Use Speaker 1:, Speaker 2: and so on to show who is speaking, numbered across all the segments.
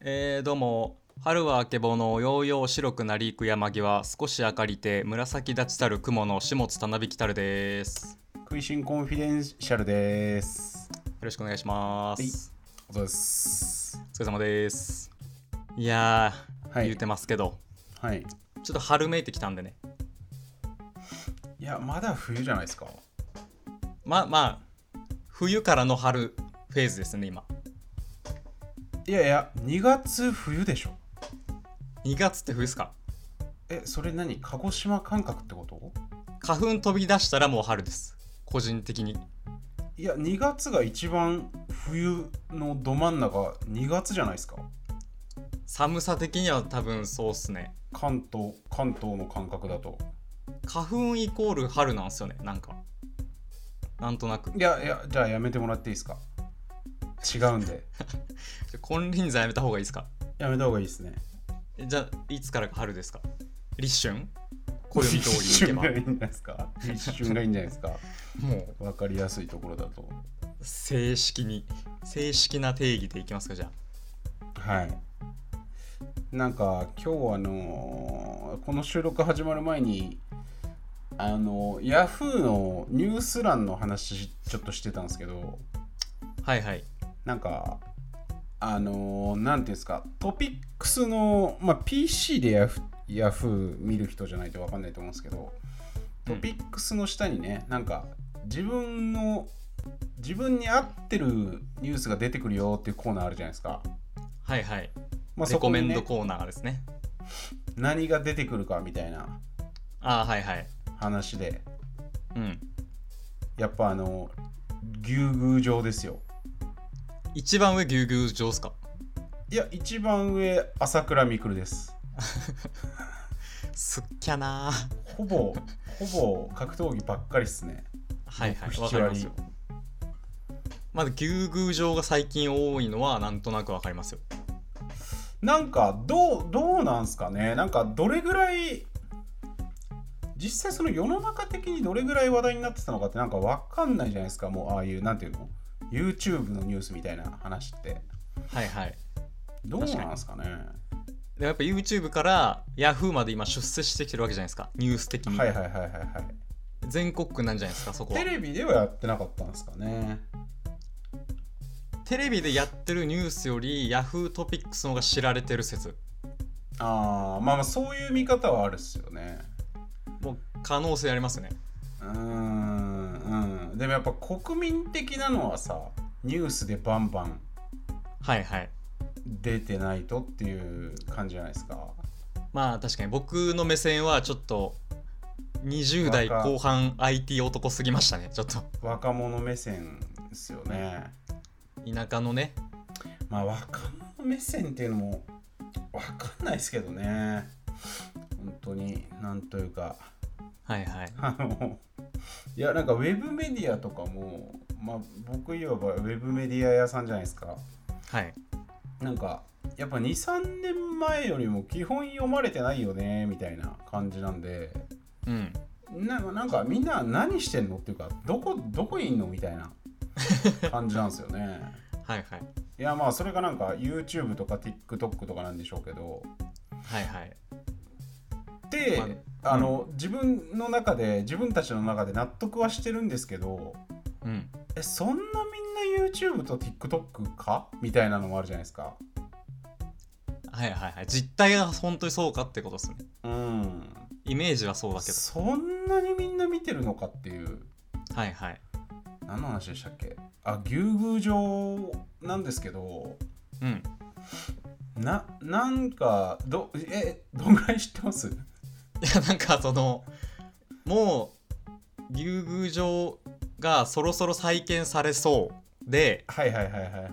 Speaker 1: えー、どうも春はあけぼのようよう白くなりゆく山際少し明かりて紫立ちたる雲の下津たなびきたるです
Speaker 2: 食いしんコンフィデンシャルです。
Speaker 1: よろしくお願いします、
Speaker 2: はいお疲れ様です。
Speaker 1: お疲れ様ですいやー、
Speaker 2: はい
Speaker 1: 言うてますけど
Speaker 2: はい。
Speaker 1: ちょっと春めいてきたんでね
Speaker 2: いや、まだ冬じゃないですか。
Speaker 1: まあまあ冬からの春フェーズですね今
Speaker 2: いやいや、2月冬でしょ。
Speaker 1: 2月って冬ですか
Speaker 2: え、それ何鹿児島感覚ってこと
Speaker 1: 花粉飛び出したらもう春です個人的に
Speaker 2: いや、2月が一番冬のど真ん中、2月じゃないですか。
Speaker 1: 寒さ的には多分そうっすね
Speaker 2: 関東、関東の感覚だと。
Speaker 1: 花粉イコール春なんですよねなんかなんとなく
Speaker 2: いやいや、じゃあやめてもらっていいですか。違うんで。
Speaker 1: 金輪際やめた方がいいですか
Speaker 2: やめた方がいいですね。
Speaker 1: えじゃあいつからが春ですか立春暦通り行けば
Speaker 2: 一瞬がいいんじゃないですか。一瞬がいいんじゃないですか。
Speaker 1: も
Speaker 2: わかりやすいところだと。
Speaker 1: う正式に正式な定義でいきますかじゃ
Speaker 2: はい。なんか今日あのーこの収録始まる前にあのヤフー Yahoo のニュース欄の話ちょっとしてたんですけど
Speaker 1: あはいはい
Speaker 2: なんかあのーなんていうんですかトピックスの、まあ、PC でヤフヤフー見る人じゃないと分かんないと思うんですけどトピックスの下にね、なんか自分の自分に合ってるニュースが出てくるよっていうコーナーあるじゃないですか。
Speaker 1: はいはい、
Speaker 2: ま
Speaker 1: レ
Speaker 2: あそ
Speaker 1: コ
Speaker 2: こ
Speaker 1: メ
Speaker 2: に
Speaker 1: ン
Speaker 2: ね
Speaker 1: ドコーナーですね
Speaker 2: 何が出てくるかみたいな
Speaker 1: ああはいはい
Speaker 2: 話で
Speaker 1: うん
Speaker 2: やっぱあの牛宮城ですよ
Speaker 1: 一番上ぎゅうぎゅう上っすか
Speaker 2: いや一番上朝倉未来です
Speaker 1: すっきゃなー
Speaker 2: ほぼ ほぼ格闘技ばっかりっすね
Speaker 1: はいはい
Speaker 2: 僕
Speaker 1: わ
Speaker 2: 七
Speaker 1: かります
Speaker 2: 割
Speaker 1: よまだぎゅうぎゅう上が最近多いのはなんとなくわかりますよ
Speaker 2: なんかどうどうなんすかねなんかどれぐらい実際その世の中的にどれぐらい話題になってたのかってなんかわかんないじゃないですかもうああいうなんていうの YouTube のニュースみたいな話って
Speaker 1: はいはい
Speaker 2: どうなんすかね
Speaker 1: でもやっぱ YouTube から Yahoo まで今出世してきてるわけじゃないですかニュース的に、
Speaker 2: はいはいはいはいはい
Speaker 1: 全国区なんじゃないですかそこは
Speaker 2: テレビではやってなかったんですかね
Speaker 1: テレビでやってるニュースより Yahoo トピックスの方が知られてる説
Speaker 2: ああまあまあそういう見方はあるっすよね
Speaker 1: もう可能性ありますよね
Speaker 2: うーんうんでもやっぱ国民的なのはさニュースでバンバン
Speaker 1: はいはい
Speaker 2: 出てないとっていう感じじゃないですか
Speaker 1: まあ確かに僕の目線はちょっと20代
Speaker 2: 若
Speaker 1: 後半 IT 男すぎましたねちょっと
Speaker 2: 若者目線ですよね
Speaker 1: 田舎のね
Speaker 2: まあ若者目線っていうのもわかんないですけどね本当になんというか
Speaker 1: はいはい
Speaker 2: あのいやなんかウェブメディアとかもまあ僕いわばウェブメディア屋さんじゃないですか
Speaker 1: はい
Speaker 2: なんかやっぱ23年前よりも基本読まれてないよねみたいな感じなんで
Speaker 1: うん
Speaker 2: ななんかみんな何してんのっていうかどこどこいんのみたいな感じなんですよね
Speaker 1: はいはい
Speaker 2: いやまあそれがなんか YouTube とか TikTok とかなんでしょうけど
Speaker 1: はいはい
Speaker 2: で、
Speaker 1: まあ
Speaker 2: あ、の自分の中で自分たちの中で納得はしてるんですけど
Speaker 1: うん
Speaker 2: えそんなみんな YouTube と TikTok かみたいなのもあるじゃないですか
Speaker 1: はいはいはい実態が本当にそうかってことですね
Speaker 2: うん
Speaker 1: イメージはそうだけど
Speaker 2: そんなにみんな見てるのかっていう
Speaker 1: はいはい
Speaker 2: 何の話でしたっけあ牛宮城なんですけど
Speaker 1: うん
Speaker 2: ななんかどえどんぐらい知ってます
Speaker 1: いや なんかそのもう牛宮城がそろそろ再建されそうで
Speaker 2: はいはいはいはいはいはい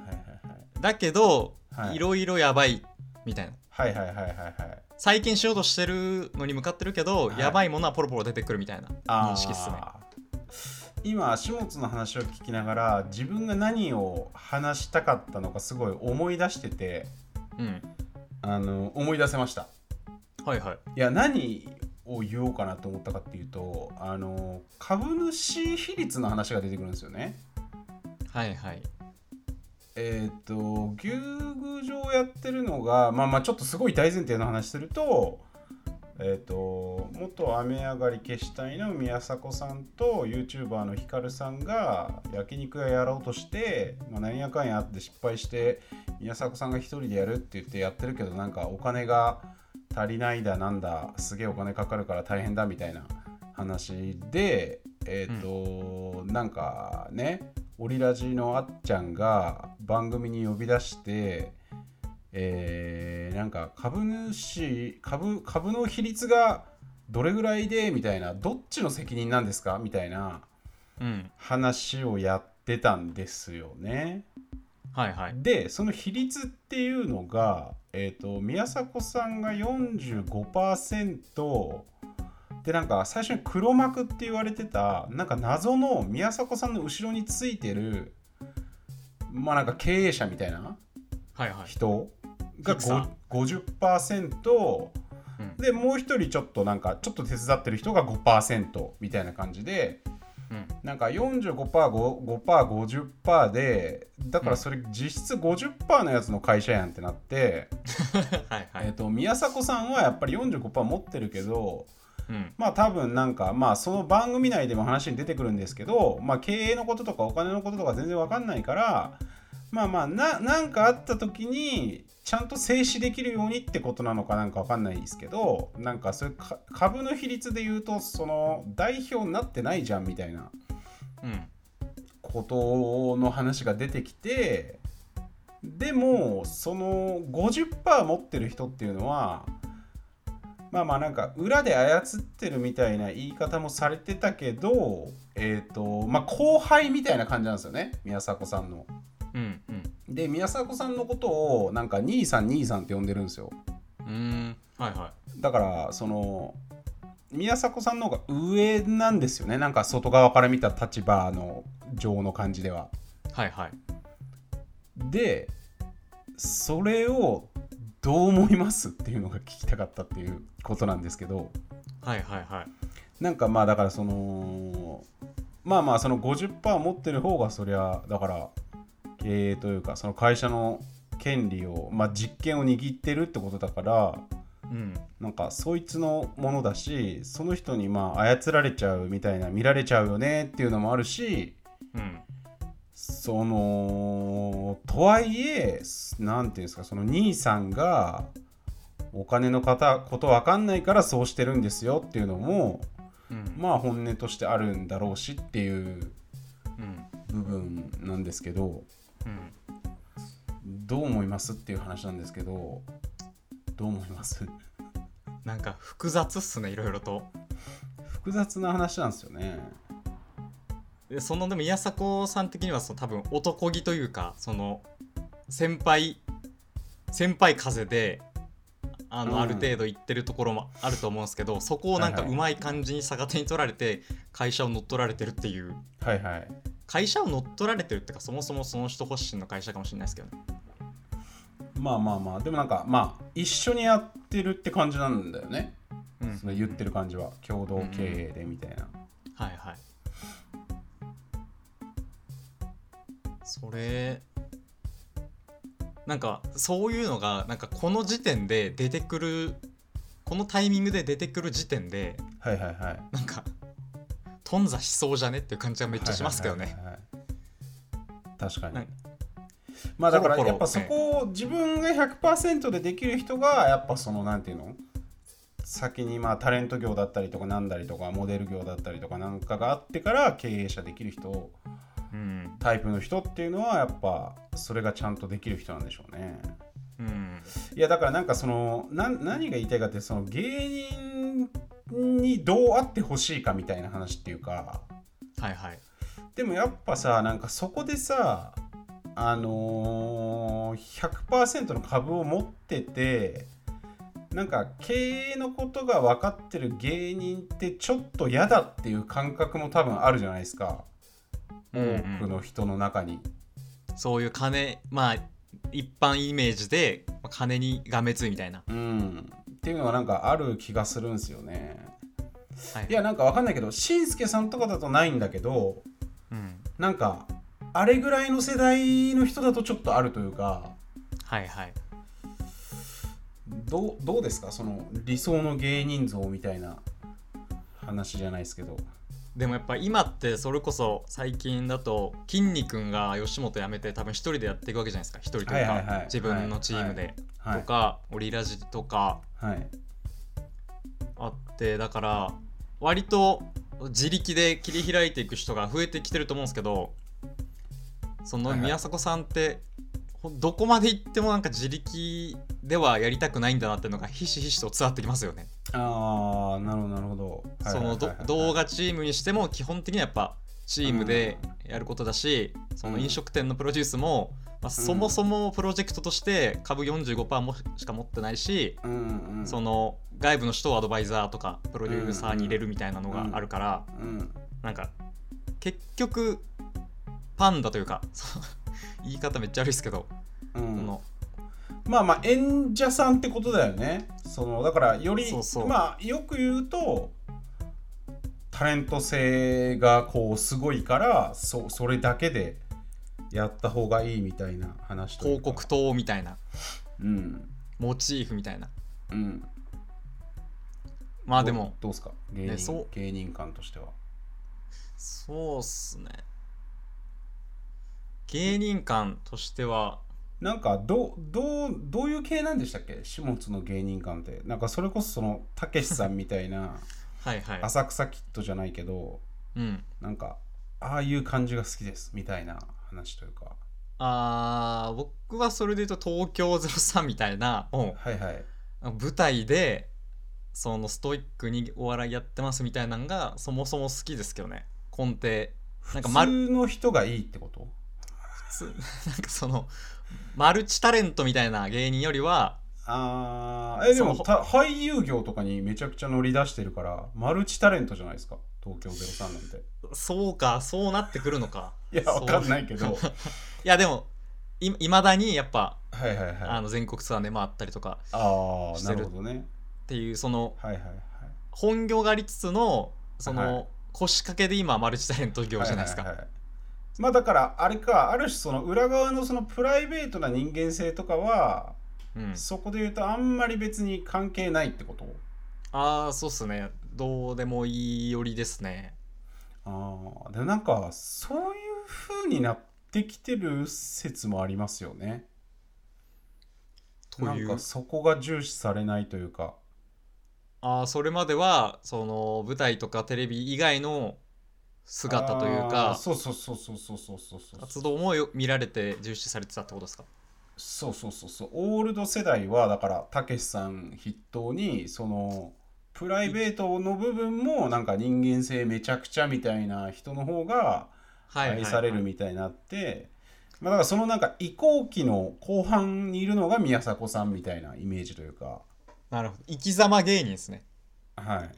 Speaker 1: だけど、
Speaker 2: はい
Speaker 1: いろいろやばいみたいな
Speaker 2: はいはいはいはいはい
Speaker 1: 再建しようとしてるのに向かってるけど、
Speaker 2: はい
Speaker 1: やばいものはポロポロ出てくるみたいな
Speaker 2: あー
Speaker 1: 認識っすね
Speaker 2: 今下津の話を聞きながら自分が何を話したかったのかすごい思い出してて
Speaker 1: うん
Speaker 2: あの思い出せました
Speaker 1: はいはい
Speaker 2: いや何を言おうかなと思ったかっていうとあの株主比率の話が出てくるんですよね
Speaker 1: はいはい
Speaker 2: えっ、と牛宮城やってるのがまあまあちょっとすごい大前提の話するとえっ、と元雨上がり決死隊の宮迫さんと YouTuber のひかるさんが焼肉屋やろうとして、まあ、何やかんやあって失敗して宮迫さんが一人でやるって言ってやってるけどなんかお金が足りないだなんだすげえお金かかるから大変だみたいな話でえっ、と、なんかねオリラジのあっちゃんが番組に呼び出してえーなんか株主株株の比率がどれぐらいでみたいなどっちの責任なんですかみたいな
Speaker 1: うん
Speaker 2: 話をやってたんですよね。
Speaker 1: はいはい
Speaker 2: でその比率っていうのが、えー、と宮迫さんが45%でなんか最初に黒幕って言われてたなんか謎の宮迫さんの後ろについてるまあなんか経営者みたいな
Speaker 1: はいはい
Speaker 2: 人が
Speaker 1: ヒクさん
Speaker 2: ご50%
Speaker 1: うん
Speaker 2: でもう一人ちょっとなんかちょっと手伝ってる人が5%みたいな感じで
Speaker 1: うん
Speaker 2: なんか 45%5%50% でだからそれ実質50%のやつの会社やんってなって、
Speaker 1: はいは
Speaker 2: えー、
Speaker 1: い
Speaker 2: と宮迫さんはやっぱり45%持ってるけど
Speaker 1: うん
Speaker 2: まあ多分なんかまあその番組内でも話に出てくるんですけど、まあ、経営のこととかお金のこととか全然わかんないからまあまあななんかあった時にちゃんと静止できるようにってことなのかなんかわかんないですけどなんかそういうか株の比率で言うとその代表になってないじゃんみたいな
Speaker 1: うん
Speaker 2: ことの話が出てきてでもその50%持ってる人っていうのはまあまあなんか裏で操ってるみたいな言い方もされてたけどえっ、とまあ後輩みたいな感じなんですよね宮迫さんの。
Speaker 1: うんうん
Speaker 2: で宮迫さんのことをなんか兄さん兄さんって呼んでるんですよ。
Speaker 1: うーんはいは
Speaker 2: だからその宮迫さんの方が上なんですよねなんか外側から見た立場の上の感じでは。
Speaker 1: いはいはい
Speaker 2: でそれをどう思いますっていうのが聞きたかったっていうことなんですけど
Speaker 1: はいはいはい
Speaker 2: なんかまあだからそのまあまあその50%持ってる方がそりゃだから経営というかその会社の権利をまあ実権を握ってるってことだから
Speaker 1: うん
Speaker 2: なんかそいつのものだしその人にまあ操られちゃうみたいな見られちゃうよねっていうのもあるし
Speaker 1: うん
Speaker 2: そのとはいえ何ていうんですかその兄さんがお金の方ことわかんないからそうしてるんですよっていうのも
Speaker 1: うん
Speaker 2: まあ本音としてあるんだろうしっていう
Speaker 1: うん
Speaker 2: 部分なんですけど
Speaker 1: うん
Speaker 2: どう思いますっていう話なんですけどどう思います
Speaker 1: なんか複雑っすねいろいろと
Speaker 2: 複雑な話なんですよね。
Speaker 1: でそのでも宮迫さん的にはその多分男気というかその先輩先輩風であの、
Speaker 2: うん
Speaker 1: ある程度行ってるところもあると思うんですけどそこをなんか
Speaker 2: はいうはい
Speaker 1: まい感じに逆手に取られて会社を乗っ取られてるっていう
Speaker 2: はいはい。
Speaker 1: 会社を乗っ取られてるってかそもそもその人発信の会社かもしれないですけどね
Speaker 2: まあまあまあでもなんかまあ一緒にやってるって感じなんだよね、
Speaker 1: うん
Speaker 2: その言ってる感じは共同経営でみたいな。
Speaker 1: はいはいそれなんかそういうのがなんかこの時点で出てくるこのタイミングで出てくる時点で
Speaker 2: はいはいはい。
Speaker 1: なんか頓挫しそうじゃねっていう感じはめっちゃしますけどね。
Speaker 2: はいはいはいはい確かに
Speaker 1: なん。
Speaker 2: まあだから
Speaker 1: コロコロ
Speaker 2: やっぱそこを自分が100%でできる人がやっぱそのなんていうの先にまあタレント業だったりとかなんだりとかモデル業だったりとかなんかがあってから経営者できる人
Speaker 1: うん
Speaker 2: タイプの人っていうのはやっぱそれがちゃんとできる人なんでしょうね。
Speaker 1: うん
Speaker 2: いやだからなんかそのな何が言いたいかってその芸人にどうあってほしいかみたいな話っていうか
Speaker 1: はいはい
Speaker 2: でもやっぱさなんかそこでさあのー、100%の株を持っててなんか経営のことが分かってる芸人ってちょっと嫌だっていう感覚も多分あるじゃないですか
Speaker 1: う
Speaker 2: 多
Speaker 1: んう
Speaker 2: く
Speaker 1: ん
Speaker 2: の人の中に。
Speaker 1: そういう金まあ一般イメージでまあ金にがめついみたいな。
Speaker 2: うん、っていうのはなんかある気がするんですよね。
Speaker 1: はい
Speaker 2: いやなんか分かんないけどしんすけさんとかだとないんだけど
Speaker 1: うん
Speaker 2: なんかあれぐらいの世代の人だとちょっとあるというか
Speaker 1: はいはい
Speaker 2: どうどうですかその理想の芸人像みたいな話じゃないですけど
Speaker 1: でもやっぱ今ってそれこそ最近だときんに君が吉本辞めて多分一人でやっていくわけじゃないですか一人という
Speaker 2: はいはいは
Speaker 1: か
Speaker 2: い
Speaker 1: 自分のチームで
Speaker 2: は
Speaker 1: と
Speaker 2: い
Speaker 1: かオリラジとか
Speaker 2: はい
Speaker 1: あってだから割と自力で切り開いていく人が増えてきてると思うんですけどその
Speaker 2: はいはい
Speaker 1: 宮迫さんってほどこまで行ってもなんか自力ではやりたくないんだなっていうのがひしひしと伝わってきますよね。
Speaker 2: ああなるほどなるほど
Speaker 1: そのど動画チームにしても基本的にはやっぱチームでやることだし、その飲食店のプロデュースも、まあ、そもそもプロジェクトとして株45%もしか持ってないし、
Speaker 2: うんうん
Speaker 1: その外部の人をアドバイザーとかプロデューサーに入れるみたいなのがあるから、
Speaker 2: うん
Speaker 1: なんか結局パンダというかそう言い方めっちゃ悪いですけど、
Speaker 2: う
Speaker 1: そ
Speaker 2: ん
Speaker 1: の
Speaker 2: まあまあ演者さんってことだよねそのだからより
Speaker 1: そうそう
Speaker 2: まあよく言うとタレント性がこうすごいからそそれだけでやった方がいいみたいな話という
Speaker 1: 広
Speaker 2: か
Speaker 1: 告塔みたいな
Speaker 2: うん
Speaker 1: モチーフみたいな
Speaker 2: うん
Speaker 1: まあでも
Speaker 2: どうどうですか芸人,、
Speaker 1: ねそう
Speaker 2: 芸人感としては
Speaker 1: そうっすね芸人感としては
Speaker 2: なんかどどうどういう系なんでしたっけ下津の芸人感ってなんかそれこそそのたけしさんみた いな
Speaker 1: はいはい
Speaker 2: 浅草キッドじゃないけど
Speaker 1: うん
Speaker 2: なんかああいう感じが好きですみたいな話というか
Speaker 1: あー僕はそれで言うと東京03みたいなも
Speaker 2: はいはい。
Speaker 1: う舞台でそのストイックにお笑いやってますみたいなのがそもそも好きですけどね根底なんか
Speaker 2: 普
Speaker 1: 丸
Speaker 2: 通の人がいいってこと
Speaker 1: つ なんかそのマルチタレントみたいな芸人よりは
Speaker 2: あーえでも
Speaker 1: その
Speaker 2: た俳優業とかにめちゃくちゃ乗り出してるからマルチタレントじゃないですか東京03なんて。
Speaker 1: そうかそうなってくるのか
Speaker 2: いや
Speaker 1: そう
Speaker 2: わかんないけど
Speaker 1: いやでもいまだにやっぱ、
Speaker 2: はいはいはい。
Speaker 1: あ
Speaker 2: あ
Speaker 1: の全国ツアーで回ったりとか
Speaker 2: あー
Speaker 1: して
Speaker 2: な
Speaker 1: る
Speaker 2: るほどね。
Speaker 1: っていうその
Speaker 2: はいはいはい。
Speaker 1: 本業がありつつのその、
Speaker 2: はい
Speaker 1: 腰掛けで今マルチタレント業じゃないですか、
Speaker 2: はははまあだからあれかある種その裏側のそのプライベートな人間性とかは、
Speaker 1: うん、
Speaker 2: そこで言うとあんまり別に関係ないってこと
Speaker 1: ああそうっすねどうでもいいよりですね
Speaker 2: ああでもなんかそういう風になってきてる説もありますよね。
Speaker 1: と
Speaker 2: ないん
Speaker 1: う
Speaker 2: かそこが重視されないというか。
Speaker 1: ああそれまではその舞台とかテレビ以外の姿という
Speaker 2: あー
Speaker 1: か
Speaker 2: そうそうそうそうそうそうそうそう。
Speaker 1: 活動もよ見られて重視されてたってことですか
Speaker 2: そうそうそうそう。オールド世代はだからたけしさん筆頭にそのプライベートの部分もなんか人間性めちゃくちゃみたいな人の方が
Speaker 1: はいはい、
Speaker 2: 愛されるみたいになって、まあ、だからそのなんか移行期の後半にいるのが宮迫さんみたいなイメージというか。
Speaker 1: なるほど生き様芸人ですね
Speaker 2: はい。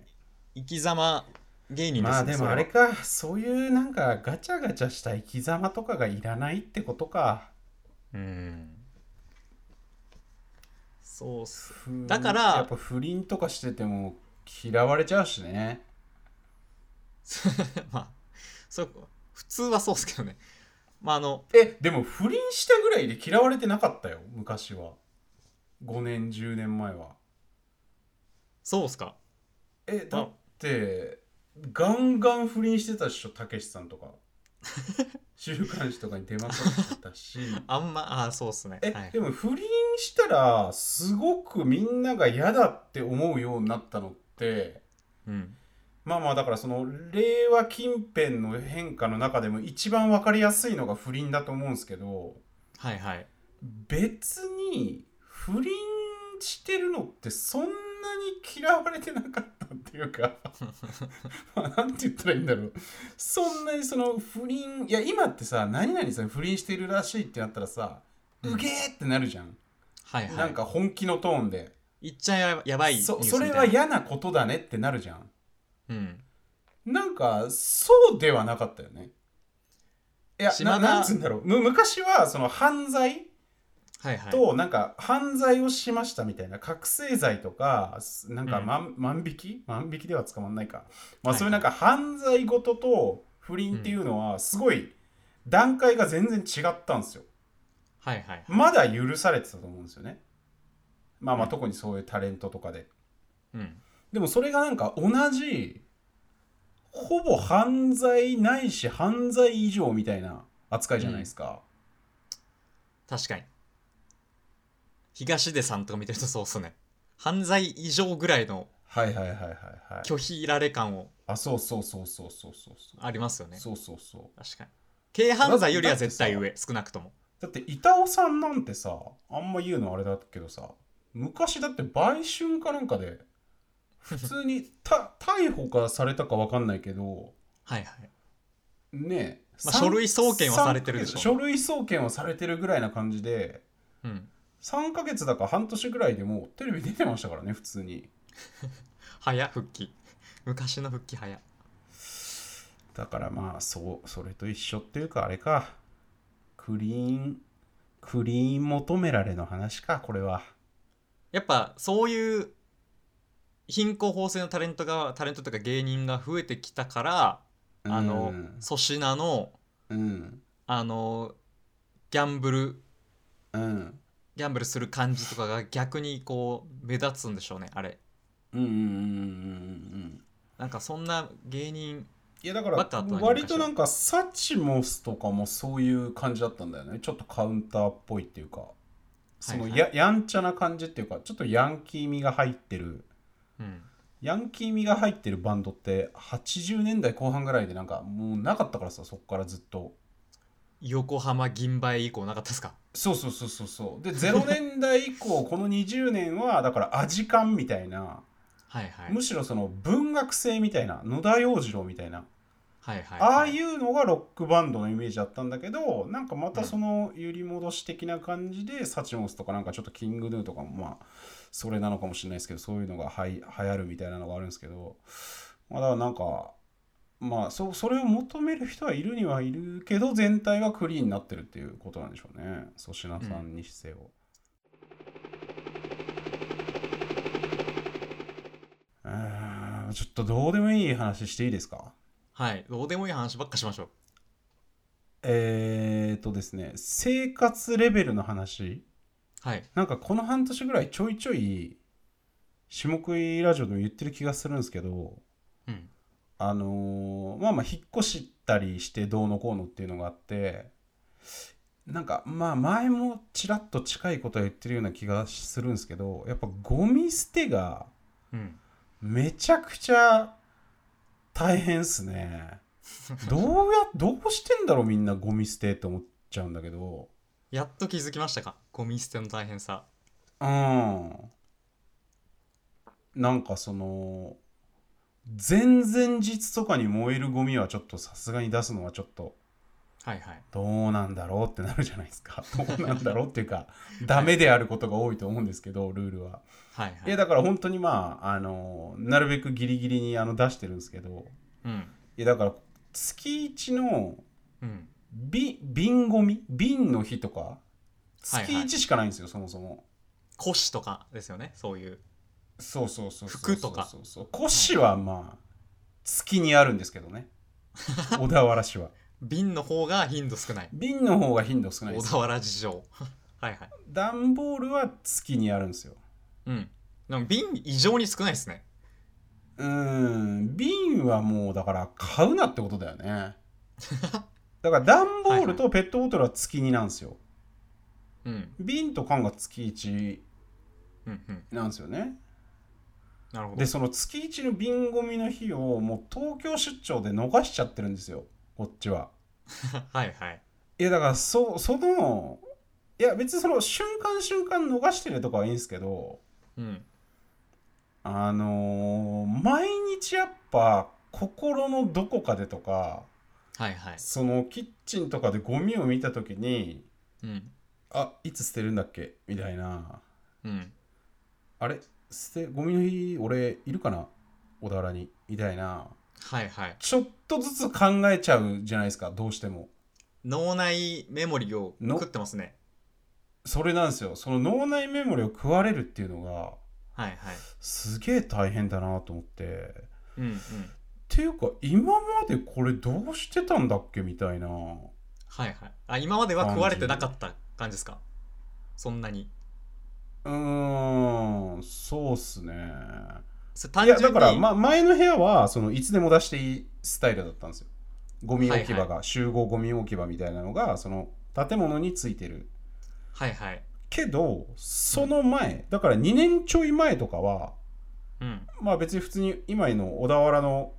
Speaker 1: 生き様芸人ですね
Speaker 2: まあで
Speaker 1: そ
Speaker 2: もあ
Speaker 1: は
Speaker 2: れかそういうなんかガチャガチャした生き様とかがいらないってことか
Speaker 1: うんそうっすだから
Speaker 2: やっぱ不倫とかしてても嫌われちゃうしね
Speaker 1: まあそう普通はそうっすけどねまああの
Speaker 2: えでも不倫したぐらいで嫌われてなかったよ昔は5年10年前は
Speaker 1: そうっすか
Speaker 2: えだってガンガン不倫してたっしょたけしさんと か週刊誌とかに出まくってたし
Speaker 1: あんまああそうっすね
Speaker 2: え、
Speaker 1: はい
Speaker 2: でも不倫したらすごくみんなが嫌だって思うようになったのって
Speaker 1: うん、
Speaker 2: まあまあだからその令和近辺の変化の中でも一番分かりやすいのが不倫だと思うんですけど
Speaker 1: はいはい
Speaker 2: 別に不倫してるのってそんなに嫌われてなかったっていうか まあなんて言ったらいいんだろうそんなにその不倫いや今ってさ何々さん不倫してるらしいってなったらさ
Speaker 1: うん
Speaker 2: うげーってなるじゃん
Speaker 1: はいはい
Speaker 2: なんか本気のトーンで、
Speaker 1: 言っちゃややばいニュース
Speaker 2: そ
Speaker 1: み
Speaker 2: そ
Speaker 1: たい
Speaker 2: れ
Speaker 1: な
Speaker 2: は嫌なことだねってなるじゃん
Speaker 1: うん
Speaker 2: なんかそうではなかったよねいや
Speaker 1: 島
Speaker 2: な
Speaker 1: 田
Speaker 2: なんつうんだろうむ昔はその犯罪
Speaker 1: はいはい
Speaker 2: となんか犯罪をしましたみたいな覚醒剤とかすなんか
Speaker 1: うん
Speaker 2: 万,、万引き万引きでは捕まんないか、まあ、
Speaker 1: はい
Speaker 2: そういうなんか犯罪ごとと不倫っていうのはすごい段階が全然違ったんですよ。
Speaker 1: はいはいはい。
Speaker 2: まだ許されてたと思うんですよね。まあまあ特にそういうタレントとかで。
Speaker 1: うん。
Speaker 2: でもそれがなんか同じほぼ犯罪ないし犯罪以上みたいな扱いじゃないですか。
Speaker 1: 確かに。東出さんとか見てるとそうっすね。犯罪以上ぐらいの
Speaker 2: はいはいはいはいはい。
Speaker 1: 拒否られ感を
Speaker 2: あそうそうそうそうそうそうそう。
Speaker 1: ありますよね。
Speaker 2: そうそうそう。
Speaker 1: 確かに。軽犯罪よりは絶対上、少なくとも。
Speaker 2: だって板尾さんなんてさあんま言うのあれだけどさ昔だって売春かなんかで普通にた逮捕かされたかわかんないけど
Speaker 1: はいはい。
Speaker 2: ねえ、
Speaker 1: まあ
Speaker 2: さん
Speaker 1: 書類送検はされてるでしょ
Speaker 2: さん書類送検はされてるぐらいな感じで
Speaker 1: うん。
Speaker 2: 3ヶ月だか半年ぐらいでもうテレビ出てましたからね普通に
Speaker 1: 早復帰。昔の復帰早。
Speaker 2: だからまあそうそれと一緒っていうかあれかクリーンクリーン求められの話かこれは
Speaker 1: やっぱそういう貧困法制のタレントがタレントとか芸人が増えてきたから、あの粗品の
Speaker 2: うん
Speaker 1: あのギャンブル
Speaker 2: うん
Speaker 1: ギャンブルする感じとかが逆にこう目立つんでしょうねあれ
Speaker 2: うんうんうんうんうんうん
Speaker 1: なんかそんな芸人
Speaker 2: いやだか
Speaker 1: バッター
Speaker 2: ら
Speaker 1: とは何かしら
Speaker 2: 割となんかサチモスとかもそういう感じだったんだよねちょっとカウンターっぽいっていうかその
Speaker 1: はい
Speaker 2: や,、
Speaker 1: はい
Speaker 2: やんちゃな感じっていうかちょっとヤンキー味が入ってる
Speaker 1: うん
Speaker 2: ヤンキー味が入ってるバンドって80年代後半ぐらいでなんかもうなかったからさそこからずっと
Speaker 1: 横浜銀杯以降なかったですか
Speaker 2: そうそうそうそうそうで0年代 以降この20年はだからアジカンみたいな、
Speaker 1: はいはい
Speaker 2: むしろその文学性みたいな野田洋次郎みたいな
Speaker 1: はいはい
Speaker 2: ああ
Speaker 1: はい
Speaker 2: いうのがロックバンドのイメージだったんだけどなんかまたその揺り戻し的な感じで、サチモスとかなんかちょっとキングヌーとかもまあそれなのかもしれないですけどそういうのがはい流行るみたいなのがあるんですけどまあだからなんかまあそそれを求める人はいるにはいるけど全体がクリーンになってるっていうことなんでしょうね粗品さんにせよ。うーんちょっとどうでもいい話していいですか
Speaker 1: はいどうでもいい話ばっかしましょう
Speaker 2: えー、とですね生活レベルの話
Speaker 1: はい
Speaker 2: なんかこの半年ぐらいちょいちょい下食いラジオでも言ってる気がするんですけど
Speaker 1: うん
Speaker 2: あのーまあまあ引っ越したりしてどうのこうのっていうのがあってなんかまあ前もちらっと近いことは言ってるような気がするんですけどやっぱゴミ捨てが
Speaker 1: うん
Speaker 2: めちゃくちゃ大変っすねどうやどうしてんだろうみんなゴミ捨てって思っちゃうんだけど
Speaker 1: やっと気づきましたかゴミ捨ての大変さ
Speaker 2: うんなんかその前々日とかに燃えるゴミはちょっとさすがに出すのはちょっと
Speaker 1: はいはい
Speaker 2: どうなんだろうってなるじゃないですか どうなんだろうっていうかダメであることが多いと思うんですけどルールは、
Speaker 1: はいはい
Speaker 2: いやだから本当にまああのなるべくギリギリにあの出してるんですけど
Speaker 1: うん
Speaker 2: いやだから月一の
Speaker 1: うん
Speaker 2: び瓶ゴミ瓶の日とか
Speaker 1: はいはい
Speaker 2: 月一しかないんですよ、そもそも
Speaker 1: 腰とかですよねそういう
Speaker 2: そうそうそうそう
Speaker 1: 服とか
Speaker 2: そうそう腰はまあ月にあるんですけ どね小田原市は
Speaker 1: 瓶の方が頻度少ない
Speaker 2: 瓶の方が頻度少ないで
Speaker 1: 小
Speaker 2: す
Speaker 1: 田原事情 はいはい
Speaker 2: 段ボールは月にあるんですよ
Speaker 1: うんでも瓶異常に少ないですね
Speaker 2: うーん瓶はもうだから買うなってことだよ ねだから段ボールとペットボトルは月になんですよ、
Speaker 1: うん
Speaker 2: 瓶と缶が月一
Speaker 1: うんうん
Speaker 2: なんですよね
Speaker 1: なるほど
Speaker 2: でその月一の瓶ゴミの日をもう東京出張で逃しちゃってるんですよこっちは
Speaker 1: はいはい
Speaker 2: いやだからそそのいや別にその瞬間瞬間逃してるとかはいいんですけど
Speaker 1: うん
Speaker 2: あのー毎日やっぱ心のどこかでとか
Speaker 1: はいはい
Speaker 2: そのキッチンとかでゴミを見た時に
Speaker 1: うん
Speaker 2: あいつ捨てるんだっけみたいな
Speaker 1: うん
Speaker 2: あれ捨てゴミの日俺いるかな小田原にみたいな
Speaker 1: はいはい
Speaker 2: ちょっとずつ考えちゃうじゃないですかどうしても
Speaker 1: 脳内メモリーを
Speaker 2: の
Speaker 1: 食ってますね
Speaker 2: それなんですよその脳内メモリを食われるっていうのが
Speaker 1: はいはい
Speaker 2: すげえ大変だなと思ってっ
Speaker 1: うんうん
Speaker 2: ていうか今までこれどうしてたんだっけみたいな
Speaker 1: はいはいあ今までは食われてなかった感じですかそんなに
Speaker 2: うーん、そうっすね。
Speaker 1: それ
Speaker 2: い
Speaker 1: 単
Speaker 2: や、
Speaker 1: 純
Speaker 2: だ
Speaker 1: に
Speaker 2: から、ま、前の部屋は、その、いつでも出していいスタイルだったんですよ。ゴミ置き場が、
Speaker 1: はい
Speaker 2: 集合ゴミ置き場みたいなのが、その、建物についてる。
Speaker 1: はいはい
Speaker 2: けど、その前、だから2年ちょい前とかは、
Speaker 1: うん
Speaker 2: まあ別に普通に今の小田原の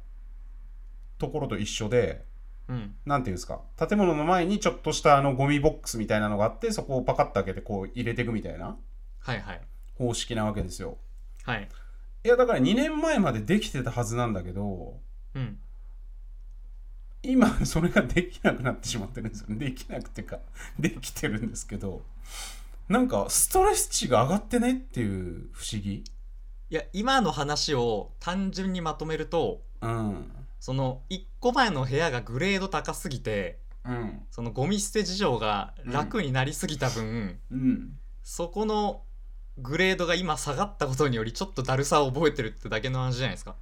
Speaker 2: ところと一緒で、
Speaker 1: うん
Speaker 2: なんていうんですか、建物の前にちょっとしたあのゴミボックスみたいなのがあって、そこをパカッと開けてこう入れていくみたいな
Speaker 1: はいはい
Speaker 2: 方式なわけですよ。
Speaker 1: はい
Speaker 2: いやだから2年前までできてたはずなんだけど
Speaker 1: うん
Speaker 2: 今 それができなくなってしまってるんですよできなくてかできてるんですけどなんかストレス値が上がってねっていう不思議
Speaker 1: いや今の話を単純にまとめると
Speaker 2: うん
Speaker 1: その1個前の部屋がグレード高すぎて
Speaker 2: うん
Speaker 1: そのゴミ捨て事情が楽になりすぎた分、
Speaker 2: うん
Speaker 1: そこのグレードが今下がったことによりちょっとだるさを覚えてるってだけの話じゃないですか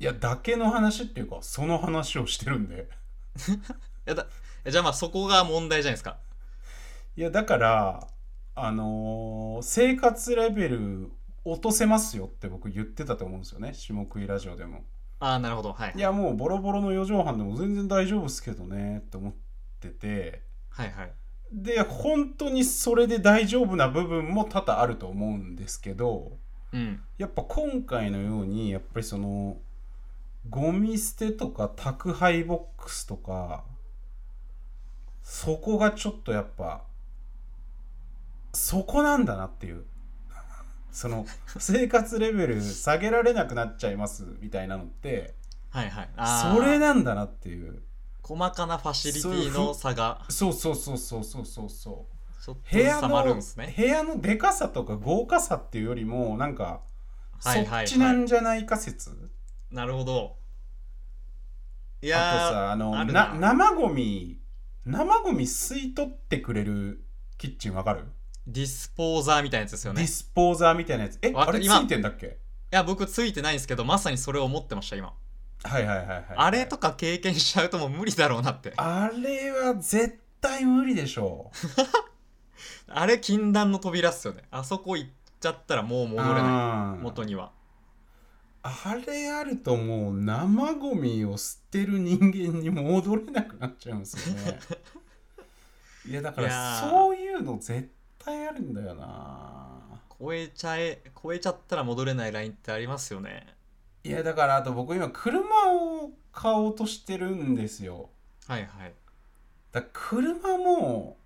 Speaker 2: いやだけの話っていうかその話をしてるんで
Speaker 1: いやだいやじゃあまあそこが問題じゃないですか
Speaker 2: いやだからあのー生活レベル落とせますよって僕言ってたと思うんですよね下食いラジオでも
Speaker 1: ああなるほどはい
Speaker 2: いやもうボロボロの4畳半でも全然大丈夫っすけどねって思ってて
Speaker 1: はいはい
Speaker 2: で本当にそれで大丈夫な部分も多々あると思うんですけど
Speaker 1: うん
Speaker 2: やっぱ今回のようにやっぱりそのゴミ捨てとか宅配ボックスとかそこがちょっとやっぱそこなんだなっていう その生活レベル下げられなくなっちゃいますみたいなのって
Speaker 1: はいはいあー
Speaker 2: それなんだなっていう
Speaker 1: 細かなファシリティの差が
Speaker 2: そうそうそうそうそうそうそう
Speaker 1: ちょっとず
Speaker 2: 部屋
Speaker 1: つ
Speaker 2: の
Speaker 1: 差まるんですね
Speaker 2: 部屋のでかさとか豪華さっていうよりもなんかそ
Speaker 1: はいは
Speaker 2: っ
Speaker 1: い
Speaker 2: ち
Speaker 1: は
Speaker 2: なんじゃないか説、
Speaker 1: いなるほどいや
Speaker 2: あとさあの
Speaker 1: ある
Speaker 2: な
Speaker 1: な
Speaker 2: 生ゴミ生ゴミ吸い取ってくれるキッチンわかる、
Speaker 1: ーディスポーザーみたいなやつですよ
Speaker 2: デ
Speaker 1: ね
Speaker 2: ィ
Speaker 1: い
Speaker 2: スポーザーみたいなやつえ
Speaker 1: わ
Speaker 2: あ
Speaker 1: か
Speaker 2: れつ
Speaker 1: 今
Speaker 2: いてんだっけ
Speaker 1: や僕ついてないんですけどまさにそれを思ってました今
Speaker 2: はいはいはいはい
Speaker 1: あれとか経験しちゃうともう無理だろうなってあ
Speaker 2: あれは絶対無理でしょう
Speaker 1: れ禁断の扉っすよねあそこ行っちゃったらもう戻れな
Speaker 2: ない
Speaker 1: 元には
Speaker 2: あれあるともう生ゴミを捨てる人間に戻れなくなっちゃいます よね。いやだか
Speaker 1: い
Speaker 2: ら
Speaker 1: やー
Speaker 2: そういうの絶対あるんだよな。
Speaker 1: 超えちゃえ超えちゃったら戻れないラインってありますよね
Speaker 2: いやだからあと僕今車を買おうとしてるんですよ。
Speaker 1: はいはい
Speaker 2: だから車も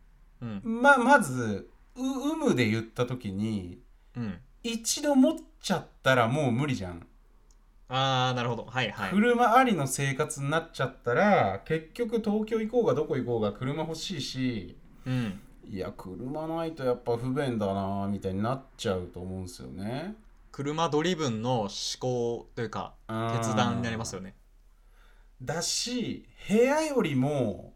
Speaker 1: うん
Speaker 2: ままずう有無で言った時に
Speaker 1: うん
Speaker 2: 一度持っちゃったらもう無理じゃん。
Speaker 1: ああなるほどはいはい
Speaker 2: 車ありの生活になっちゃったら結局東京行こうがどこ行こうが車欲しいし。
Speaker 1: うん
Speaker 2: いや車ないとやっぱ不便だなみたいになっちゃうと思うんですよね
Speaker 1: 車ドリブンの思考というか決断になりますよ
Speaker 2: ね
Speaker 1: ね
Speaker 2: だし部屋よりも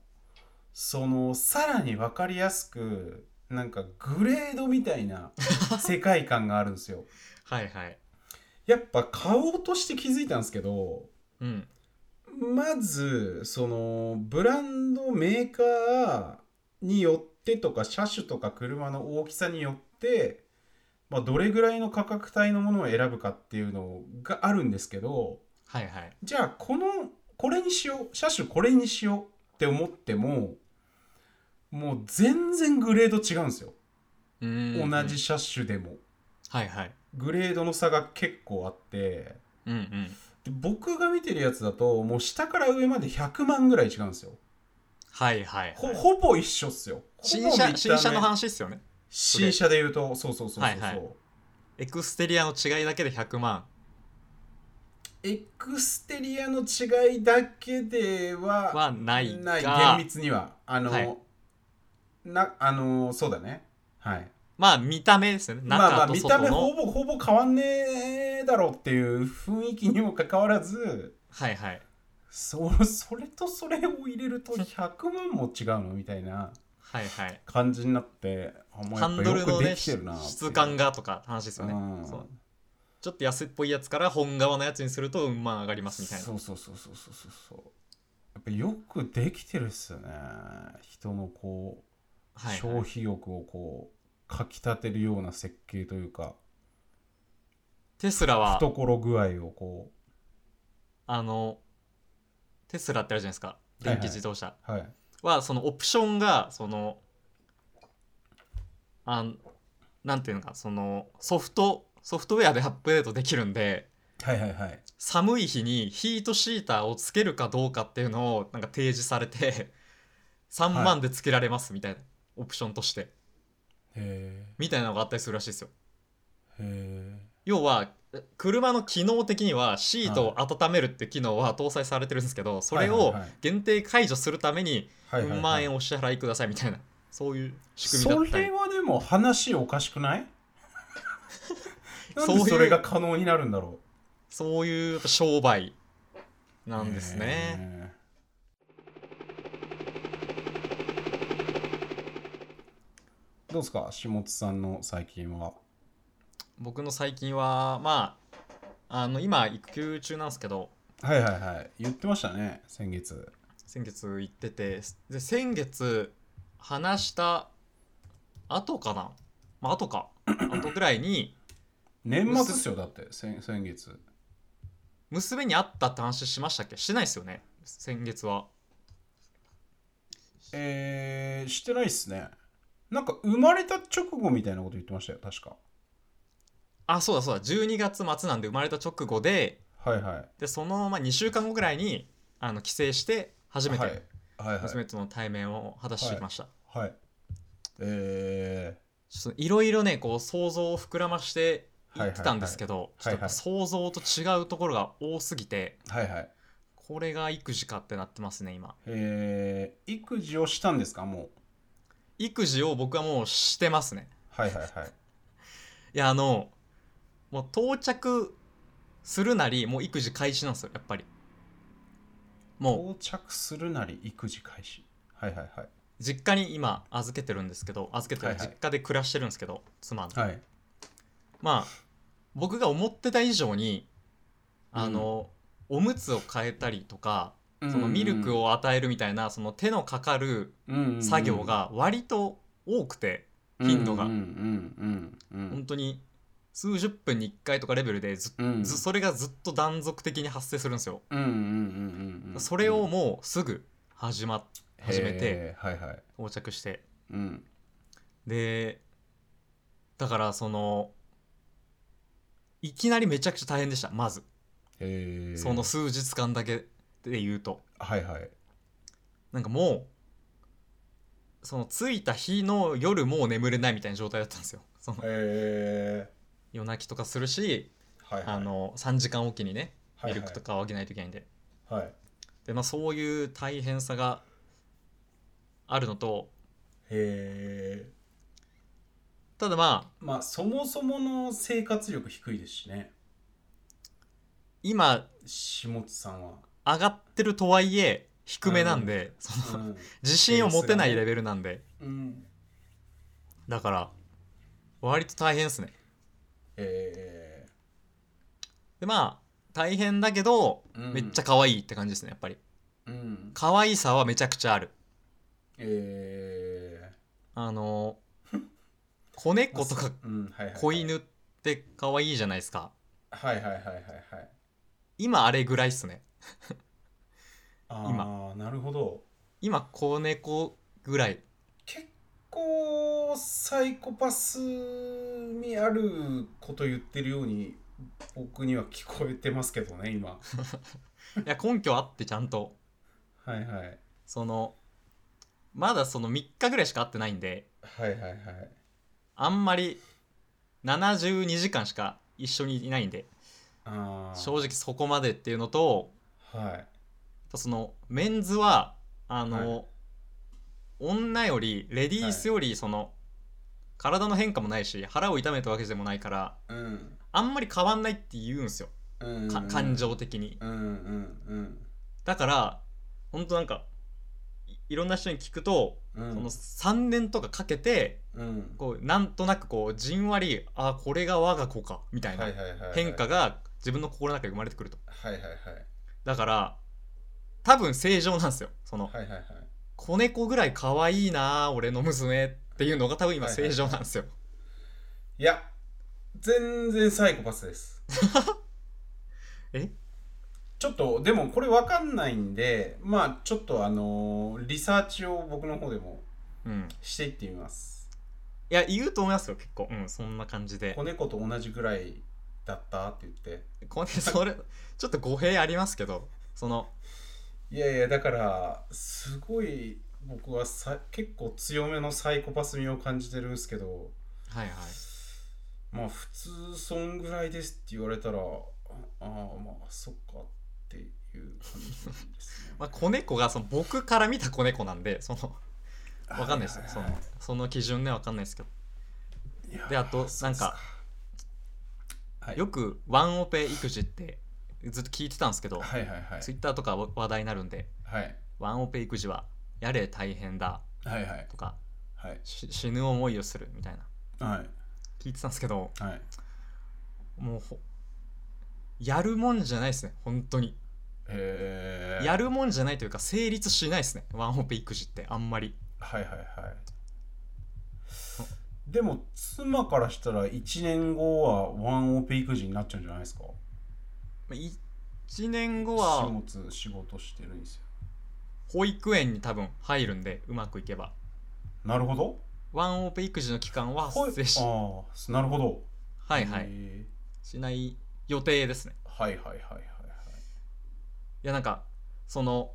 Speaker 2: そのさらに分かりやすくなんかグレードみたいな世界観があるんですよ
Speaker 1: はいはい
Speaker 2: やっぱ買おうとして気づいたんですけど
Speaker 1: うん
Speaker 2: まずそのブランドメーカーによってとか車種とか車の大きさによって、まあ、どれぐらいの価格帯のものを選ぶかっていうのがあるんですけど
Speaker 1: はいはい
Speaker 2: じゃあこのこれにしよう車種これにしようって思ってももう全然グレード違うんですよ、
Speaker 1: うーん
Speaker 2: 同じ車種でも
Speaker 1: はいはい
Speaker 2: グレードの差が結構あって
Speaker 1: うんうん
Speaker 2: で僕が見てるやつだともう下から上まで100万ぐらい違うんですよ
Speaker 1: はいはい
Speaker 2: ほ
Speaker 1: はい
Speaker 2: ほぼ一緒っすよ。
Speaker 1: 新
Speaker 2: ほぼ見た目
Speaker 1: 車新車の話ですよね
Speaker 2: 新車で言うと、そうそうそうそうそう、
Speaker 1: はいはいエクステリアの違いだけで100万
Speaker 2: エクステリアの違いだけでは、
Speaker 1: はないが
Speaker 2: ない厳密には。あの、
Speaker 1: はい
Speaker 2: な、あの、そうだね。はい。
Speaker 1: まあ見た目ですよね
Speaker 2: まあまあ、
Speaker 1: 中と
Speaker 2: 見
Speaker 1: 外
Speaker 2: た
Speaker 1: の、
Speaker 2: 目ほぼほぼ変わんねえだろうっていう雰囲気にもかかわらず、
Speaker 1: はいはい
Speaker 2: そそれとそれを入れると100万も違うのみたいな
Speaker 1: はいはい
Speaker 2: 感じになって、あもう
Speaker 1: ハ
Speaker 2: やっ
Speaker 1: ン
Speaker 2: ぱ
Speaker 1: ドル
Speaker 2: よ
Speaker 1: の
Speaker 2: く
Speaker 1: ね
Speaker 2: できてるなっていう
Speaker 1: 質感がとか話ですよね
Speaker 2: うん
Speaker 1: そうちょっと安っぽいやつから本革のやつにするとうんまあ上がりますみたいな
Speaker 2: そうそうそうそうそうそうそうやっよくできてるっすよね人のこう、
Speaker 1: はい、
Speaker 2: 消費欲をこうかきたてるような設計というか
Speaker 1: テスラは
Speaker 2: 懐具合をこ
Speaker 1: あのテスラってあるじゃないですか電気自動車は,、
Speaker 2: うはい
Speaker 1: そのオプションがそのあんなんていうのかそのソフトソフトウェアでアップデートできるんで
Speaker 2: はいはいはい
Speaker 1: 寒い日にヒートシーターをつけるかどうかっていうのをなんか提示され て3万でつけられますみたいな、オプションとして
Speaker 2: へ
Speaker 1: みたいなのがあったりするらしいですよ
Speaker 2: えへ
Speaker 1: 要はえ車の機能的にはシートを温めるって機能は搭載されてるんですけどそれを限定解除するために
Speaker 2: え
Speaker 1: 4万円
Speaker 2: を
Speaker 1: お支払いくださいみたいなそういう仕組みだ
Speaker 2: そ
Speaker 1: った
Speaker 2: れ
Speaker 1: り
Speaker 2: はでも話おかし くないなん
Speaker 1: そうい
Speaker 2: で
Speaker 1: う
Speaker 2: それが可能になるんだろ
Speaker 1: そういうやっぱ商売
Speaker 2: う
Speaker 1: なんですね
Speaker 2: へえどうですか下津さんの最近は
Speaker 1: 僕の最近はまああの今育休中なんですけど
Speaker 2: はいはいはい言ってましたね先月
Speaker 1: 先月行っててで先月話した後かなまあ後 か後くらいに
Speaker 2: 年末っすよだって先先月
Speaker 1: 娘に会ったって話しましたっけしてないですよね先月は
Speaker 2: えー、してないっすねなんか生まれた直後みたいなこと言ってましたよ確か
Speaker 1: あそうだそうだ12月末なんで生まれた直後で
Speaker 2: はいはい
Speaker 1: でそのまあ2週間後ぐらいにあの帰省して初め
Speaker 2: はい
Speaker 1: て
Speaker 2: はいはい
Speaker 1: 娘との対面を果たしてきました、
Speaker 2: はいえ
Speaker 1: ちょっといろいろねこう想像を膨らまして言ってたんですけど、
Speaker 2: はいはいはい
Speaker 1: ちょっと想像と違うところが多すぎて
Speaker 2: ー、はいはい
Speaker 1: これが育児かってなってますね今
Speaker 2: えー、育児をしたんですかもう
Speaker 1: 育児を僕はもうしてますね
Speaker 2: はいはいはい
Speaker 1: いやあのもう到着するなりもう育児開始なんですよやっぱり も
Speaker 2: 到着するなり育児開始はいはいはいう
Speaker 1: 実家に今預けてるんですけど預けてる
Speaker 2: はいはい
Speaker 1: 実家で暮らしてるんですけど妻の、
Speaker 2: はい
Speaker 1: まあ僕が思ってた以上にあの、おむつを変えたりとかそのミルクを与えるみたいなその手のかかる作業が割と多くて頻度が
Speaker 2: うんうんうんうん
Speaker 1: 本当に数十分に1回とかレベルでず,、
Speaker 2: うんうん
Speaker 1: ずそれがずっと断続的に発生するんですよ。
Speaker 2: うんうんうんうんうん
Speaker 1: それをもうすぐ始まっ始めて
Speaker 2: へーはいはい
Speaker 1: 到着して
Speaker 2: うん
Speaker 1: でだからそのいきなりめちゃくちゃ大変でしたまず
Speaker 2: へー
Speaker 1: その数日間だけで言うと
Speaker 2: はいはい
Speaker 1: なんかもうその着いた日の夜もう眠れないみたいな状態だったんですよその
Speaker 2: え
Speaker 1: 夜泣きとかするし
Speaker 2: ー、はいはい
Speaker 1: あの3時間おきにねミルクと
Speaker 2: か
Speaker 1: かをあげないといけないんで
Speaker 2: はい
Speaker 1: でまあそういう大変さがあるのと
Speaker 2: へえ
Speaker 1: ただまあ
Speaker 2: まあそもそもの生活力低いですしね
Speaker 1: 今
Speaker 2: 下津さんは、
Speaker 1: 上がってるとはいえ低めなんで、その
Speaker 2: ん
Speaker 1: 自信を持てないレベルなんで
Speaker 2: うん、
Speaker 1: だから割と大変ですね
Speaker 2: え
Speaker 1: でまあ大変だけど
Speaker 2: ーうん
Speaker 1: めっちゃ可愛いって感じですねやっぱり
Speaker 2: うん
Speaker 1: 可愛さはめちゃくちゃある
Speaker 2: え
Speaker 1: あ の子猫とか
Speaker 2: ーうんはいはい はい、
Speaker 1: 子犬って可愛いじゃないですか
Speaker 2: はいはいはいはいはい
Speaker 1: 今あれぐらいっすね
Speaker 2: あ今なるほど
Speaker 1: 今子猫ぐらい
Speaker 2: 結構サイコパスにあること言ってるように僕には聞こえてますけどね今
Speaker 1: いや根拠あってちゃんと
Speaker 2: はいはい
Speaker 1: そのまだその3日ぐらいしか会ってないんで
Speaker 2: はいはいはい
Speaker 1: あんまり72時間しか一緒にいないんで
Speaker 2: ああ
Speaker 1: 正直そこまでっていうのと
Speaker 2: はい
Speaker 1: そのメンズはあの、
Speaker 2: は
Speaker 1: 女よりレディースよりその、体の変化もないし腹を痛めたわけでもないから
Speaker 2: うん
Speaker 1: あんまり変わんないって言うんですよ、
Speaker 2: うん
Speaker 1: か感情的に
Speaker 2: うんうん
Speaker 1: だからほんとなんかいいろんな人に聞くと、
Speaker 2: うんうん
Speaker 1: その3年とかかけて
Speaker 2: うん
Speaker 1: こうなんとなくこうじんわりあこれが我が子かみたいな
Speaker 2: はいはいはいはい
Speaker 1: 変化が自分の心の中で生まれてくると
Speaker 2: はいはいはい
Speaker 1: だから多分正常なんですよその
Speaker 2: はいはいはい
Speaker 1: 子猫ぐらい可愛いな俺の娘っていうのが多分今
Speaker 2: はいはいは
Speaker 1: 正
Speaker 2: い
Speaker 1: 常なんですよ、
Speaker 2: いや全然サイコパス です
Speaker 1: え
Speaker 2: ちょっとでもこれわかんないんでまあちょっとあのーリサーチを僕の方でも
Speaker 1: うん
Speaker 2: していってみます
Speaker 1: いや言うと思いますよ結構うんそんな感じで
Speaker 2: 子猫と同じぐらいだったって言って
Speaker 1: これそれちょっと語弊ありますけどその
Speaker 2: いやいやだからすごい僕はさ結構強めのサイコパス味を感じてるんですけど
Speaker 1: はいはい
Speaker 2: まあ普通そんぐらいですって言われたらああーまあそっかっていう感じですね
Speaker 1: まあ、子猫がその僕から見た子猫なんでその わかんないですよ
Speaker 2: は
Speaker 1: そ
Speaker 2: は
Speaker 1: の
Speaker 2: は
Speaker 1: その基準ねわかんないですけど
Speaker 2: いや
Speaker 1: であと
Speaker 2: そうっす
Speaker 1: なんか
Speaker 2: はい
Speaker 1: よくワンオペ育児ってずっと聞いてたんですけど、
Speaker 2: はいはいはい
Speaker 1: ツイッターとかわ話題になるんで
Speaker 2: はい
Speaker 1: ワンオペ育児はやれ大変だ
Speaker 2: はいはい
Speaker 1: とか
Speaker 2: はい
Speaker 1: し死ぬ思いをするみたいな
Speaker 2: はい
Speaker 1: 聞いてたんですけど
Speaker 2: はい
Speaker 1: もうほやるもんじゃないですね本当に
Speaker 2: へえ
Speaker 1: やるもんじゃないというか成立しないですねワンオペ育児ってあんまり
Speaker 2: はいはいはいでも妻からしたら1年後はワンオペ育児になっちゃうんじゃないですか
Speaker 1: 1年後
Speaker 2: 私
Speaker 1: は
Speaker 2: 物仕事してるんですよ
Speaker 1: 保育園に多分入るんでうまくいけば
Speaker 2: なるほど
Speaker 1: ワンオペ育児の期間は
Speaker 2: ほい
Speaker 1: 発生し,、
Speaker 2: ああなるほど
Speaker 1: はいはい、
Speaker 2: へ
Speaker 1: しない予定ですね
Speaker 2: ーはいはいはいはいはい
Speaker 1: いやなんかその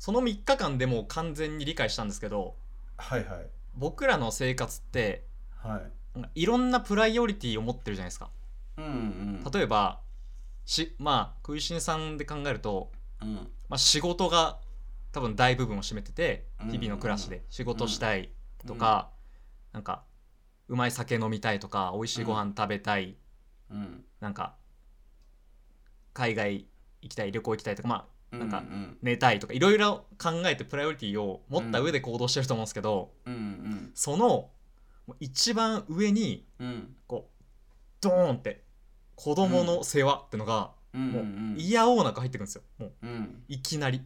Speaker 1: その3日間でもう完全に理解したんですけど
Speaker 2: はいはい
Speaker 1: 僕らの生活って
Speaker 2: はい
Speaker 1: なんかいろんなプライオリティを持ってるじゃないですか
Speaker 2: うんうん
Speaker 1: 例えばしまあ食いしんさんで考えると、
Speaker 2: うん
Speaker 1: まあ、仕事が多分大部分を占めてて
Speaker 2: うん
Speaker 1: 日々の暮らしで仕事したいとか、なんかうまい酒飲みたいとか美味しいご飯食べたい、
Speaker 2: うん
Speaker 1: なんか海外行きたい旅行行きたいとかまあなんか
Speaker 2: うんうん
Speaker 1: 寝たいとかいろいろ考えてプライオリティを持った上で行動してると思うんですけど、
Speaker 2: うんうん
Speaker 1: そのもう一番上に
Speaker 2: うん
Speaker 1: こうドーンって子供の世話ってのが
Speaker 2: うん
Speaker 1: も
Speaker 2: う
Speaker 1: うん
Speaker 2: うん
Speaker 1: 嫌おうなく入ってくるんですよもう
Speaker 2: うん
Speaker 1: いきなり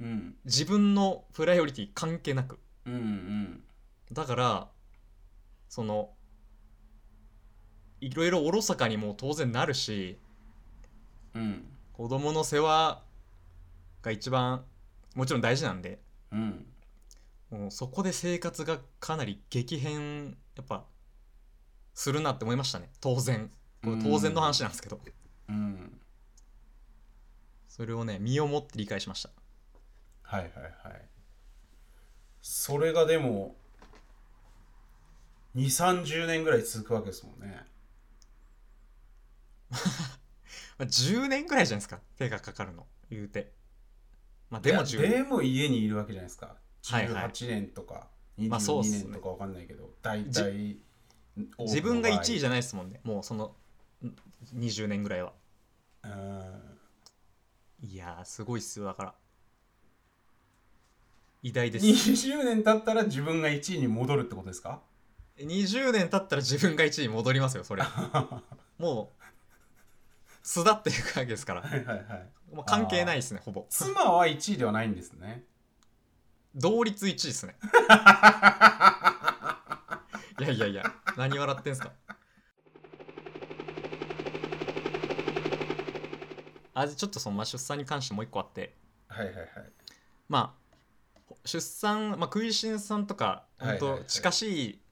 Speaker 2: うん
Speaker 1: 自分のプライオリティ関係なく
Speaker 2: うんうん
Speaker 1: だからそのいろいろおろそかにも当然なるし
Speaker 2: うん
Speaker 1: 子供の世話が一番もちろん大事なんで
Speaker 2: うん
Speaker 1: もうそこで生活がかなり激変やっぱするなって思いましたね当然これ当然の話なんですけど
Speaker 2: うん
Speaker 1: それをね身をもって理解しました
Speaker 2: はいはいはいそれがでも2三3 0年ぐらい続くわけですもんね
Speaker 1: まあ10年ぐらいじゃないですか手がかかるの言うてまあでも
Speaker 2: い
Speaker 1: 10
Speaker 2: やで
Speaker 1: 年
Speaker 2: も家にいるわけじゃないですか
Speaker 1: はいはい
Speaker 2: 18年とか
Speaker 1: まあそうっ
Speaker 2: 22
Speaker 1: すね
Speaker 2: 年とかわかんないけど、大体
Speaker 1: 自分が1位じ
Speaker 2: ゃ
Speaker 1: ゃないですもんねもうそのん20年ぐらいは
Speaker 2: うん
Speaker 1: いやーすごいっすよだから偉大です
Speaker 2: 20年経ったら自分が1位に戻るってことで すか
Speaker 1: 20年経ったら自分が1位に戻りますよそれ
Speaker 2: は
Speaker 1: もう巣立っていくわけですから
Speaker 2: いはいはい
Speaker 1: もう関係ないですねほぼ
Speaker 2: 妻は1位ではないんですね
Speaker 1: 同率1位ですねいやいやいや何笑ってんすかあでちょっとその、まあ、出産に関してもう一個あって
Speaker 2: はいはいはい
Speaker 1: まあ出産、まあ、食いしんさんとか
Speaker 2: はいは
Speaker 1: 本
Speaker 2: いはい
Speaker 1: 当近しい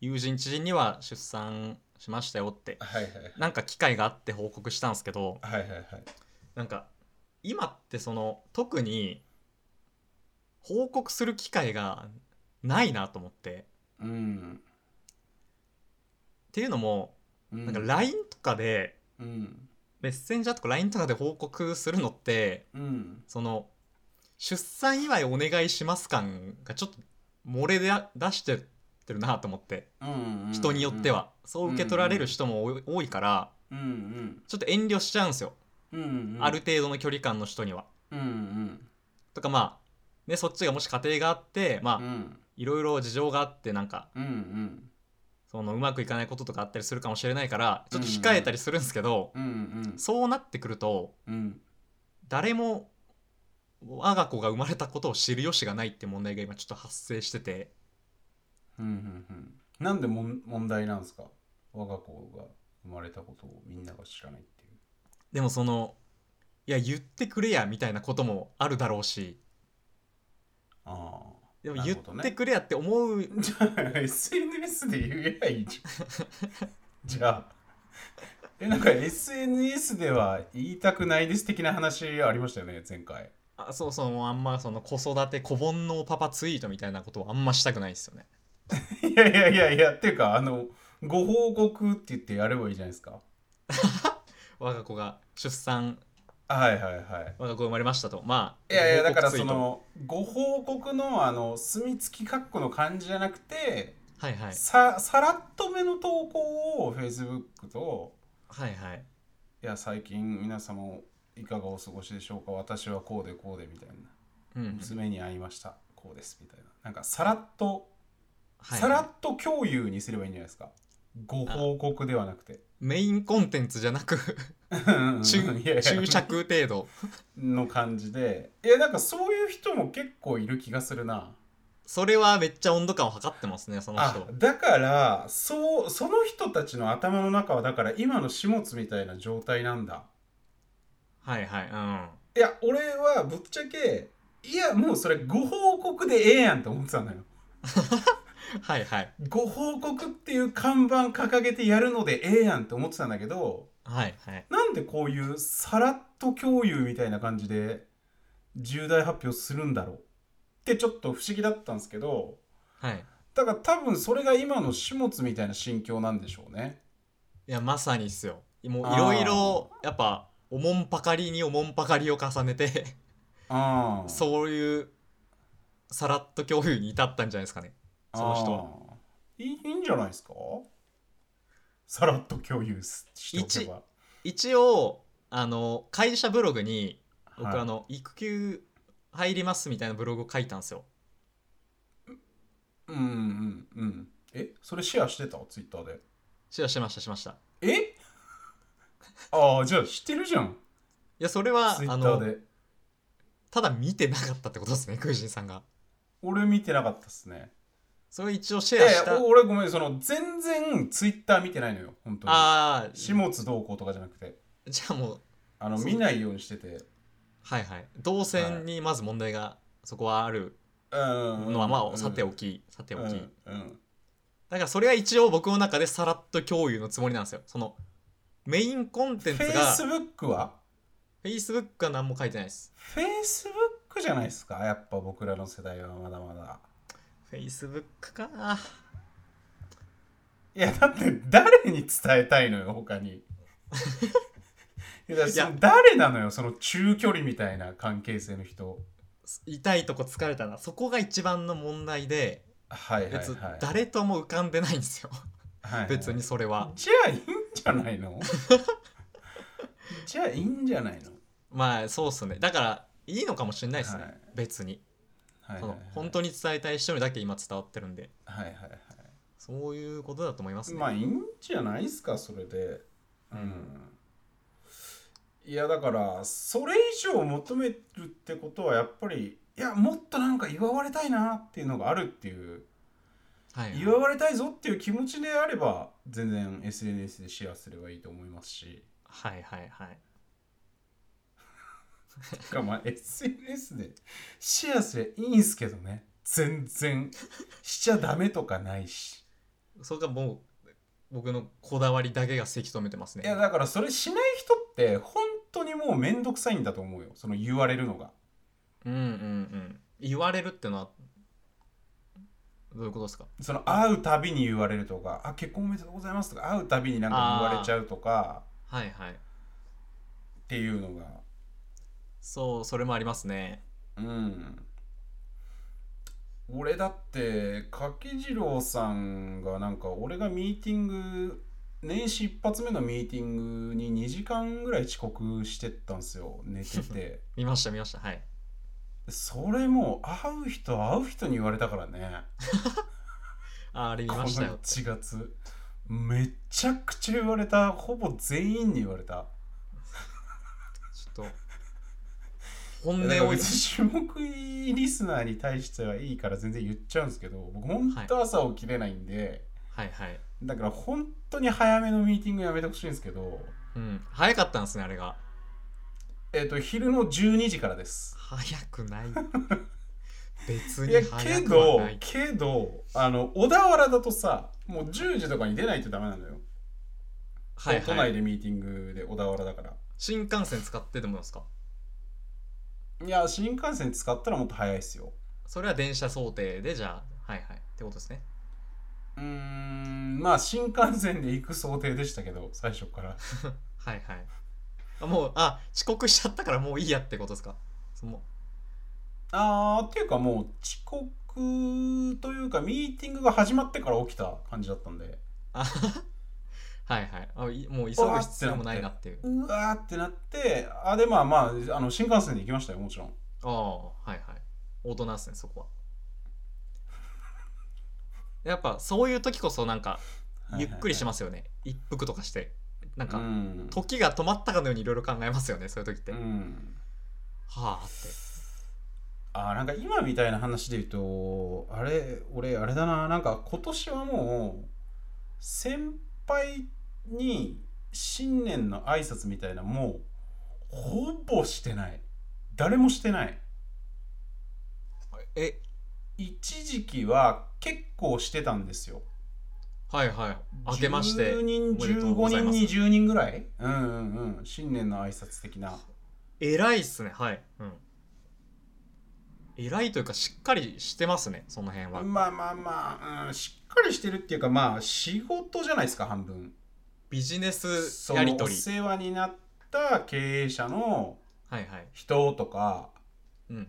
Speaker 1: 友人知人には出産しましたよって
Speaker 2: はいはい
Speaker 1: なんか機会があって報告したんですけど
Speaker 2: はいはいはい
Speaker 1: なんか今ってその特に報告する機会がないなと思って
Speaker 2: うん
Speaker 1: っていうのもな
Speaker 2: な
Speaker 1: んか LINE とかで
Speaker 2: うん
Speaker 1: メッセンジャーとか LINE とかで報告するのって
Speaker 2: うん
Speaker 1: その出産祝いお願いします感がちょっと漏れで出してってるなと思って
Speaker 2: うん
Speaker 1: 人によってはそう受け取られる人も多い多いから
Speaker 2: うんうん
Speaker 1: ちょっと遠慮しちゃうんですよ
Speaker 2: うんうん
Speaker 1: ある程度の距離感の人には。
Speaker 2: うんうん
Speaker 1: とかまあね、そっちがもし家庭があってまあ
Speaker 2: うん
Speaker 1: いろいろ事情があってなんか
Speaker 2: うんうん
Speaker 1: そのうまくいかないこととかあったりするかもしれないからちょっと控えたりするんですけど、
Speaker 2: うんうん
Speaker 1: そうなってくると
Speaker 2: うん
Speaker 1: 誰も我が子が生まれたことを知る由がないって問題が今ちょっと発生してて
Speaker 2: うんうんうんなんでもん問題なんですか我が子が生まれたことをみんなが知らないっていう
Speaker 1: でもそのいや言ってくれやみたいなこともあるだろうし
Speaker 2: ああ
Speaker 1: でも
Speaker 2: な
Speaker 1: 言
Speaker 2: るほど
Speaker 1: っ
Speaker 2: ね
Speaker 1: てくれやって思う、
Speaker 2: じゃあ SNS で言えばいいじゃん じゃあえなんか SNS では言いたくないです的な話ありましたよね前回
Speaker 1: あそうそうもうあんまその子育て子煩悩パパツイートみたいなことをあんましたくないですよね
Speaker 2: いやいやいやいやっていうかあのご報告って言ってやればいいじゃないですか
Speaker 1: 我が子が出産
Speaker 2: はいはいはい
Speaker 1: 我が子生まれましたとまあ
Speaker 2: いやいやだ
Speaker 1: ご報
Speaker 2: か
Speaker 1: 告
Speaker 2: ら
Speaker 1: ツイー
Speaker 2: そ
Speaker 1: ト
Speaker 2: のご報告のあの墨付き括弧の感じじゃなくて、
Speaker 1: はいはい
Speaker 2: ささらっとめの投稿を Facebook と
Speaker 1: はいはい
Speaker 2: いや最近皆様いかがお過ごしでしょうか私はこうでこうでみたいな
Speaker 1: うん
Speaker 2: 娘に会いましたこうですみたいななんかさらっと、
Speaker 1: はい
Speaker 2: さらっと共有にすればいいんじゃないですかご報告ではなくて
Speaker 1: メインコンテンツじゃな く
Speaker 2: うんうん
Speaker 1: 注
Speaker 2: いやいや
Speaker 1: 注釈程度
Speaker 2: の感じでいやなんかそういう人も結構いる気がするな
Speaker 1: それはめっちゃ温度感を測ってますねその
Speaker 2: あ
Speaker 1: 人
Speaker 2: だからそうその人たちの頭の中はだから今の始末みたいな状態なんだ
Speaker 1: はいはいうん
Speaker 2: いや俺はぶっちゃけいやもうそれご報告でええやんって思ってたのよ
Speaker 1: はいはい
Speaker 2: ご報告っていう看板掲げてやるのでええやんって思ってたんだけど
Speaker 1: はいはい
Speaker 2: なんでこういうさらっと共有みたいな感じで重大発表するんだろうってちょっと不思議だったんですけど
Speaker 1: はい
Speaker 2: だから多分それが今の始末みたいな心境なんでしょうね。
Speaker 1: いやまさにっすよもう
Speaker 2: あー
Speaker 1: いろいろやっぱおもんぱかりにおもんぱかりを重ねて
Speaker 2: あう
Speaker 1: そういうさらっと共有に至ったんじゃないですかねその人はい
Speaker 2: いいいんじゃないですかさらっと共有すしておけば。
Speaker 1: 一応あの会社ブログに僕、
Speaker 2: はい
Speaker 1: あの育休入りますみたいなブログを書いたんですよ
Speaker 2: うんうんうん。えそれシェアしてたツイッターで。
Speaker 1: シェアしましたしましたい
Speaker 2: え ああじゃあ知ってるじゃん
Speaker 1: やそれは
Speaker 2: ツイ
Speaker 1: あ
Speaker 2: ッタ
Speaker 1: の
Speaker 2: ーで。
Speaker 1: ただ見てなかったってことですね空人さんが
Speaker 2: 俺見てなかったっすね。
Speaker 1: それ一応シェア
Speaker 2: え
Speaker 1: した、
Speaker 2: 俺ごめんその全然ツイッター見てないのよ本当に。
Speaker 1: ああ
Speaker 2: 始末どうこうとかじゃなくて
Speaker 1: じゃあもう
Speaker 2: あの
Speaker 1: そう
Speaker 2: 見ないようにしてて。
Speaker 1: はいはい動線にまず問題がそこはあるの
Speaker 2: の
Speaker 1: はまあさておき、さておき、
Speaker 2: うんうん
Speaker 1: だからそれは一応僕の中でさらっと共有のつもりなんですよそのメインコンテンツ
Speaker 2: フェイ
Speaker 1: が
Speaker 2: スブックは
Speaker 1: Facebook が何も書いてないです
Speaker 2: フェイスブックじゃないですかやっぱ僕らの世代はまだまだ
Speaker 1: Facebook かない
Speaker 2: やだって誰に伝えたいのよ他 にいやだからその
Speaker 1: い
Speaker 2: 誰なのよその中距離みたいな関係性の人
Speaker 1: 痛いとこ疲れたなそこが一番の問題で
Speaker 2: はいはいはい
Speaker 1: 別、誰とも浮かんでないんですよ
Speaker 2: はいはい
Speaker 1: 別にそれは
Speaker 2: じゃあいいんじゃないの じゃあいいんじゃないの
Speaker 1: まあそうっすねだからいいのかもしれないですね、
Speaker 2: はい
Speaker 1: 別に、
Speaker 2: はい
Speaker 1: そ
Speaker 2: はい
Speaker 1: の本当に伝えたい人にだけ今伝わってるんで
Speaker 2: はいはいは
Speaker 1: そういうことだと思います
Speaker 2: い
Speaker 1: ね、
Speaker 2: まあいいんじゃないですかそれでうん、いやだからそれ以上求めるってことはやっぱりいやもっとなんか祝われたいなっていうのがあるっていう
Speaker 1: はいはい、
Speaker 2: 祝われたいぞっていう気持ちであれば全然 SNS でシェアすればいいと思いますし
Speaker 1: はいはいはい
Speaker 2: てかまあ SNS でシェアすりゃいいんすけどね全然しちゃダメとかないし
Speaker 1: それがもう僕のこだわりだけがせき止めてますね
Speaker 2: いやだからそれしない人って本当にもうめんどくさいんだと思うよその言われるのが
Speaker 1: うんうんうん言われるってのはどういうことですか
Speaker 2: その会うたびに言われるとか「あ結婚おめでとうございます」とか会うたびになんか言われちゃうとか
Speaker 1: はいはい
Speaker 2: っていうのが
Speaker 1: そうそれもありますね
Speaker 2: うん俺だって柿次郎さんがなんか俺がミーティング年始一発目のミーティングに2時間ぐらい遅刻してったんですよ寝て て
Speaker 1: 見ました見ましたはい
Speaker 2: それもう会う人会う人に言われたからね
Speaker 1: ああれ見
Speaker 2: この
Speaker 1: ましたよ
Speaker 2: 1月めちゃくちゃ言われたほぼ全員に言われた
Speaker 1: ちょっと本
Speaker 2: だから
Speaker 1: 音を
Speaker 2: 別に種目リスナーに対してはいいから全然言っちゃうんですけど僕本当朝起きれないんで、
Speaker 1: はいはい、
Speaker 2: だから本当に早めのミーティングやめてほしいんですけど
Speaker 1: うん、早かったんですねあれが
Speaker 2: えっ、と昼の12時からです
Speaker 1: 早くない 別
Speaker 2: い
Speaker 1: に
Speaker 2: や
Speaker 1: 早
Speaker 2: け
Speaker 1: くは
Speaker 2: ど
Speaker 1: ない
Speaker 2: けどあの小田原だとさもう10時とかに出ないとダメなのよ、
Speaker 1: はい
Speaker 2: 都
Speaker 1: は
Speaker 2: 内
Speaker 1: い、
Speaker 2: でミーティングで小田原だから
Speaker 1: 新幹線使ってでもですか
Speaker 2: いや新幹線使ったらもっと早いですよ
Speaker 1: それは電車想定でじゃあはいはいってことですね
Speaker 2: うーんまあ新幹線で行く想定でしたけど最初から
Speaker 1: はいはいあもうあ遅刻しちゃったからもういいやってことですかその
Speaker 2: あーっていうかもう遅刻というかミーティングが始まってから起きた感じだったんで
Speaker 1: あはいはいあいもう急ぐ必要もないなっていう
Speaker 2: うわーってなってあでまあまああの新幹線で行きましたよもちろん
Speaker 1: ああはいはい大人ですねそこはやっぱそういう時こそなんかゆっくりし
Speaker 2: ま
Speaker 1: ますよね、一服とかしてなん
Speaker 2: う
Speaker 1: か
Speaker 2: ん、
Speaker 1: 時が止まったかのようにいろいろ考えますよねそういう時って、
Speaker 2: う
Speaker 1: は
Speaker 2: ん、
Speaker 1: あって
Speaker 2: あーなんか今みたいな話で言うとあれ俺あれだななんか今年はもう先輩に新年の挨拶みたいなもうほぼしてない誰もしてない
Speaker 1: え
Speaker 2: 一時期は結構してたんですよ
Speaker 1: はいはい明けまして
Speaker 2: 10人
Speaker 1: おめでとうござい
Speaker 2: 15
Speaker 1: ま
Speaker 2: 人
Speaker 1: す
Speaker 2: 20人ぐらいうんうんうん新年の挨拶的な
Speaker 1: 偉いっすねはいうん偉いというかしっかりしてますねその辺は、
Speaker 2: まあまあまあ、うん、しっかりしてるっていうかまあ仕事じゃないですか半分
Speaker 1: ビジネス
Speaker 2: そ
Speaker 1: や
Speaker 2: の
Speaker 1: り
Speaker 2: お
Speaker 1: 取り
Speaker 2: 世話になった経営者の
Speaker 1: はいはい
Speaker 2: 人とか
Speaker 1: うん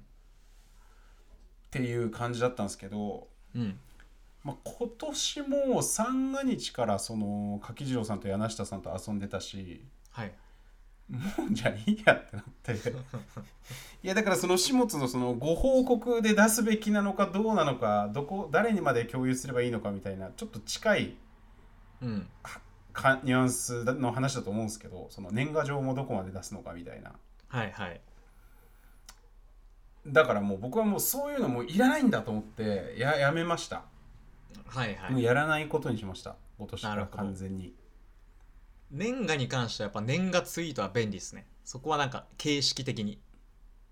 Speaker 2: っていう感じだったんですけど、
Speaker 1: うん
Speaker 2: まあ、今年も三が日からその柿次郎さんと柳下さんと遊んでたし
Speaker 1: はい
Speaker 2: もうじゃあいいやって なって。いやだからその始末のそのご報告で出すべきなのかどうなのかどこ誰にまで共有すればいいのかみたいなちょっと近い
Speaker 1: うん
Speaker 2: かニュアンスの話だと思うんですけどその年賀状もどこまで出すのかみたいな
Speaker 1: はいはい
Speaker 2: だからもう僕はもうそういうのもういらないんだと思ってややめました、
Speaker 1: はいは
Speaker 2: もう
Speaker 1: い
Speaker 2: やらないことにしました今年か
Speaker 1: な
Speaker 2: ら
Speaker 1: るほど
Speaker 2: 完全に
Speaker 1: 年賀に関してはやっぱ年賀ツイートは便利ですねそこはなんか形式的に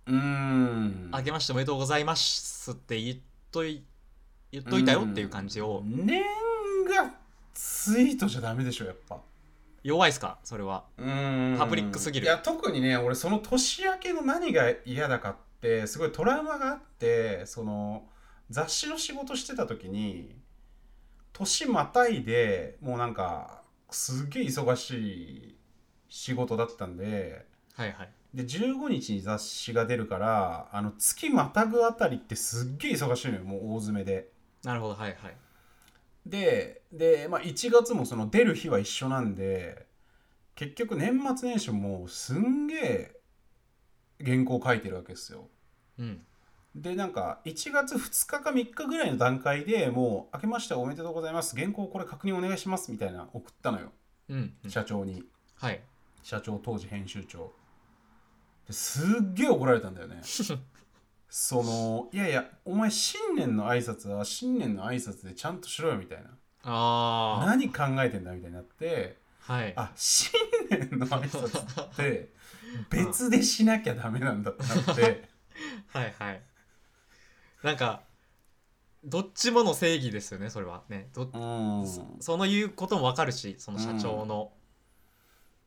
Speaker 2: うーん
Speaker 1: 「明けましておめでとうございます」って言っとい言っといたよっていう感じを
Speaker 2: 年賀ツイートじゃダメでしょやっぱ
Speaker 1: 弱いっすかそれはパ
Speaker 2: パ
Speaker 1: ブリックすぎる
Speaker 2: いや特にね俺その年明けの何が嫌だかってすごいトラウマがあってその雑誌の仕事してた時に年またいでもうなんかすげえ忙しい仕事だったんで
Speaker 1: はいはい
Speaker 2: で15日に雑誌が出るからあの月またぐあたりってすっげえ忙しいのよもう大詰めで。
Speaker 1: なるほどはいはい
Speaker 2: でで、まあ、1月もその出る日は一緒なんで結局年末年始もすんげえ原稿書いてるわけですよ。
Speaker 1: うん
Speaker 2: でなんか1月2日か3日ぐらいの段階でもう「明けましておめでとうございます原稿これ確認お願いします」みたいな送ったのよ
Speaker 1: うん、うん、
Speaker 2: 社長に
Speaker 1: はい
Speaker 2: 社長当時編集長ですっげえ怒られたん だよねそのいやいやお前新年の挨拶は新年の挨拶でちゃんとしろよみたいな
Speaker 1: あ
Speaker 2: 何考えてんだみたいになって
Speaker 1: あはい
Speaker 2: あ新年の挨 拶って別でしなきゃダメなんだってなって
Speaker 1: はいはいなんかどっちもの正義ですよねそれはねど、
Speaker 2: うん
Speaker 1: そその言うこともわかるしその社長の、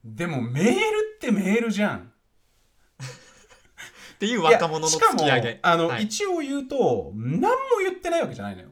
Speaker 2: でもメールってメールじゃん
Speaker 1: っていう若者の
Speaker 2: いや
Speaker 1: 突き上
Speaker 2: しか
Speaker 1: げ
Speaker 2: もあの、
Speaker 1: はい、
Speaker 2: 一応言うと何も言ってないわけじゃないのよ、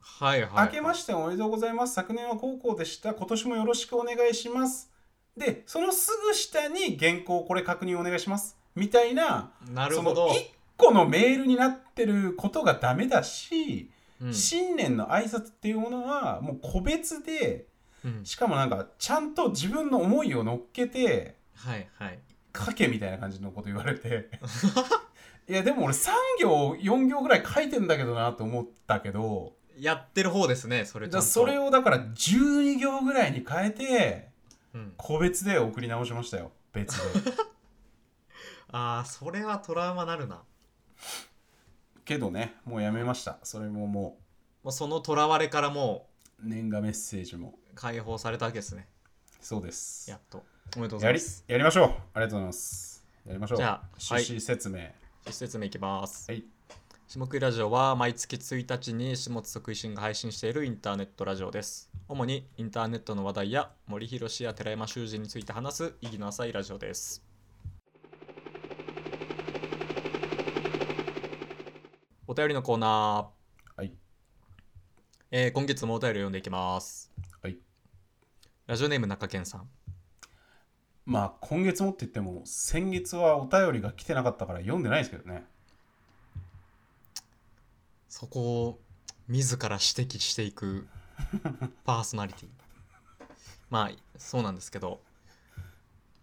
Speaker 1: はいはい
Speaker 2: 明けましておめでとうございます昨年は高校でした今年もよろしくお願いしますでそのすぐ下に原稿これ確認お願いしますみたいな
Speaker 1: なるほど
Speaker 2: その1個のメールになってることがダメだし
Speaker 1: うん
Speaker 2: 新年の挨拶っていうものはもう個別で
Speaker 1: うん
Speaker 2: しかもなんかちゃんと自分の思いを乗っけて
Speaker 1: はいはい
Speaker 2: 書けみたいな感じのこと言わ れていやでも俺3行4行ぐらい書いてんだけどなと思ったけど
Speaker 1: やってる方ですねそれち
Speaker 2: じ
Speaker 1: ゃ
Speaker 2: ゃ
Speaker 1: ん
Speaker 2: あ
Speaker 1: と
Speaker 2: それをだから12行ぐらいに変えて
Speaker 1: うん
Speaker 2: 個別で送り直しましたよ別で
Speaker 1: ああそれはトラウマなるな
Speaker 2: けどねもうやめましたそれもも
Speaker 1: もうそのとらわれからも
Speaker 2: う年賀メッセージも
Speaker 1: う解放されたわけですね
Speaker 2: そうです
Speaker 1: やっとおめでとうござ
Speaker 2: や
Speaker 1: い
Speaker 2: り
Speaker 1: ます
Speaker 2: やりましょうありがとうございますやりましょう
Speaker 1: じゃあはい
Speaker 2: 趣旨説明
Speaker 1: 施設名いきます
Speaker 2: はい
Speaker 1: 下食いラジオは毎月1日に下津食いしんが配信しているインターネットラジオです主にインターネットの話題や森博や寺山修司について話す意義の浅いラジオですお便りのコーナー
Speaker 2: はい、
Speaker 1: えー今月もお便りを読んでいきます
Speaker 2: はい
Speaker 1: ラジオネーム中堅さん
Speaker 2: まあ今月もって言っても先月はお便りが来てなかったから読んでないですけど ね
Speaker 1: そこを自ら指摘していくパーソナリティまあそうなんですけど、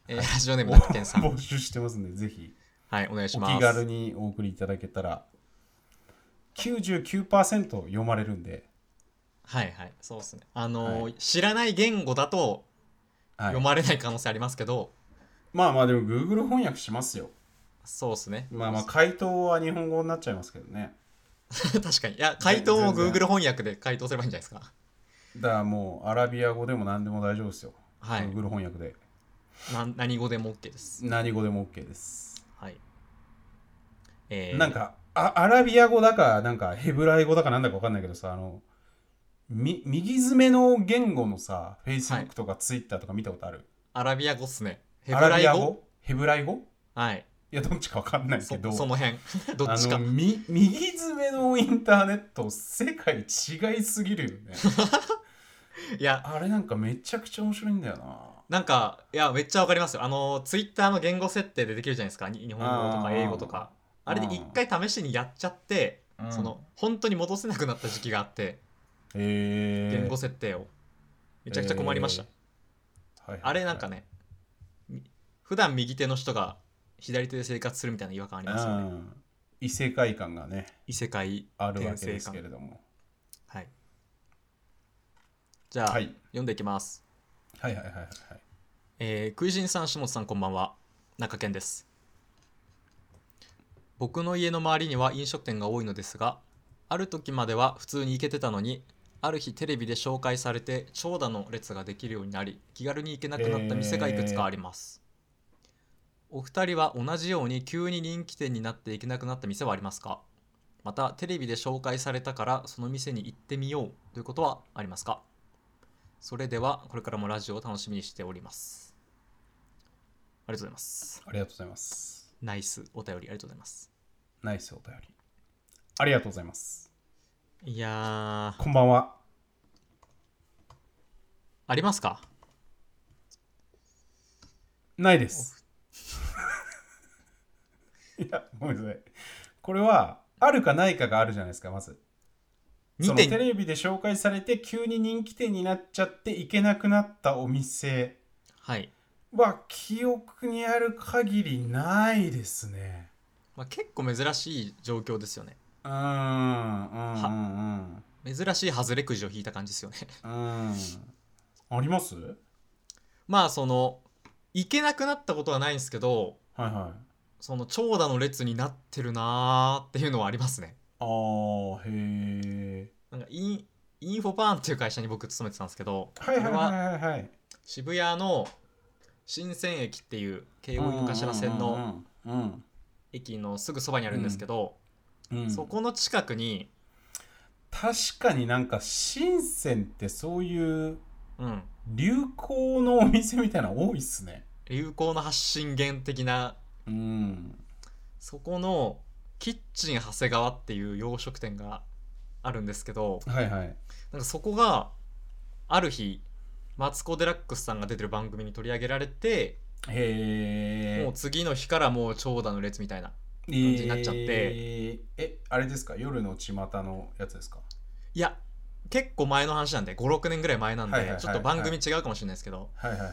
Speaker 1: えーラジオネーム中堅さん
Speaker 2: 募集してますんでぜひ
Speaker 1: はいお願いし
Speaker 2: お
Speaker 1: ます
Speaker 2: 気軽にお送りいただけたら99%読まれるんで、
Speaker 1: はいはいそうですねあのー
Speaker 2: は
Speaker 1: 知らない言語だと
Speaker 2: はい
Speaker 1: 読まれない可能性ありますけど、
Speaker 2: まあまあでも Google 翻訳しますよ
Speaker 1: そうですね
Speaker 2: まあまあ回答は日本語になっちゃいますけどね
Speaker 1: 確かにいや回答も
Speaker 2: 全然
Speaker 1: Google 翻訳で回答すればいいんじゃないですか
Speaker 2: だからもうアラビア語でも何でも大丈夫ですよ、
Speaker 1: はい
Speaker 2: Google 翻訳で
Speaker 1: な何語でも OK です
Speaker 2: 何語でも OK です、
Speaker 1: はいえー、
Speaker 2: なんかあアラビア語だかなんかヘブライ語だかなんだか分かんないけどさあのみ右爪の言語のさ Facebook とか Twitter とか見たことある、
Speaker 1: アラビア語っすねヘ
Speaker 2: ア
Speaker 1: ブ
Speaker 2: ラ
Speaker 1: ライ
Speaker 2: ビア
Speaker 1: 語
Speaker 2: 語ヘブライ語
Speaker 1: はい
Speaker 2: いやどっちか分かんないけ
Speaker 1: そ
Speaker 2: ど
Speaker 1: その辺 どっちか
Speaker 2: あのみ右爪のインターネット世界違いすぎ るよね
Speaker 1: いや
Speaker 2: あれなんかめちゃくちゃ面白いんだよな
Speaker 1: なんかいやめっちゃわかりますよあのツイッターの言語設定でできるじゃないですかに日本語と
Speaker 2: あ
Speaker 1: か
Speaker 2: ー
Speaker 1: 英語とかあれで一回試しにやっちゃって、
Speaker 2: うん
Speaker 1: その本当に戻せなくなった時期があって
Speaker 2: へえ
Speaker 1: 言語設定をめちゃくちゃ困りました、、
Speaker 2: えーはいはいはい
Speaker 1: あれなんかねみ普段右手の人が左手で生活するみたいな違和感あり
Speaker 2: う
Speaker 1: ますよね
Speaker 2: ん異世界感がね
Speaker 1: 異世界
Speaker 2: あるわけですけれども、
Speaker 1: はいじゃあ、
Speaker 2: はい、
Speaker 1: 読んでいきます、
Speaker 2: はいはいはいはいはい
Speaker 1: えー、クイジンさん下本さんこんばんは中堅です僕の家の周りには飲食店が多いのですがある時までは普通に行けてたのにある日テレビで紹介されて長蛇の列ができるようになり気軽に行けなくなった店がいくつかあります、お二人は同じように急に人気店になって行けなくなった店はありますかまたテレビで紹介されたからその店に行ってみようということはありますかそれではこれからもラジオを楽しみにしておりますありがとうございます
Speaker 2: ありがとうございます
Speaker 1: ナイスお便りありがとうございます
Speaker 2: ナイスお便りありがとうございます
Speaker 1: いやー
Speaker 2: こんばんは
Speaker 1: ありますか
Speaker 2: ないです。いや、ごめんなさい。これは、あるかないかがあるじゃないですか、まず。そ
Speaker 1: 2
Speaker 2: の
Speaker 1: 点
Speaker 2: テレビで紹介されて、急に人気店になっちゃって行けなくなったお店
Speaker 1: はい、
Speaker 2: は、記憶にある限りないですね。
Speaker 1: まあ、結構珍しい状況ですよね
Speaker 2: うーん、うん、うん、
Speaker 1: 珍しいハズレくじを引いた感じですよね
Speaker 2: うん。うんありますはい
Speaker 1: まあその行けなくなったことはないんですけど
Speaker 2: はい。
Speaker 1: その長蛇の列になってるなーっていうのはありますね
Speaker 2: あー、へー。
Speaker 1: なんかインインフォパーンっていう会社に僕勤めてたんですけど、
Speaker 2: はいはい
Speaker 1: これは
Speaker 2: はいはいはい。
Speaker 1: 渋谷の新鮮駅っていう京王井の頭線の
Speaker 2: うんうんうん
Speaker 1: 駅のすぐそばにあるんですけど、
Speaker 2: うん、うん
Speaker 1: そこの近くに、
Speaker 2: 確かになんか深センってそういう
Speaker 1: うん、
Speaker 2: 流行のお店みたいなの多いっすね
Speaker 1: 流行の発信源的な
Speaker 2: うん
Speaker 1: そこのキッチン長谷川っていう洋食店があるんですけど
Speaker 2: はいはい
Speaker 1: なんかそこがある日マツコ・デラックスさんが出てる番組に取り上げられて
Speaker 2: へえ
Speaker 1: もう次の日からもう長蛇の列みたいな
Speaker 2: 感
Speaker 1: じになっちゃって
Speaker 2: えーえあれですか夜の巷のやつですか
Speaker 1: いや結構前の話なんで56年ぐらい前なん
Speaker 2: はいはい
Speaker 1: で
Speaker 2: はい
Speaker 1: ちょっと番組違うかもしれないですけど
Speaker 2: はいはいはい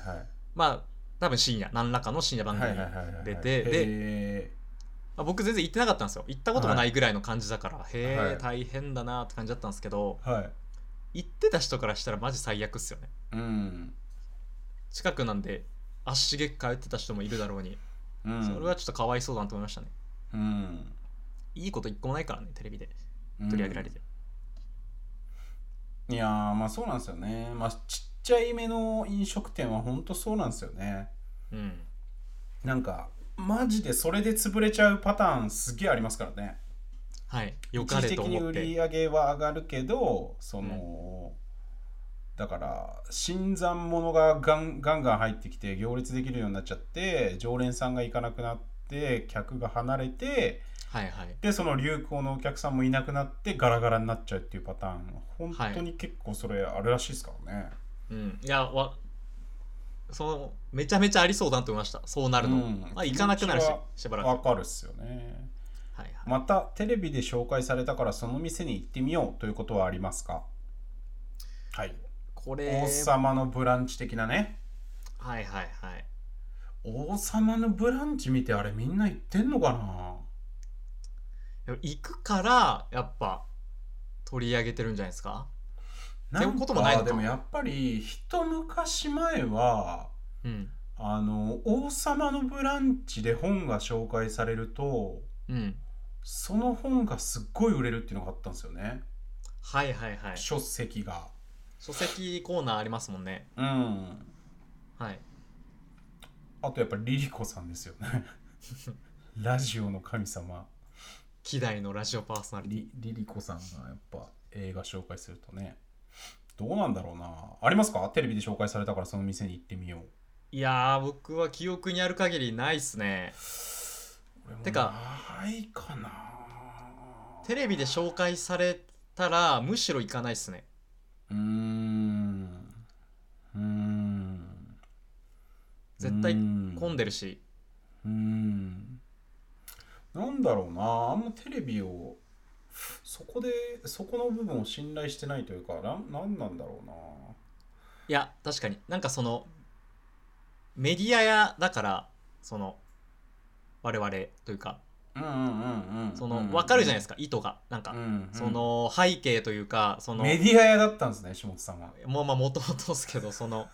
Speaker 1: まあ多分深夜何らかの深夜番
Speaker 2: はい
Speaker 1: 組
Speaker 2: はい
Speaker 1: ま
Speaker 2: はいはい
Speaker 1: 出てで
Speaker 2: で
Speaker 1: あ僕全然行ってなかったんですよ行ったこともないぐらいの感じだから、へ
Speaker 2: は
Speaker 1: え
Speaker 2: い
Speaker 1: 大変だなって感じだったんですけど
Speaker 2: はい
Speaker 1: 行ってた人からしたらマジ最悪っすよね
Speaker 2: うん
Speaker 1: 近くなんで足しげく通ってた人もいるだろうに
Speaker 2: うん、
Speaker 1: それはちょっとかわいそうだなと思いましたね
Speaker 2: うん、
Speaker 1: いいこと一個もないからねテレビで取り上げられてる、
Speaker 2: いやーまあそうなんですよねまあちっちゃい目の飲食店は本当そうなんですよね
Speaker 1: うん、
Speaker 2: なんかマジでそれで潰れちゃうパターンすげえありますからね
Speaker 1: はいよかれと
Speaker 2: 一時的に
Speaker 1: 思っ
Speaker 2: 売り
Speaker 1: て
Speaker 2: 上げは上がるけどその、だから新参者がガンガンガン入ってきて行列できるようになっちゃって常連さんが行かなくなって客が離れて
Speaker 1: はいはい
Speaker 2: でその流行のお客さんもいなくなってガラガラになっちゃうっていうパターン本当に結構それあるらしいですからね、
Speaker 1: うんいやわそのめちゃめちゃありそうだなと思いましたそうなるの、
Speaker 2: うん
Speaker 1: まあ行かなくなるし
Speaker 2: 気持ちは
Speaker 1: しばらくは
Speaker 2: わかるっすよね
Speaker 1: いはい
Speaker 2: またテレビで紹介されたからその店に行ってみようということはありますかはい、
Speaker 1: これ
Speaker 2: 王様のブランチ的なね
Speaker 1: はいはいはい
Speaker 2: 王様のブランチ見てあれみんな行ってんのかな
Speaker 1: でも行くからやっぱ取り上げてるんじゃないですか
Speaker 2: なん
Speaker 1: ってこともないのか
Speaker 2: でもやっぱり一昔前は
Speaker 1: うん
Speaker 2: あの王様のブランチで本が紹介されると
Speaker 1: うん
Speaker 2: その本がすっごい売れるっていうのがあったんですよね、
Speaker 1: はいはいはい
Speaker 2: 書籍が
Speaker 1: 書籍コーナーありますもんね
Speaker 2: うん
Speaker 1: はい
Speaker 2: あとやっぱりリリコさんですよ ねラジオの神様
Speaker 1: 希代のラジオパーソナリティ
Speaker 2: リリリコさんがやっぱ映画紹介するとねどうなんだろうなありますかテレビで紹介されたからその店に行ってみよう
Speaker 1: いやー僕は記憶にある限りないっすね
Speaker 2: 俺も
Speaker 1: てか
Speaker 2: ないかな
Speaker 1: テレビで紹介されたらむしろ行かないっすね
Speaker 2: うーんうーん
Speaker 1: 絶対混
Speaker 2: 混
Speaker 1: んでるし
Speaker 2: うーんなんだろうなあんまテレビをそこでそこの部分を信頼してないというかなんなんなんだろうない
Speaker 1: や確かになんかそのメディアやだからその我々というか
Speaker 2: うんうんうん
Speaker 1: その分かるじゃないですか意図がなんか、
Speaker 2: うん
Speaker 1: その背景というかその
Speaker 2: メディア屋だったんですね下津さんは
Speaker 1: もうまあもともとですけどその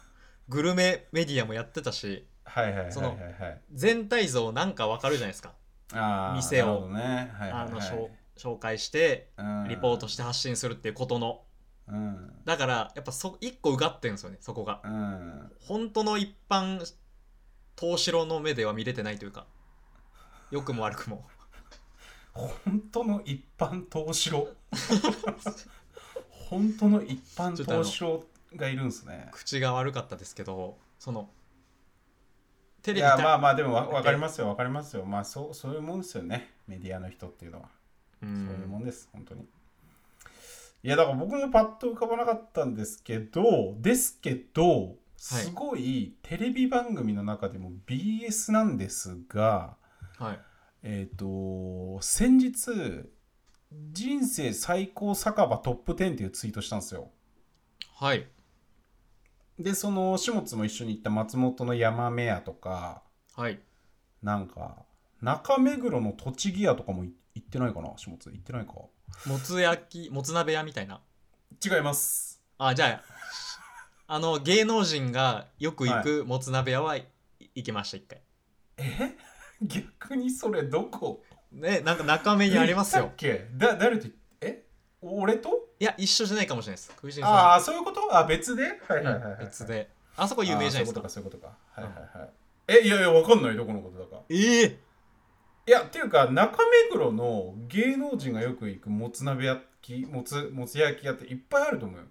Speaker 1: グルメメディアもやってたし
Speaker 2: はいはいはいはい
Speaker 1: その
Speaker 2: はい
Speaker 1: 全体像なんか分かるじゃないですか
Speaker 2: あー
Speaker 1: 店を
Speaker 2: なるほどねはいはい
Speaker 1: あ
Speaker 2: はい
Speaker 1: のしょ紹介して
Speaker 2: うん
Speaker 1: リポートして発信するっていうことの
Speaker 2: うん
Speaker 1: だからやっぱそ一個うがってんですよねそこが
Speaker 2: うん
Speaker 1: 本当の一般投資郎の目では見れてないというか良くも悪くも
Speaker 2: 本当の一般投資郎 本当の一般投資郎がいるんですね
Speaker 1: 口が悪かったですけどそのテレビ
Speaker 2: いや
Speaker 1: た
Speaker 2: まあまあでもわわかりますよわかりますよまあそうそういうもんですよねメディアの人っていうのは
Speaker 1: う
Speaker 2: そういうも
Speaker 1: ん
Speaker 2: んです本当にいやだから僕もパッと浮かばなかったんですけどですけどすごいテレビ番組の中でも BS なんですが、
Speaker 1: はい
Speaker 2: えっ、と先日人生最高酒場トップ10っていうツイートしたんですよ
Speaker 1: はい
Speaker 2: でその下津も一緒に行った松本の山目屋とか
Speaker 1: はい
Speaker 2: なんか中目黒の栃木屋とかもい行ってないかな下津行ってないか
Speaker 1: もつ焼きもつ鍋屋みたいな
Speaker 2: 違います
Speaker 1: あじゃああの芸能人がよく行くもつ鍋屋はい行きました一回
Speaker 2: え逆にそれどこ
Speaker 1: ねなんか中目にあります
Speaker 2: 行
Speaker 1: よ
Speaker 2: ったっけだ誰と行っえ俺と
Speaker 1: いや一緒じゃないかもしれないです食いしんさん
Speaker 2: ああそういうことあ別ではいはいはい、はい、
Speaker 1: 別であそこ有名じゃないですか
Speaker 2: あーそういうことかそういうことかはいはいはいえいやいやわかんないどこのことだか
Speaker 1: ええ
Speaker 2: いやっていうか中目黒の芸能人がよく行くもつ鍋焼きもつもつ焼き屋っていっぱいあると思うよ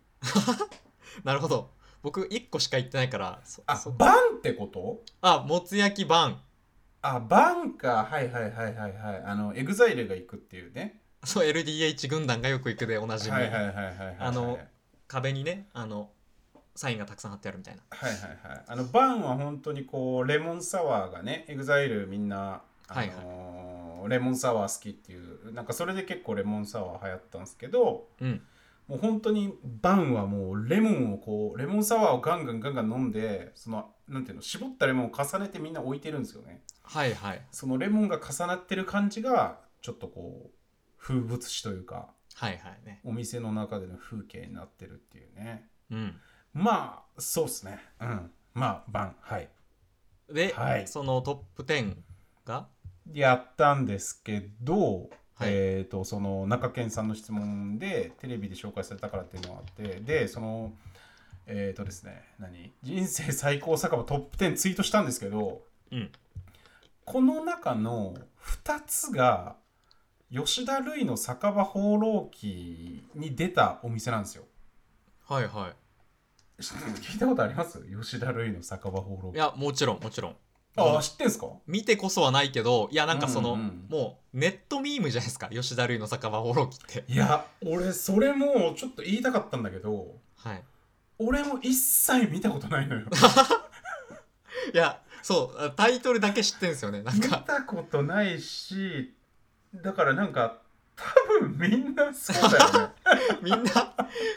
Speaker 1: なるほど僕1個しか行ってないからそ
Speaker 2: あ
Speaker 1: そ
Speaker 2: バンってこと
Speaker 1: あもつ焼きバン
Speaker 2: あバンかはいはいはいはいはいあのエグザイルが行くっていうね
Speaker 1: そう LDH 軍団がよく行くでおなじみ、
Speaker 2: はいはいはいはいはいはい
Speaker 1: あの
Speaker 2: はい
Speaker 1: 壁にねあのサインがたくさん貼ってあるみたいな
Speaker 2: はいはいあのバンは本当にこうレモンサワーがねエグザイルみんなあ
Speaker 1: はい
Speaker 2: のレモンサワー好きっていうなんかそれで結構レモンサワー流行ったんですけど
Speaker 1: うん
Speaker 2: もう本当にバンはもうレモンをこうレモンサワーをガンガンガンガン飲んでそのなんていうの絞ったレモンを重ねてみんな置いてるんですよね
Speaker 1: はいはい
Speaker 2: そのレモンが重なってる感じがちょっとこう風物詩というか
Speaker 1: はいはいね
Speaker 2: お店の中での風景になってるっていうね
Speaker 1: うん
Speaker 2: まあそうっすねうんまあバンはい
Speaker 1: で、
Speaker 2: はい
Speaker 1: そのトップ10が
Speaker 2: やったんですけど、
Speaker 1: はい
Speaker 2: えっ、とその中堅さんの質問でテレビで紹介されたからっていうのがあってでそのえっ、とですね何人生最高酒場トップ10ツイートしたんですけど、
Speaker 1: うん
Speaker 2: この中の2つが吉田類の酒場放浪記に出たお店なんですよ。
Speaker 1: はいは
Speaker 2: 知って聞いたことあります吉田類の酒場放浪
Speaker 1: いい
Speaker 2: 記。
Speaker 1: やもちろんもちろん
Speaker 2: ああ、知ってんすか
Speaker 1: 見てこそはないけどいやなんかその、
Speaker 2: うんうん
Speaker 1: もうネットミームじゃないですか吉田類の酒場放浪記って
Speaker 2: いや、俺、それもちょっと言いたかったんだけど、
Speaker 1: はい
Speaker 2: 俺も一切見たことないの よ。
Speaker 1: いやそうあタイトルだけ知ってんですよねなん
Speaker 2: 見
Speaker 1: か
Speaker 2: たことないし、だからなんか、多分みんなそうだ よね。
Speaker 1: みんな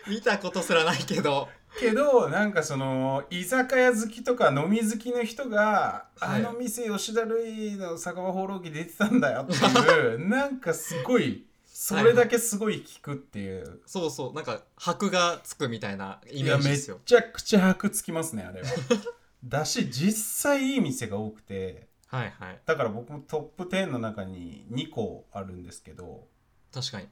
Speaker 1: 見たことすらないけど
Speaker 2: けど、なんかその、居酒屋好きとか飲み好きの人が、
Speaker 1: はい
Speaker 2: あの店、吉田類の酒場放浪記出てたんだよって いう、なんかすごい、それだけすごい聞くっていう。
Speaker 1: そうそうなんか箔がつくみたいないイメ
Speaker 2: や
Speaker 1: ージ
Speaker 2: め
Speaker 1: で
Speaker 2: っ
Speaker 1: すよ
Speaker 2: ちゃくちゃ箔つきますね、あれは。だし、実際いい店が多くて、
Speaker 1: はいはい
Speaker 2: だから僕もトップ10の中に2個あるんですけど
Speaker 1: 確かに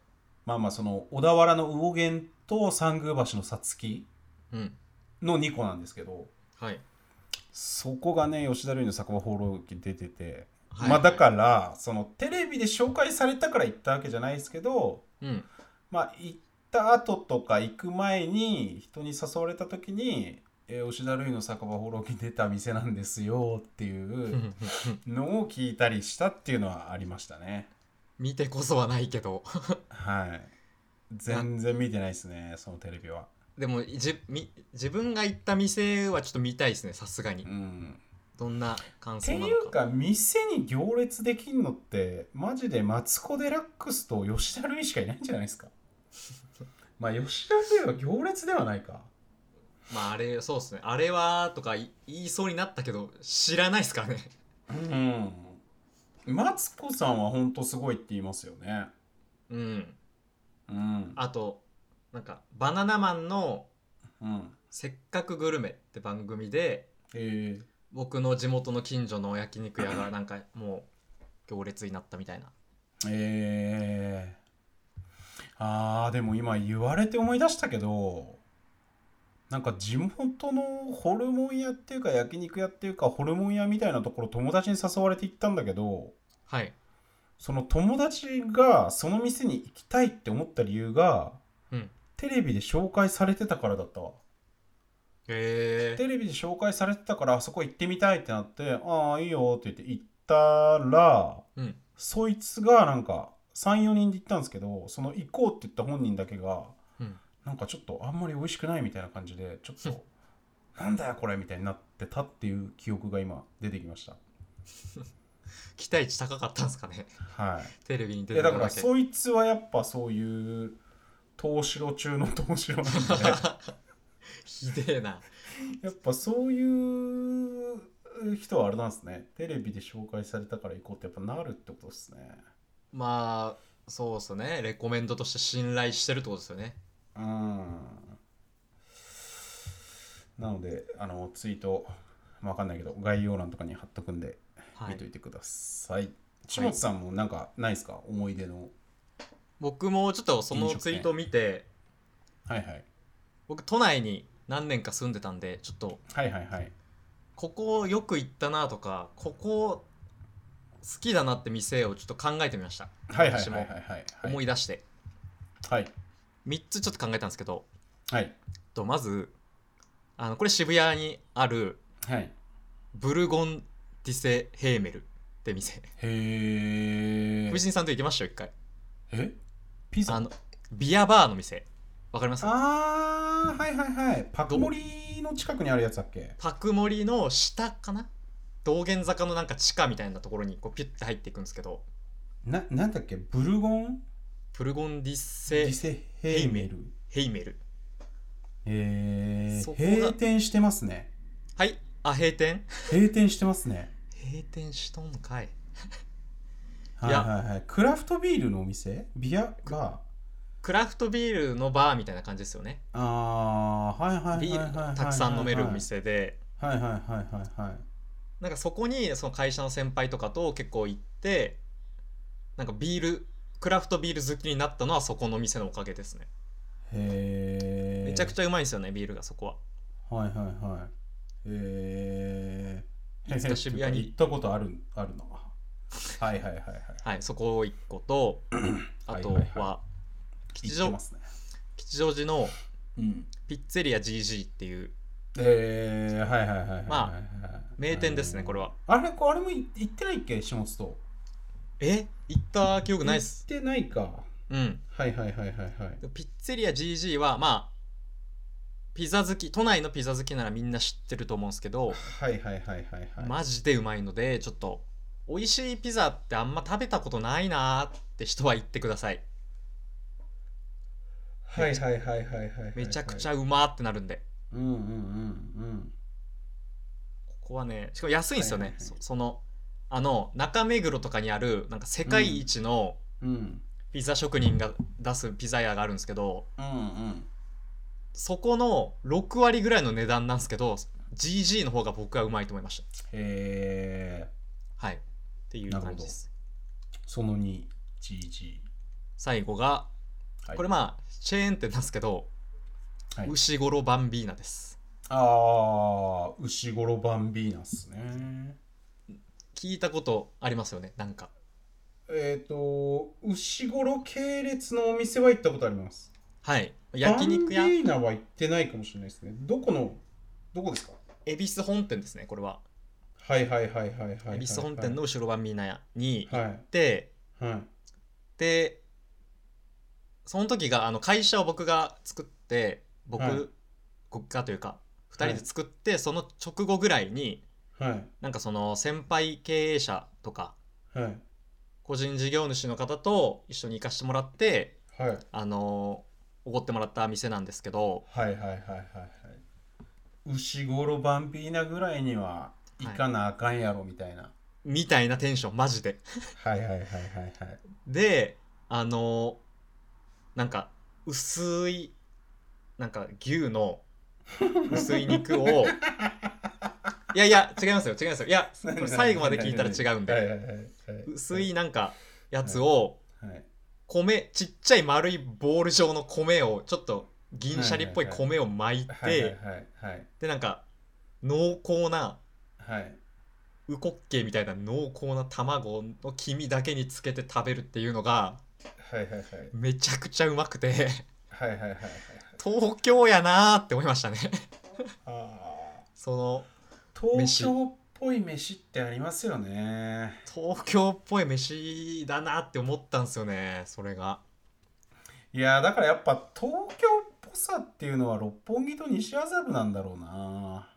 Speaker 2: まあまあその小田原の魚源と三宮橋のさつき
Speaker 1: うん
Speaker 2: の2個なんですけど
Speaker 1: はい、
Speaker 2: そこがね吉田類の酒場放浪記出てて、
Speaker 1: はい、
Speaker 2: まあだ
Speaker 1: ら
Speaker 2: からそのテレビで紹介されたから行ったわけじゃないですけど
Speaker 1: うん
Speaker 2: まあ行った後とか行く前に人に誘われた時に「えー吉田類の酒場放浪記出た店なんですよ」っていうのを聞いたりしたっていうのはありましたね。
Speaker 1: 見てこそはないけど
Speaker 2: はい。全然見てないですね、そのテレビは。
Speaker 1: でもじみ自分が行った店はちょっと見たいですねさすがに
Speaker 2: うん。
Speaker 1: どんな感
Speaker 2: って
Speaker 1: 想なの
Speaker 2: い
Speaker 1: か
Speaker 2: うか、店に行列できんのって、マジでマツコ・デラックスと吉田類しかいないんじゃないですか。 まあ、吉田類は行列ではないか。
Speaker 1: まああれそうですねあれはとかい言いそうになったけど知らないですからね
Speaker 2: うん。マツコさんは本当すごいって言いますよね。
Speaker 1: うん
Speaker 2: うん。
Speaker 1: あとなんか「バナナマンの
Speaker 2: うん。
Speaker 1: せっかくグルメ」って番組で
Speaker 2: え
Speaker 1: 僕の地元の近所の焼肉屋 がなんかもう行列になったみたいな
Speaker 2: ー、えー。あーでも今言われて思い出したけどなんか地元のホルモン屋っていうか焼肉屋っていうかホルモン屋みたいなところ友達に誘われて行ったんだけど
Speaker 1: はい
Speaker 2: その友達がその店に行きたいって思った理由が、
Speaker 1: うん
Speaker 2: テレビで紹介されてたからだったわ
Speaker 1: へえ
Speaker 2: テレビで紹介されてたからあそこ行ってみたいってなってああいいよって言って行ったら
Speaker 1: うん
Speaker 2: そいつがなんか34人で行ったんですけどその行こうって言った本人だけが、
Speaker 1: うん
Speaker 2: なんかちょっとあんまり美味しくないみたいな感じでちょっとなんだよこれみたいになってたっていう記憶が今出てきました
Speaker 1: 期待値高かったんですかね
Speaker 2: は
Speaker 1: テレビに
Speaker 2: い
Speaker 1: 出
Speaker 2: い
Speaker 1: て
Speaker 2: や
Speaker 1: た
Speaker 2: だか
Speaker 1: だ
Speaker 2: ら
Speaker 1: け
Speaker 2: そいつはやっぱそういう投資路中の投資路なんで
Speaker 1: ひでえな
Speaker 2: やっぱそういう人はあれなんですねテレビで紹介されたから行こうってやっぱなるってことですね
Speaker 1: まあそうですねレコメンドとして信頼してるってことですよね
Speaker 2: うんなのであのツイートわかんないけど概要欄とかに貼っとくんで
Speaker 1: は
Speaker 2: 見
Speaker 1: い
Speaker 2: といてください。ちもさんもなんかないですか思い出の。
Speaker 1: 僕もちょっとそのツイートを見て
Speaker 2: はいはい。
Speaker 1: 僕都内に何年か住んでたんでちょっと
Speaker 2: はいはいはい。
Speaker 1: ここよく行ったなとかここ好きだなって店をちょっと考えてみました
Speaker 2: はいはい
Speaker 1: 私も
Speaker 2: はいはいはい。
Speaker 1: 思い出して
Speaker 2: はい。
Speaker 1: 3つちょっと考えたんですけど
Speaker 2: はい。
Speaker 1: とまずあのこれ渋谷にある
Speaker 2: はい。
Speaker 1: ブルゴンディセヘーメルって店
Speaker 2: へ
Speaker 1: 藤
Speaker 2: ー。
Speaker 1: 井さんと行きましたよ一回
Speaker 2: えピザ
Speaker 1: あ
Speaker 2: あ
Speaker 1: のビアバーの店わかります
Speaker 2: あーはいはいはい。パクモリの近くにあるやつだっけ
Speaker 1: パク森の下かな道玄坂のなんか地下みたいなところにこうピュッて入っていくんですけど
Speaker 2: ななんだっけブルゴン
Speaker 1: ブルゴンディセ
Speaker 2: ディセヘイメル。
Speaker 1: ヘイメル
Speaker 2: へ
Speaker 1: そ
Speaker 2: ー。
Speaker 1: こが
Speaker 2: 閉店してますね。
Speaker 1: はいあ閉店
Speaker 2: 閉店してますね。
Speaker 1: 閉店しとんかい
Speaker 2: はいい
Speaker 1: や
Speaker 2: はいはい。クラフトビールのお店ビアが。
Speaker 1: クラフトビールのバーみたいな感じですよね
Speaker 2: あーはいはいはい
Speaker 1: ビ
Speaker 2: はいはいはい
Speaker 1: ールたくさん飲めるお店で
Speaker 2: はいはいはいはいはい
Speaker 1: なんかそこにその会社の先輩とかと結構行ってなんかビールクラフトビール好きになったのはそこの店のおかげですね
Speaker 2: へえ
Speaker 1: めちゃく
Speaker 2: ち
Speaker 1: ちゃうまいんですよねビールがそこは
Speaker 2: ゃはいはいはいへえ
Speaker 1: いつか渋谷に
Speaker 2: 行ったことあるあるなはいはいはいはい
Speaker 1: はいそこ1個とあとは,、
Speaker 2: はいはいは
Speaker 1: 吉
Speaker 2: 行っ
Speaker 1: 祥
Speaker 2: てますね
Speaker 1: 吉祥寺の
Speaker 2: うん
Speaker 1: ピッツェリア GG っていう
Speaker 2: えー、はいはいはいはい。
Speaker 1: ま名店ですねこれ
Speaker 2: は。
Speaker 1: は
Speaker 2: あれ、これもい行ってないっけ、下津と。
Speaker 1: え行った記憶ないっす
Speaker 2: 行ってないか。
Speaker 1: うん
Speaker 2: はいはいはいはいはい。
Speaker 1: ピッツェリア GG はまあピザ好き都内のピザ好きならみんな知ってると思うんですけど、
Speaker 2: はいはいはいはいはい。
Speaker 1: マジでうまいのでちょっと美味しいピザってあんま食べたことないなーって人は言ってください
Speaker 2: はいはいはいはいはいはい。
Speaker 1: めちゃくちゃ
Speaker 2: う。
Speaker 1: うまーってなるんで
Speaker 2: うんうんうん
Speaker 1: ここはねしかも安いんですよね、
Speaker 2: はいはいはい
Speaker 1: そそのあの中目黒とかにあるなんか世界一の
Speaker 2: うん。うん
Speaker 1: ピザ職人が出すピザ屋があるんですけど、
Speaker 2: うん
Speaker 1: そこの6割ぐらいの値段なんですけど GG の方が僕はうまいと思いました
Speaker 2: え
Speaker 1: はいっていう感じです
Speaker 2: ー、その 2GG。
Speaker 1: 最後が
Speaker 2: はい
Speaker 1: これまあチェーン店なんですけど、
Speaker 2: はい
Speaker 1: 牛ゴロバンビーナです
Speaker 2: あー、牛ごろバンビーナっすね。
Speaker 1: 聞いたことありますよねなんか
Speaker 2: えっ、ー、と、牛ごろ系列のお店は行ったことあります。
Speaker 1: はい焼肉屋
Speaker 2: バンビーナは行ってないかもしれないですね。どこの、どこですか
Speaker 1: 恵比寿本店ですねこれは
Speaker 2: はいはいはいはいはいはい、はい。
Speaker 1: 恵比寿本店の後ろバンビーナ屋に行っ
Speaker 2: は
Speaker 1: て、
Speaker 2: い。はい。
Speaker 1: でその時があの会社を僕が作って僕、
Speaker 2: はい
Speaker 1: 僕がというか
Speaker 2: は
Speaker 1: 2
Speaker 2: い
Speaker 1: 人で作って、その直後ぐらいに
Speaker 2: はい。
Speaker 1: なんかその先輩経営者とか
Speaker 2: はい。
Speaker 1: 個人事業主の方と一緒に行かしてもらって
Speaker 2: はい。
Speaker 1: あのおごってもらった店なんですけど
Speaker 2: はいはいはいはいはい。牛ごろバンビーナぐらいには行かなあかんやろみたいな。
Speaker 1: みたいなテンションマジで
Speaker 2: はいはいはいはいはい。
Speaker 1: であのなんか薄いなんか牛の薄い肉 をいやいや違いますよ違いますよいやこれ最後まで聞いたら違うん
Speaker 2: は
Speaker 1: で
Speaker 2: いはいはいはい。
Speaker 1: 薄いなんかやつを
Speaker 2: はい。
Speaker 1: 米ちっちゃい丸いボール状の米をちょっと銀シャリっぽい
Speaker 2: はいはい
Speaker 1: 米を巻い
Speaker 2: はいはい
Speaker 1: て
Speaker 2: はい
Speaker 1: でなんか濃厚な
Speaker 2: はい。はい。
Speaker 1: ウコッケイみたいな濃厚な卵の黄身だけにつけて食べるっていうのが
Speaker 2: はいはいはい。
Speaker 1: めちゃくちゃうまくて。
Speaker 2: はいはいはいはい。
Speaker 1: 東京やなーって思いましたね
Speaker 2: あ
Speaker 1: その
Speaker 2: ー東京っぽい飯ってありますよね。
Speaker 1: 東京っぽい飯だなって思ったんですよねそれが
Speaker 2: いやーだからやっぱ東京っぽさっていうのは六本木と西麻布なんだろうな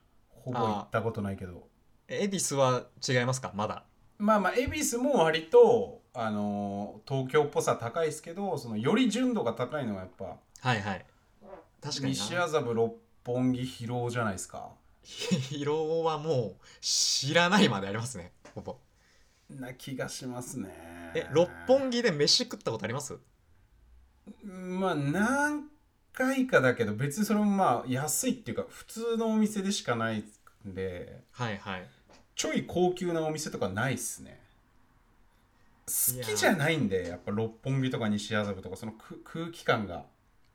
Speaker 2: ほぼ行ったことないけど
Speaker 1: え恵比寿は違いますかまだ
Speaker 2: まあまあ恵比寿も割と、あのー東京っぽさ高いですけどそのより純度が高いのはやっぱ
Speaker 1: はいはい確かに
Speaker 2: 西
Speaker 1: な
Speaker 2: 麻布六本木広尾じゃないですか
Speaker 1: 広尾はもう知らないまでありますねほぼ
Speaker 2: な気がしますね
Speaker 1: え六本木で飯食ったことあります
Speaker 2: まあ何回かだけど別にそれもまあ安いっていうか普通のお店でしかないんで
Speaker 1: はいはい
Speaker 2: ちょい高級なお店とかないっすね好きじゃないんでやっぱ六本木とか西麻布とかその空空気感が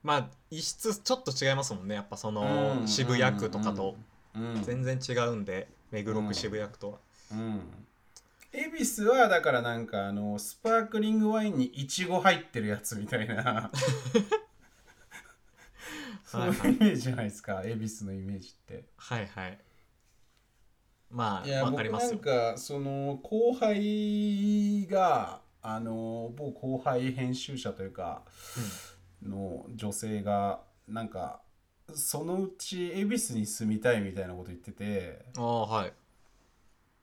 Speaker 1: まあ一室ちょっと違いますもんねやっぱその渋谷区とかと
Speaker 2: うん
Speaker 1: 全然違うんで目黒
Speaker 2: う
Speaker 1: 区
Speaker 2: ん
Speaker 1: 渋谷区とは
Speaker 2: うん恵比寿はだからなんかあのスパークリングワインにイチゴ入ってるやつみたい なそういうイメージじゃないですか恵比寿のイメージって
Speaker 1: はいはいま
Speaker 2: い
Speaker 1: あ
Speaker 2: や
Speaker 1: わ
Speaker 2: 僕
Speaker 1: かりま
Speaker 2: な
Speaker 1: す
Speaker 2: ん
Speaker 1: よ
Speaker 2: かその後輩があの某後輩編集者というか、の女性がなんかそのうち恵比寿に住みたいみたいなこと言ってて
Speaker 1: ああはい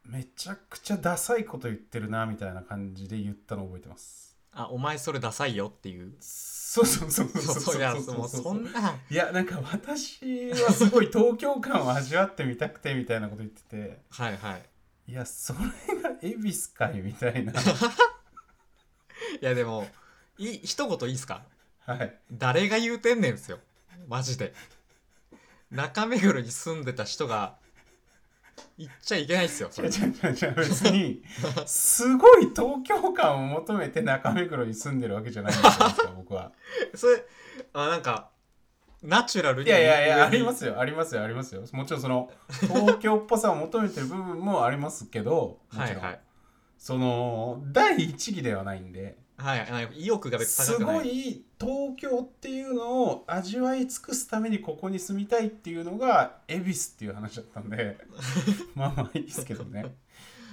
Speaker 2: めちゃくちゃダサいこと言ってるなみたいな感じで言ったの覚えてます
Speaker 1: あお前それダサいよっていう
Speaker 2: そうそう そうそう
Speaker 1: そう
Speaker 2: そう
Speaker 1: いや
Speaker 2: そう
Speaker 1: もう
Speaker 2: そう
Speaker 1: そんない
Speaker 2: やなんか私はすごい東京感を味わってみたくてみたいなこと言ってて
Speaker 1: はいはい
Speaker 2: いやそれが恵比寿かいみた いな
Speaker 1: いやでもい一言いいですか
Speaker 2: はい
Speaker 1: 誰が言うてんねんすよマジで中目黒に住んでた人が言っちゃいけないですよ。そ
Speaker 2: 違う
Speaker 1: れ
Speaker 2: 違う違う違う別にすごい東京感を求めて中目黒に住んでるわけじゃないんですか僕は
Speaker 1: それあなんかナチュラル。
Speaker 2: いやいやいやありますすよありますよありますよもちろんその東京っぽさを求めてる部分もありますけどもちろん、
Speaker 1: はいはい。
Speaker 2: その第一義ではないんで
Speaker 1: はい、なんか意欲が別に
Speaker 2: す
Speaker 1: 高くない。
Speaker 2: ごい東京っていうのを味わい尽くすためにここに住みたいっていうのが恵比寿っていう話だったん でまあまあいいですけどね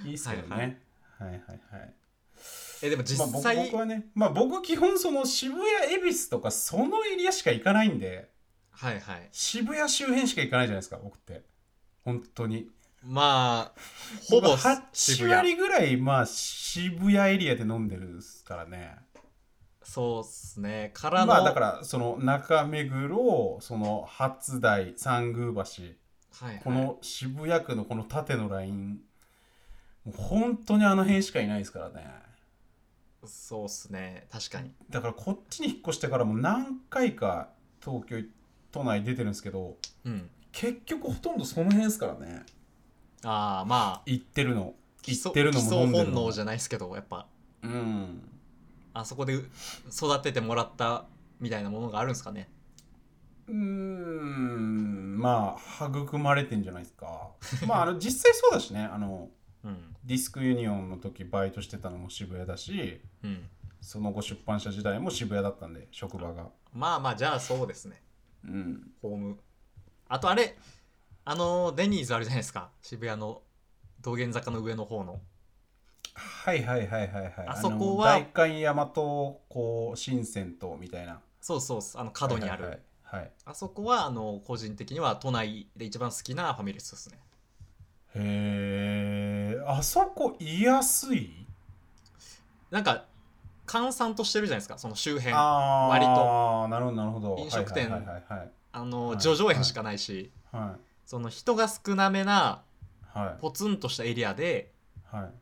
Speaker 2: いいですけどねはいはいはい
Speaker 1: えでも実
Speaker 2: まあ、
Speaker 1: 際、
Speaker 2: 僕僕はねまあ僕基本その渋谷恵比寿とかそのエリアしか行かないんで
Speaker 1: はいはい。
Speaker 2: 渋谷周辺しか行かないじゃないですか僕って本当に
Speaker 1: まあほぼ
Speaker 2: 僕8
Speaker 1: 渋谷。
Speaker 2: 割ぐらいまあ渋谷エリアで飲んでるですからね
Speaker 1: そうっすね。からの、
Speaker 2: まあだからその中目黒その初台三宮橋
Speaker 1: はいはい、
Speaker 2: この渋谷区のこの縦のラインもう本当にあの辺しかいないですからね
Speaker 1: そうっすね。確かに。
Speaker 2: だからこっちに引っ越してからもう何回か東京都内出てるんですけど
Speaker 1: うん。
Speaker 2: 結局ほとんどその辺ですからね
Speaker 1: ああまあ
Speaker 2: 行ってるの
Speaker 1: 基
Speaker 2: 行
Speaker 1: 礎
Speaker 2: ってるの
Speaker 1: 基礎
Speaker 2: も飲んでる
Speaker 1: 本
Speaker 2: の
Speaker 1: 能
Speaker 2: も
Speaker 1: じゃないですけどやっぱ
Speaker 2: うん
Speaker 1: あそこで育ててもらったみたいなものがあるんですかね。
Speaker 2: うーんまあ育まれてんじゃないですか まああの実際そうだしねあの
Speaker 1: うん。
Speaker 2: ディスクユニオンの時バイトしてたのも渋谷だし
Speaker 1: うん。
Speaker 2: その後出版社時代も渋谷だったんで職場が
Speaker 1: まあまあじゃあそうですね。
Speaker 2: うん
Speaker 1: ホーム。あとあれ、あのデニーズあるじゃないですか。渋谷の道玄坂の上の方の。
Speaker 2: はいはいはいはいはい
Speaker 1: あそこは
Speaker 2: あの代官大和こう新鮮とみたいな
Speaker 1: そうそうそう、あの角にある。
Speaker 2: はいはいはい、はい
Speaker 1: あそこはあの個人的には都内で一番好きなファミレスですね。
Speaker 2: へえあそこ居やすい
Speaker 1: なんか、閑散としてるじゃないですか、その周辺。あ
Speaker 2: あー
Speaker 1: 割
Speaker 2: なるほどなるほど
Speaker 1: 飲食店
Speaker 2: はいはいはいはいは
Speaker 1: の、
Speaker 2: い
Speaker 1: 叙々苑しかないし、
Speaker 2: はい
Speaker 1: その人が少なめな
Speaker 2: はい
Speaker 1: ポツンとしたエリアで、
Speaker 2: はい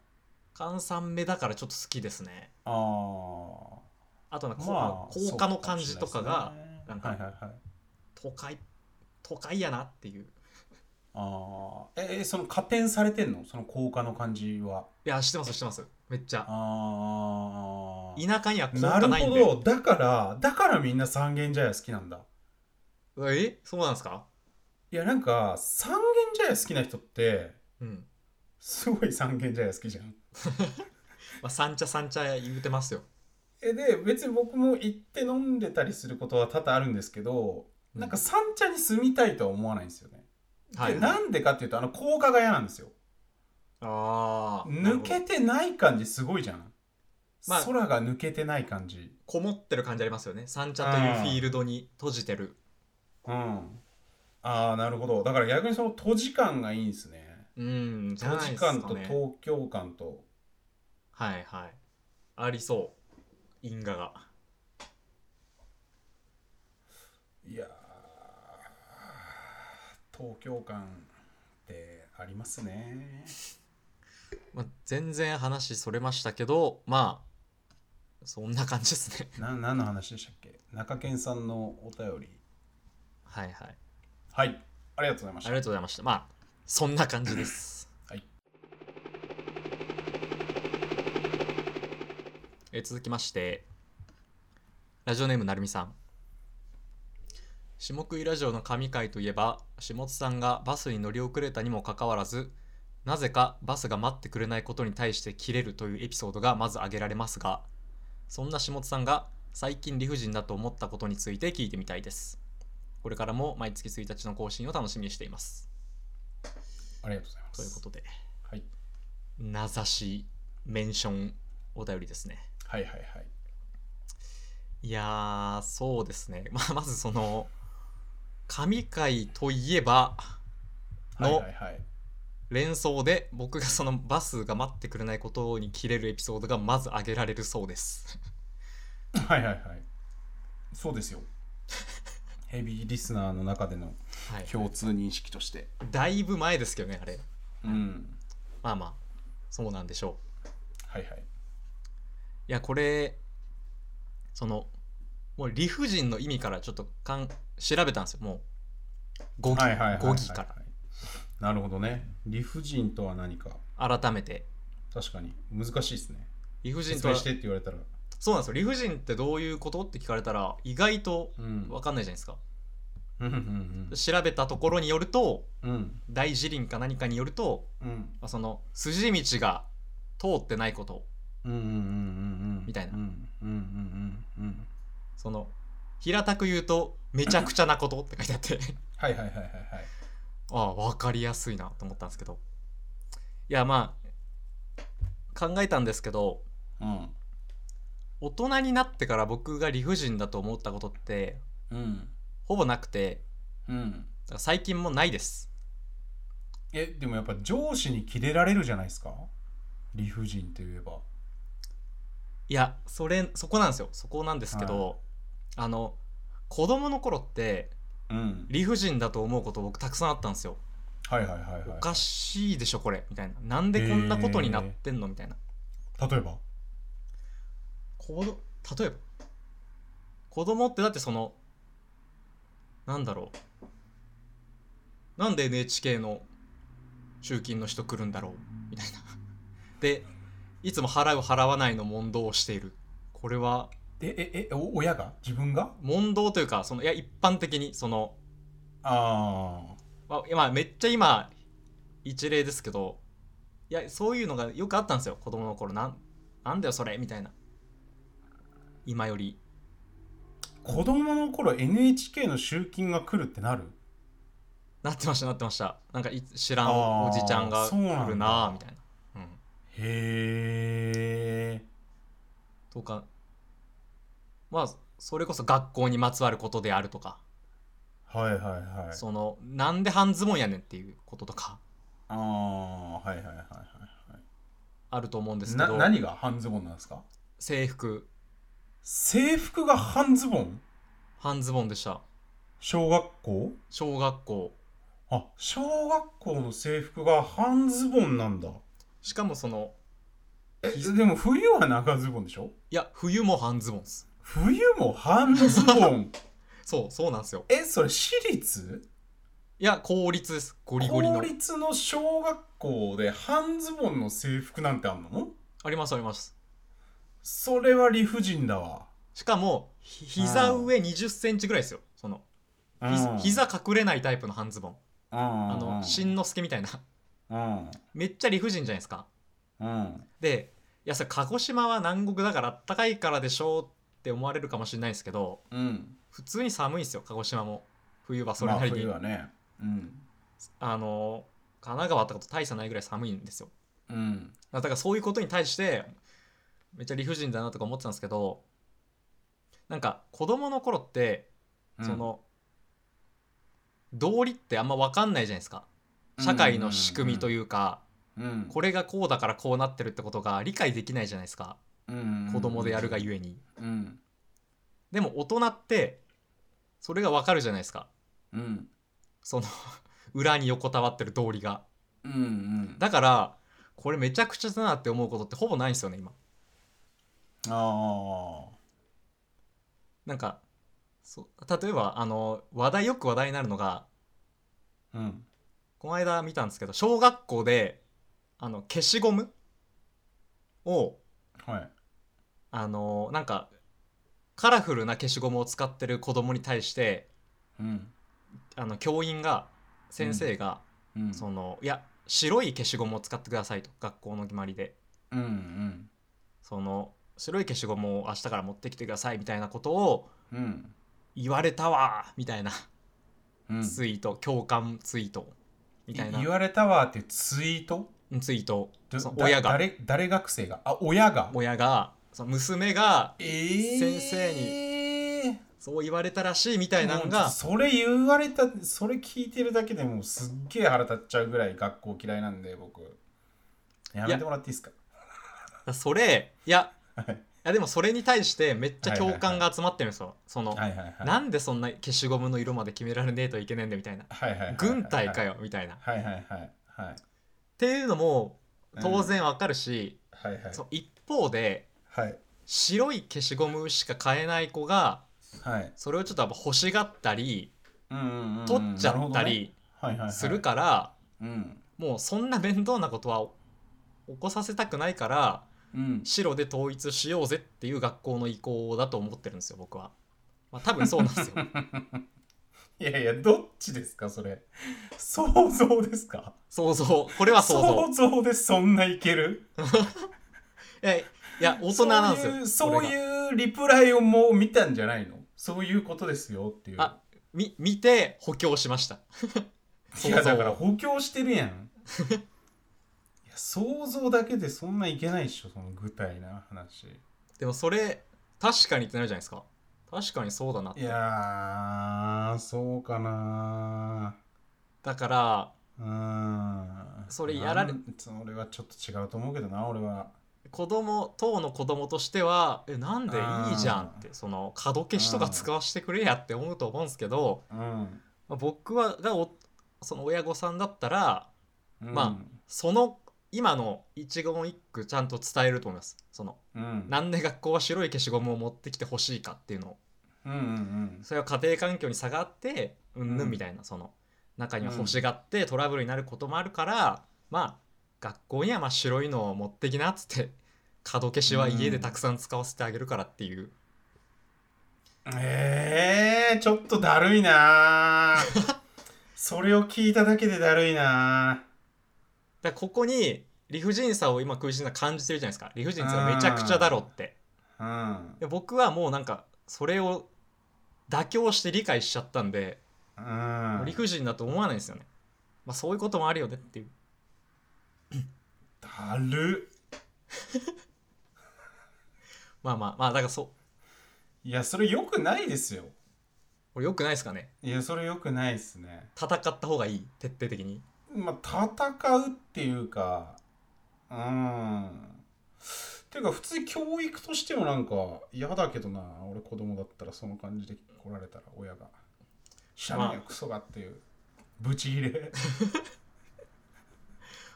Speaker 1: 閑散めだからちょっと好きですね。
Speaker 2: あー
Speaker 1: あとなんか、こう
Speaker 2: まあ
Speaker 1: 高架の感じとかが、
Speaker 2: そ
Speaker 1: な
Speaker 2: う
Speaker 1: んか
Speaker 2: もしれないですねはいはいはい
Speaker 1: 都会、都会やなっていう。
Speaker 2: ああええその加点されてんのその効果の感じはい
Speaker 1: や、知ってます、知ってます。めっちゃ。
Speaker 2: ああ
Speaker 1: 田舎には効
Speaker 2: な
Speaker 1: 果
Speaker 2: る
Speaker 1: ないん
Speaker 2: ほ
Speaker 1: で。
Speaker 2: どだからだからみんな三軒茶屋好きなんだ
Speaker 1: えそうなんですか
Speaker 2: いやなんか三軒茶屋好きな人って
Speaker 1: うん。
Speaker 2: すごい三軒茶屋好きじゃん
Speaker 1: まあ、三茶三茶言うてますよ。
Speaker 2: えで別に僕も行って飲んでたりすることは多々あるんですけどなんか三茶に住みたいとは思わないんですよね、
Speaker 1: はい。
Speaker 2: でなんでかっていうとあの効果が嫌なんですよ
Speaker 1: ああ。なる
Speaker 2: 抜
Speaker 1: ほど
Speaker 2: けてない感じすごいじゃん、
Speaker 1: まあ
Speaker 2: 空が抜けてない感じ
Speaker 1: こもってる感じありますよね三茶というフィールドに閉じてる
Speaker 2: うんああなるほどだから逆にその都時間がいいんですね
Speaker 1: うんじゃ
Speaker 2: 都
Speaker 1: ない
Speaker 2: 時
Speaker 1: ですか
Speaker 2: 間
Speaker 1: ね
Speaker 2: と東京間と
Speaker 1: はいはいありそう因果が
Speaker 2: いやー東京間ってありますね
Speaker 1: まあ、全然話それましたけどまあそんな感じですね
Speaker 2: な何の話でしたっけ中堅さんのお便り
Speaker 1: はいはいあ
Speaker 2: はいありがとうございまし
Speaker 1: り
Speaker 2: た
Speaker 1: がとうございましたまあそんな感じです
Speaker 2: はい
Speaker 1: え続きましてラジオネームなるみさん下食いラジオの神回といえば下津さんがバスに乗り遅れたにもかかわらずなぜかバスが待ってくれないことに対して切れるというエピソードがまず挙げられますがそんな下津さんが最近理不尽だと思ったことについて聞いてみたいですこれからも毎月1日の更新を楽しみにしています
Speaker 2: ありがとうございます
Speaker 1: ということで
Speaker 2: はい、
Speaker 1: 名指しメンションお便りですね
Speaker 2: はいはいはい
Speaker 1: いやーそうですね、 まあ、まずその神回といえば
Speaker 2: はい
Speaker 1: の
Speaker 2: はいはい
Speaker 1: 連想で僕がそのバスが待ってくれないことに切れるエピソードがまず挙げられるそうです
Speaker 2: はいはいはいそうですよヘビーリスナーの中での
Speaker 1: はい
Speaker 2: 共通認識として
Speaker 1: だいぶ前ですけどねあれ
Speaker 2: うん
Speaker 1: まあまあそうなんでしょう
Speaker 2: はいはい
Speaker 1: いやこれそのもう理不尽の意味からちょっとかん調べたんですよもう語義,、
Speaker 2: はいはいはいはいはい
Speaker 1: から
Speaker 2: なるほどね。理不尽とは何か。
Speaker 1: 改めて
Speaker 2: 確かに。難しいですね。
Speaker 1: 理不尽
Speaker 2: 説
Speaker 1: とは
Speaker 2: 明してって言われたら。
Speaker 1: そうなんですよ理不尽ってどういうことって聞かれたら意外と
Speaker 2: うん。
Speaker 1: 分かんないじゃないですか
Speaker 2: うんうん
Speaker 1: 調べたところによると
Speaker 2: うん。うん。
Speaker 1: 大辞林か何かによると、
Speaker 2: うん。
Speaker 1: まあ、その筋道が通ってないこと
Speaker 2: うんうんうんうんうん
Speaker 1: みたいな
Speaker 2: うんうんうんうんうん
Speaker 1: その平たく言うとめちゃくちゃなことって書いてあって
Speaker 2: はいはいはいはいはい
Speaker 1: ああ分かりやすいなと思ったんですけどいやまあ考えたんですけど
Speaker 2: うん
Speaker 1: 大人になってから僕が理不尽だと思ったことって
Speaker 2: うん
Speaker 1: ほぼなくて
Speaker 2: うん
Speaker 1: だから最近もないです
Speaker 2: えでもやっぱ上司にキレられるじゃないですか理不尽といえば
Speaker 1: いやそれそこなんですよそこなんですけど、あの子供の頃って
Speaker 2: うん
Speaker 1: 理不尽だと思うこと僕たくさんあったんですよ
Speaker 2: はいはいはい
Speaker 1: お
Speaker 2: は
Speaker 1: かしいでしょこれみたいななんでこんなことになってんのみたいない
Speaker 2: 例えば
Speaker 1: 子ど例えば子供ってだってそのなんだろうなんで NHK の集金の人来るんだろうみたいなでいつも払う払わないの問答をしているこれは
Speaker 2: えええお親が自分が
Speaker 1: 問答というかそのいや一般的にその、
Speaker 2: ああ
Speaker 1: まあ、今めっちゃ今一例ですけどいやそういうのがよくあったんですよ子供の頃なんなんだよそれみたいな今より
Speaker 2: 子供の頃 NHK の集金が来るってなる
Speaker 1: なってましたなってましたなんかい知らん
Speaker 2: あー
Speaker 1: おじちゃんが
Speaker 2: そうなんだ
Speaker 1: 来るなあみたいな、うん、
Speaker 2: へえ
Speaker 1: とかまあそれこそ学校にまつわることであるとか、
Speaker 2: はいはいはい
Speaker 1: そのなんで半ズボンやねんっていうこととか
Speaker 2: ああはいはいはいはい
Speaker 1: あると思うんですけ
Speaker 2: な
Speaker 1: ど
Speaker 2: 何が半ズボンなんですか
Speaker 1: 制服
Speaker 2: 制服が半ズボン
Speaker 1: 半ズボンでした
Speaker 2: 小学校
Speaker 1: 小学校
Speaker 2: あ小学校の制服が半ズボンなんだ
Speaker 1: しかもその
Speaker 2: えでも冬は長ズボンでしょ
Speaker 1: いや冬も半ズボンっす
Speaker 2: 冬も半ズボ ン
Speaker 1: そうそうなんですよ
Speaker 2: えそれ私立
Speaker 1: いや公立ですゴリゴリの
Speaker 2: 公立の小学校で半ズボンの制服なんてあんの
Speaker 1: ありますあります
Speaker 2: それは理不尽だわ
Speaker 1: しかもひ膝上2 0センチぐらいですよそのひ膝隠れないタイプの半ズボンあ
Speaker 2: あ
Speaker 1: のしんのすけみたいな
Speaker 2: うん
Speaker 1: めっちゃ理不尽じゃないですか
Speaker 2: うん
Speaker 1: でいやそれ鹿児島は南国だからあったかいからでしょうって思われるかもしれないですけど
Speaker 2: うん
Speaker 1: 普通に寒いんですよ鹿児島も冬はそ
Speaker 2: そ
Speaker 1: れ
Speaker 2: れな
Speaker 1: なり
Speaker 2: り
Speaker 1: に、あ
Speaker 2: はねうん
Speaker 1: の神奈川とかと大差ないぐらい寒いんですよ
Speaker 2: うん
Speaker 1: だからそういうことに対してめっちゃ理不尽だなとか思ってたんですけどなんか子供の頃ってその、道理ってあんま分かんないじゃないですか社会の仕組みと
Speaker 2: い
Speaker 1: いうか、
Speaker 2: うん
Speaker 1: これがこうだからこうなってるってことが理解できないじゃないですか子供でやるがゆえに、
Speaker 2: うん
Speaker 1: でも大人ってそれが分かるじゃないですか
Speaker 2: うん
Speaker 1: その 裏に横たわってる道理が
Speaker 2: うんうん
Speaker 1: だからこれめちゃくちゃだなって思うことってほぼないんですよね今
Speaker 2: ああ
Speaker 1: なんかそう例えばあの話題よく話題になるのが
Speaker 2: うん
Speaker 1: この間見たんですけど小学校であの消しゴムを
Speaker 2: はい
Speaker 1: あのなんかカラフルな消しゴムを使ってる子供に対して
Speaker 2: うん
Speaker 1: あの教員が先生が、
Speaker 2: うん
Speaker 1: そのいや白い消しゴムを使ってくださいと学校の決まりで
Speaker 2: うんうん
Speaker 1: その白い消しゴムを明日から持ってきてくださいみたいなことを
Speaker 2: うん
Speaker 1: 言われたわみたいな
Speaker 2: うん
Speaker 1: ツイート、共感ツイートみたいな
Speaker 2: 言われたわってツイート
Speaker 1: ツイート
Speaker 2: ど
Speaker 1: そう
Speaker 2: だ
Speaker 1: 親が
Speaker 2: 誰誰学生があ親が
Speaker 1: 親がその娘が
Speaker 2: えー
Speaker 1: 先生
Speaker 2: に
Speaker 1: そう言われたらしいみたいなのが
Speaker 2: それ言われたそれ聞いてるだけでもうすっげえ腹立っちゃうぐらい学校嫌いなんで僕やめてもらっていいですか
Speaker 1: それいや
Speaker 2: はい
Speaker 1: いやでもそれに対してめっちゃ共感が集まってるんですよ、その、
Speaker 2: はいはいはい
Speaker 1: なんでそんな消しゴムの色まで決められねえといけねえんだみたいな
Speaker 2: はいはいはいはい
Speaker 1: 軍隊かよみたいなっ
Speaker 2: はいはいはいはい
Speaker 1: ていうのも当然わかるし、
Speaker 2: はいはい
Speaker 1: そう一方で
Speaker 2: はい
Speaker 1: 白い消しゴムしか買えない子が
Speaker 2: はい
Speaker 1: それをちょっとやっぱ欲しがったり
Speaker 2: うんうんうん
Speaker 1: 取っちゃっ
Speaker 2: なるほ
Speaker 1: た
Speaker 2: どね
Speaker 1: り
Speaker 2: はいはいはい
Speaker 1: するから、
Speaker 2: うん
Speaker 1: もうそんな面倒なことは起こさせたくないから
Speaker 2: うん
Speaker 1: 白で統一しようぜっていう学校の意向だと思ってるんですよ僕は。まあ多分そうなん ですよ。
Speaker 2: いやいやどっちですかそれ想像ですか
Speaker 1: 想像これは想像。い
Speaker 2: 想像でそんないける
Speaker 1: やいや大人なんですよ。
Speaker 2: そう
Speaker 1: これが
Speaker 2: いうリプライをもう見たんじゃないのそういうことですよっていう
Speaker 1: あみ見て補強しました。
Speaker 2: い
Speaker 1: 想
Speaker 2: や
Speaker 1: 像
Speaker 2: だから補強し てるやんいや想像だけでそんないけないっしょその具体な話
Speaker 1: でもそれ確かにってなるじゃないですか。確かにそうだなって
Speaker 2: いやーそうかな
Speaker 1: だから
Speaker 2: うーん
Speaker 1: それやられ
Speaker 2: なんそれはちょっと違うと思うけどな俺は
Speaker 1: 子供当の子供としてはえなんでいいじゃんってその角消しとか使わせてくれやって思うと思うんですけど、
Speaker 2: うん、
Speaker 1: まあ僕はがおその親御さんだったら
Speaker 2: うん、
Speaker 1: まその今の一言一句ちゃんと伝えると思いますその
Speaker 2: あうん
Speaker 1: なんで学校は白い消しゴムを持ってきてほしいかっていうのを
Speaker 2: うんうん
Speaker 1: それは家庭環境に差があってうんぬ
Speaker 2: うん
Speaker 1: んみたいなその中には欲しがってトラブルになることもあるから、まあ学校にはまあ白いのを持ってきなっつって 角消しは家でたくさん使わせてあげるからっていう、
Speaker 2: うんえー、ちょっとだるいなーそれを聞いただけでだるいな
Speaker 1: だからここに理不尽さを今空人さん感じてるじゃないですか理不尽さめちゃくちゃだろって
Speaker 2: ーうん
Speaker 1: で僕はもうなんかそれを妥協して理解しちゃったんで、
Speaker 2: うん
Speaker 1: 理不尽だと思わないんですよね、まあ、そういうこともあるよねっていう
Speaker 2: だる
Speaker 1: まあまあまあだからそう
Speaker 2: いやそれよくないですよ
Speaker 1: これ良くないですかね
Speaker 2: いやそれよくないですね
Speaker 1: 戦った方がいい徹底的に
Speaker 2: まあ戦うっていうかうんっていうか普通に教育としてもなんか嫌だけどな俺子供だったらその感じで来られたら親が「しゃべ
Speaker 1: まあ
Speaker 2: りクソが」っていうブチギレ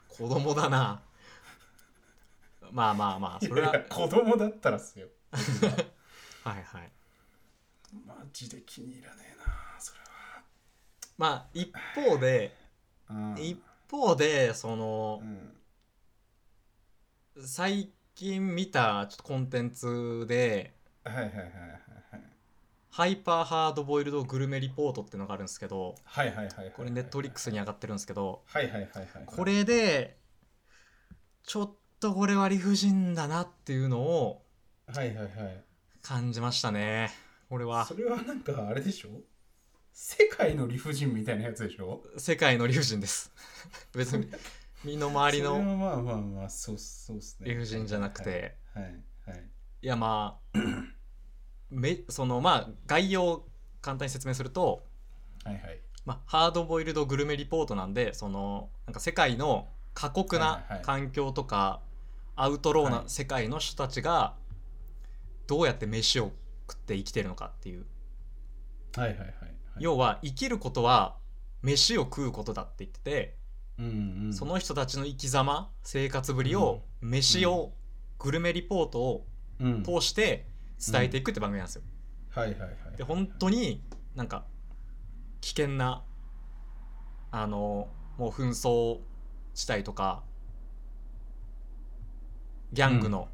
Speaker 1: 子供だなまあまあまあそれはい
Speaker 2: やいや子供だったらっすよ
Speaker 1: はいはい
Speaker 2: マジで気に入らねえなそれ
Speaker 1: まあ一方で
Speaker 2: は
Speaker 1: 一方でその
Speaker 2: うん、うん
Speaker 1: 最近見たちょっとコンテンツで
Speaker 2: はいはいはいはい
Speaker 1: ハイパーハードボイルドグルメリポートっていうのがあるんですけど
Speaker 2: はいはいはいはいはい
Speaker 1: これネットフリックスに上がってるんですけど
Speaker 2: はいはいはいはい
Speaker 1: これでちょっとこれは理不尽だなっていうのを
Speaker 2: はいはいはい
Speaker 1: 感じましたねこれは
Speaker 2: それはなんかあれでしょ世界の理不尽みたいなやつでしょ
Speaker 1: 世界の理不尽です 別に身の回り
Speaker 2: それ
Speaker 1: の
Speaker 2: はまあまあまあそうそうっすね
Speaker 1: 理不尽じゃなくて
Speaker 2: はいはい
Speaker 1: いやまあめそのまあ概要を簡単に説明すると、
Speaker 2: はいはい
Speaker 1: まあ、ハードボイルドグルメリポートなんでそのなんか世界の過酷な
Speaker 2: はいはいはい
Speaker 1: 環境とかアウトローな
Speaker 2: はい
Speaker 1: 世界の人たちがどうやって飯を食って生きてるのかっていう
Speaker 2: はいはいはいはい
Speaker 1: 要は生きることは飯を食うことだって言ってて
Speaker 2: うんうん
Speaker 1: その人たちの生き様生活ぶりを飯をグルメリポートを
Speaker 2: うんはい
Speaker 1: 通して伝えていくって番組なんですよ。
Speaker 2: はいはい
Speaker 1: で本当になんか危険なあのもう紛争地帯とかギャングの、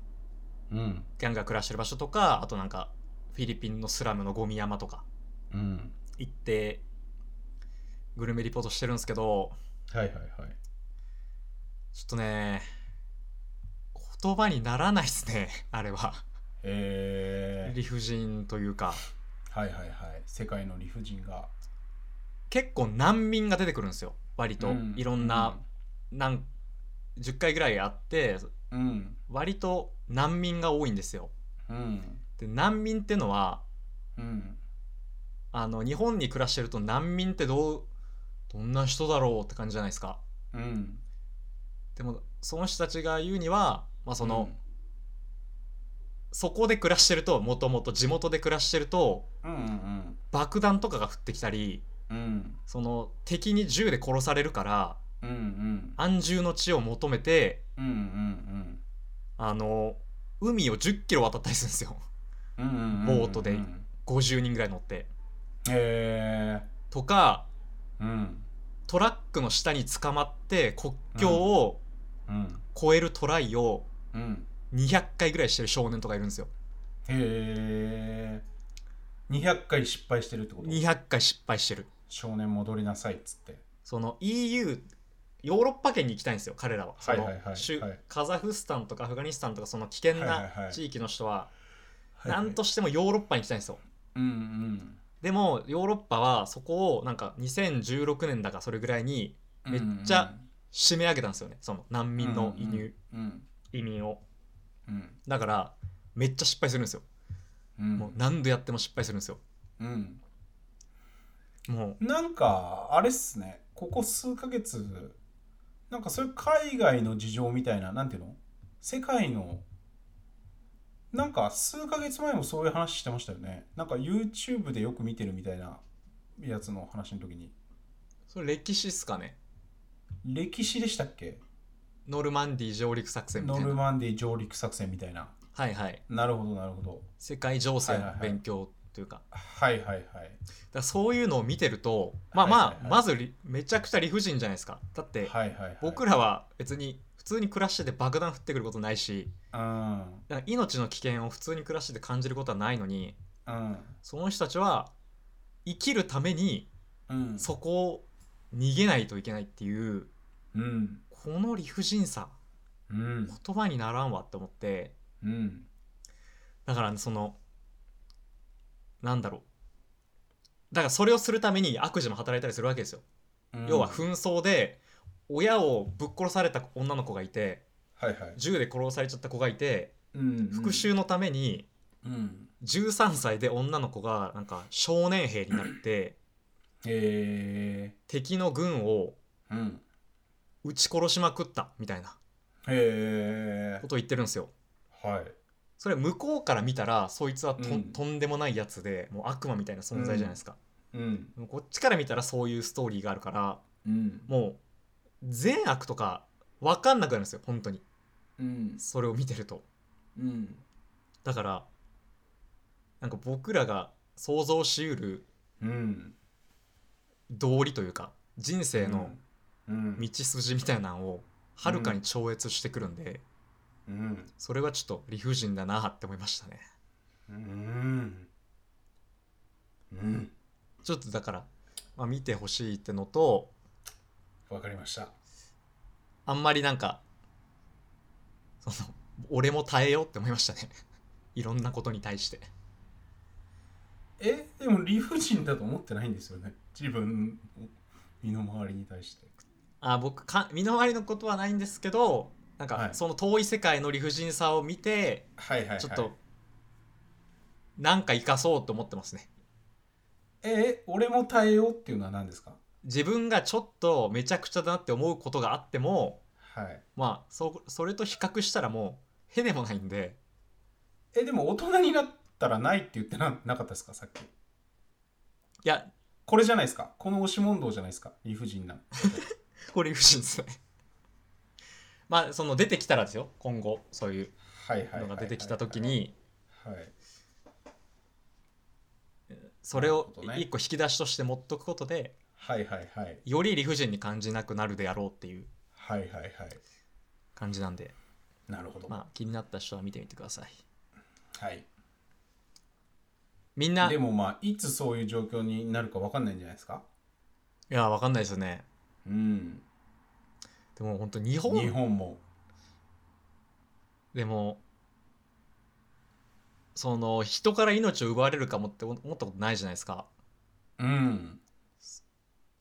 Speaker 2: うん
Speaker 1: ギャングが暮らしてる場所とかあとなんかフィリピンのスラムのゴミ山とか
Speaker 2: うん
Speaker 1: 行ってグルメリポートしてるんですけど
Speaker 2: はいはいはい
Speaker 1: ちょっとね言葉にならないですね あれは
Speaker 2: え
Speaker 1: 理不尽というか
Speaker 2: ー、はいはいはい世界の理不尽が
Speaker 1: 結構難民が出てくるんですよ割と、
Speaker 2: うん
Speaker 1: いろんななん10回ぐらいあって
Speaker 2: うん
Speaker 1: 割と難民が多いんですよ
Speaker 2: うん
Speaker 1: で難民ってのは
Speaker 2: うん
Speaker 1: あの日本に暮らしてると難民ってどうどんな人だろうって感じじゃないですか
Speaker 2: うん
Speaker 1: でもその人たちが言うには、まあそのそこで暮らしてるともともと地元で暮らしてると
Speaker 2: うんうん
Speaker 1: 爆弾とかが降ってきたり
Speaker 2: うんうん
Speaker 1: その敵に銃で殺されるから
Speaker 2: うんうん
Speaker 1: 安住の地を求めて
Speaker 2: うんうん
Speaker 1: あの海を1 0キロ渡ったりするんですよ
Speaker 2: うんうん
Speaker 1: ボートで50人ぐらい乗って
Speaker 2: へえ
Speaker 1: とか
Speaker 2: うん
Speaker 1: トラックの下に捕まって国境を
Speaker 2: うん
Speaker 1: 越えるトライを
Speaker 2: うん
Speaker 1: 200回ぐらいしてる少年とかいるんですよ
Speaker 2: へえ200回失敗してるってこと
Speaker 1: 200回失敗してる
Speaker 2: 少年戻りなさいっつって
Speaker 1: その EU ヨーロッパ圏に行きたいんですよ彼らはその
Speaker 2: はいはいはい
Speaker 1: 州
Speaker 2: はい
Speaker 1: カザフスタンとかアフガニスタンとかその危険
Speaker 2: はい
Speaker 1: な
Speaker 2: はいはい
Speaker 1: 地域の人は
Speaker 2: はいはい
Speaker 1: 何としてもヨーロッパに行きたいんですよ
Speaker 2: うんうん
Speaker 1: でもヨーロッパはそこをなんか2016年だかそれぐらいにめっちゃ締め上げたんですよねその難民の移入、
Speaker 2: うん
Speaker 1: 移民を
Speaker 2: うん
Speaker 1: だからめっちゃ失敗するんですよ
Speaker 2: うん
Speaker 1: もう何度やっても失敗するんですよ
Speaker 2: うん
Speaker 1: も
Speaker 2: なんかあれっすねここ数ヶ月なんかそういう海外の事情みたいななんていうの世界のなんか数ヶ月前もそういう話してましたよねなんか YouTube でよく見てるみたいなやつの話の時に
Speaker 1: うそれ歴史っすかね
Speaker 2: 歴史でしたっけ
Speaker 1: ノルマンディー上陸作戦み
Speaker 2: ノ
Speaker 1: たい
Speaker 2: ル
Speaker 1: な
Speaker 2: マンディ上陸作戦みたいな
Speaker 1: はいはい
Speaker 2: なるほどなるほど
Speaker 1: 世界情勢
Speaker 2: はい
Speaker 1: の
Speaker 2: はいはい
Speaker 1: 勉強というか,、
Speaker 2: はいはいは
Speaker 1: だ
Speaker 2: い
Speaker 1: からそういうのを見てるとまあまあ、
Speaker 2: はいはいはい
Speaker 1: まずりめちゃくちゃ理不尽じゃないですかだって、
Speaker 2: はいはいはい
Speaker 1: 僕らは別に普通に暮らしてて爆弾降ってくることないし
Speaker 2: う
Speaker 1: だ
Speaker 2: ん
Speaker 1: から命の危険を普通に暮らしてて感じることはないのに
Speaker 2: うん
Speaker 1: その人たちは生きるために
Speaker 2: うん
Speaker 1: そこを逃げないといけないっていう
Speaker 2: うん
Speaker 1: この理不尽さ
Speaker 2: うん
Speaker 1: 言葉にならんわって思って
Speaker 2: うん
Speaker 1: だからそのなんだろうだからそれをするために悪事も働いたりするわけですよ、要は紛争で親をぶっ殺された女の子がいて
Speaker 2: はいはい
Speaker 1: 銃で殺されちゃった子がいて復
Speaker 2: 復
Speaker 1: 讐のために
Speaker 2: うん
Speaker 1: 13歳で女の子がなんか少年兵になって
Speaker 2: へ
Speaker 1: 敵の軍を
Speaker 2: えうん
Speaker 1: 撃ち殺しまくったみたいな
Speaker 2: へえ
Speaker 1: ことを言ってるんですよ
Speaker 2: はい
Speaker 1: それ向こうから見たらそいつはと,、、
Speaker 2: うんん
Speaker 1: とんでもないやつでもう悪魔みたいな存在じゃないですか、
Speaker 2: うん
Speaker 1: こっちから見たらそういうストーリーがあるから
Speaker 2: うん
Speaker 1: もう善悪とか分かんなくなるんですよ本当に
Speaker 2: うん
Speaker 1: それを見てると
Speaker 2: うん
Speaker 1: だからなんか僕らが想像しうる
Speaker 2: うん
Speaker 1: 道理というか人生の
Speaker 2: うん
Speaker 1: 道筋みたいなのをはるかに超越してくるんで、
Speaker 2: うん
Speaker 1: それはちょっと理不尽だなって思いましたね
Speaker 2: うんうん
Speaker 1: ちょっとだから、まあ、見てほしいってのと
Speaker 2: わかりました
Speaker 1: あんまりなんかその俺も耐えようって思いましたね いろんなことに対して
Speaker 2: えでも理不尽だと思ってないんですよね自分の身の回りに対して
Speaker 1: あ僕か身の回りのことはないんですけどなん
Speaker 2: は
Speaker 1: か
Speaker 2: い
Speaker 1: その遠い世界の理不尽さを見て、
Speaker 2: はいはい、はい、
Speaker 1: ちょっと、なんか生かそうと思ってますね
Speaker 2: え俺も耐えようっていうのは何ですか
Speaker 1: 自分がちょっとめちゃくちゃだなって思うことがあっても
Speaker 2: はい
Speaker 1: まあそそれと比較したらもうへでもないんで
Speaker 2: えでも大人になったらないって言ってななかったですかさっき
Speaker 1: いや
Speaker 2: これじゃないですかこの押し問答じゃないですか理不尽な
Speaker 1: これ理不尽ですね まあその出てきたらですよ今後そういう
Speaker 2: はいはいはい
Speaker 1: の
Speaker 2: は
Speaker 1: が
Speaker 2: い
Speaker 1: 出てきた時に
Speaker 2: はい
Speaker 1: それを
Speaker 2: なるほどね
Speaker 1: 一個引き出しとして持っとくことで
Speaker 2: はいはいはい
Speaker 1: より理不尽に感じなくなるであろうっていう
Speaker 2: はいはいはい
Speaker 1: 感じなんで
Speaker 2: なるほど、
Speaker 1: まあ気になった人は見てみてください
Speaker 2: はい
Speaker 1: みんない
Speaker 2: でもまあいつそういう状況になるかわかんないんじゃないですか
Speaker 1: やわかんないですよね
Speaker 2: うん
Speaker 1: でも本当日本
Speaker 2: 日本も
Speaker 1: でもその人から命を奪われるかもって思ったことないじゃないですか
Speaker 2: うん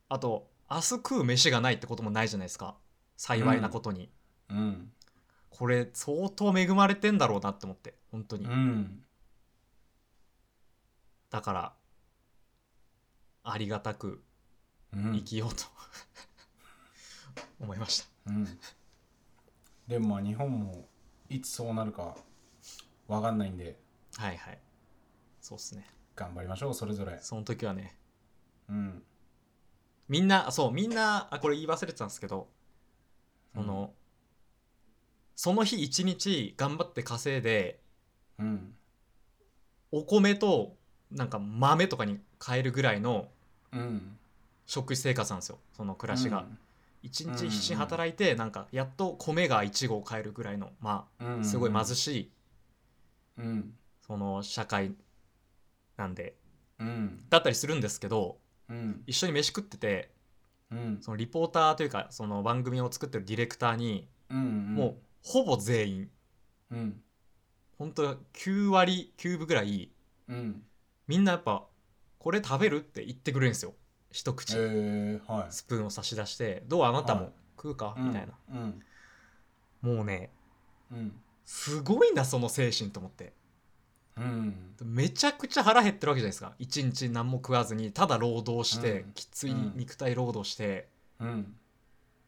Speaker 1: あと明日食う飯がないってこともないじゃないですか幸いなことに、
Speaker 2: うん
Speaker 1: これ相当恵まれてんだろうなって思って本当に、
Speaker 2: うん
Speaker 1: だからありがたく
Speaker 2: うん
Speaker 1: 生きようと、思いました
Speaker 2: うんでもまあ日本もいつそうなるかわかんないんで
Speaker 1: はいはいそうっすね
Speaker 2: 頑張りましょうそれぞれ
Speaker 1: その時はね
Speaker 2: うん
Speaker 1: みんなそうみんなあこれ言い忘れてたんですけどその、その日一日頑張って稼いで
Speaker 2: うん
Speaker 1: お米となんか豆とかに変えるぐらいの
Speaker 2: うん
Speaker 1: 食生活なんですよその暮らしが、一
Speaker 2: うんう
Speaker 1: 日
Speaker 2: ん
Speaker 1: 必死に働いてなんかやっと米が1合買えるぐらいのまあすごい貧
Speaker 2: い、
Speaker 1: しい
Speaker 2: うん
Speaker 1: その社会なんで
Speaker 2: うん
Speaker 1: だったりするんですけど
Speaker 2: うん
Speaker 1: 一緒に飯食ってて
Speaker 2: うん
Speaker 1: そのリポーターというかその番組を作ってるディレクターに
Speaker 2: うん
Speaker 1: もうほぼ全員
Speaker 2: うん
Speaker 1: 本当9割9分ぐらい
Speaker 2: うん
Speaker 1: みんなやっぱこれ食べるって言ってくれるんですよ一口
Speaker 2: えー、はい
Speaker 1: スプーンを差し出してどうあなた
Speaker 2: はい
Speaker 1: も食うかみたいな
Speaker 2: うん
Speaker 1: もうね
Speaker 2: うん
Speaker 1: すごいなその精神と思って
Speaker 2: うん
Speaker 1: めちゃくちゃ腹減ってるわけじゃないですか一日何も食わずにただ労働して、
Speaker 2: うん
Speaker 1: きつい
Speaker 2: うん
Speaker 1: 肉体労働して
Speaker 2: うん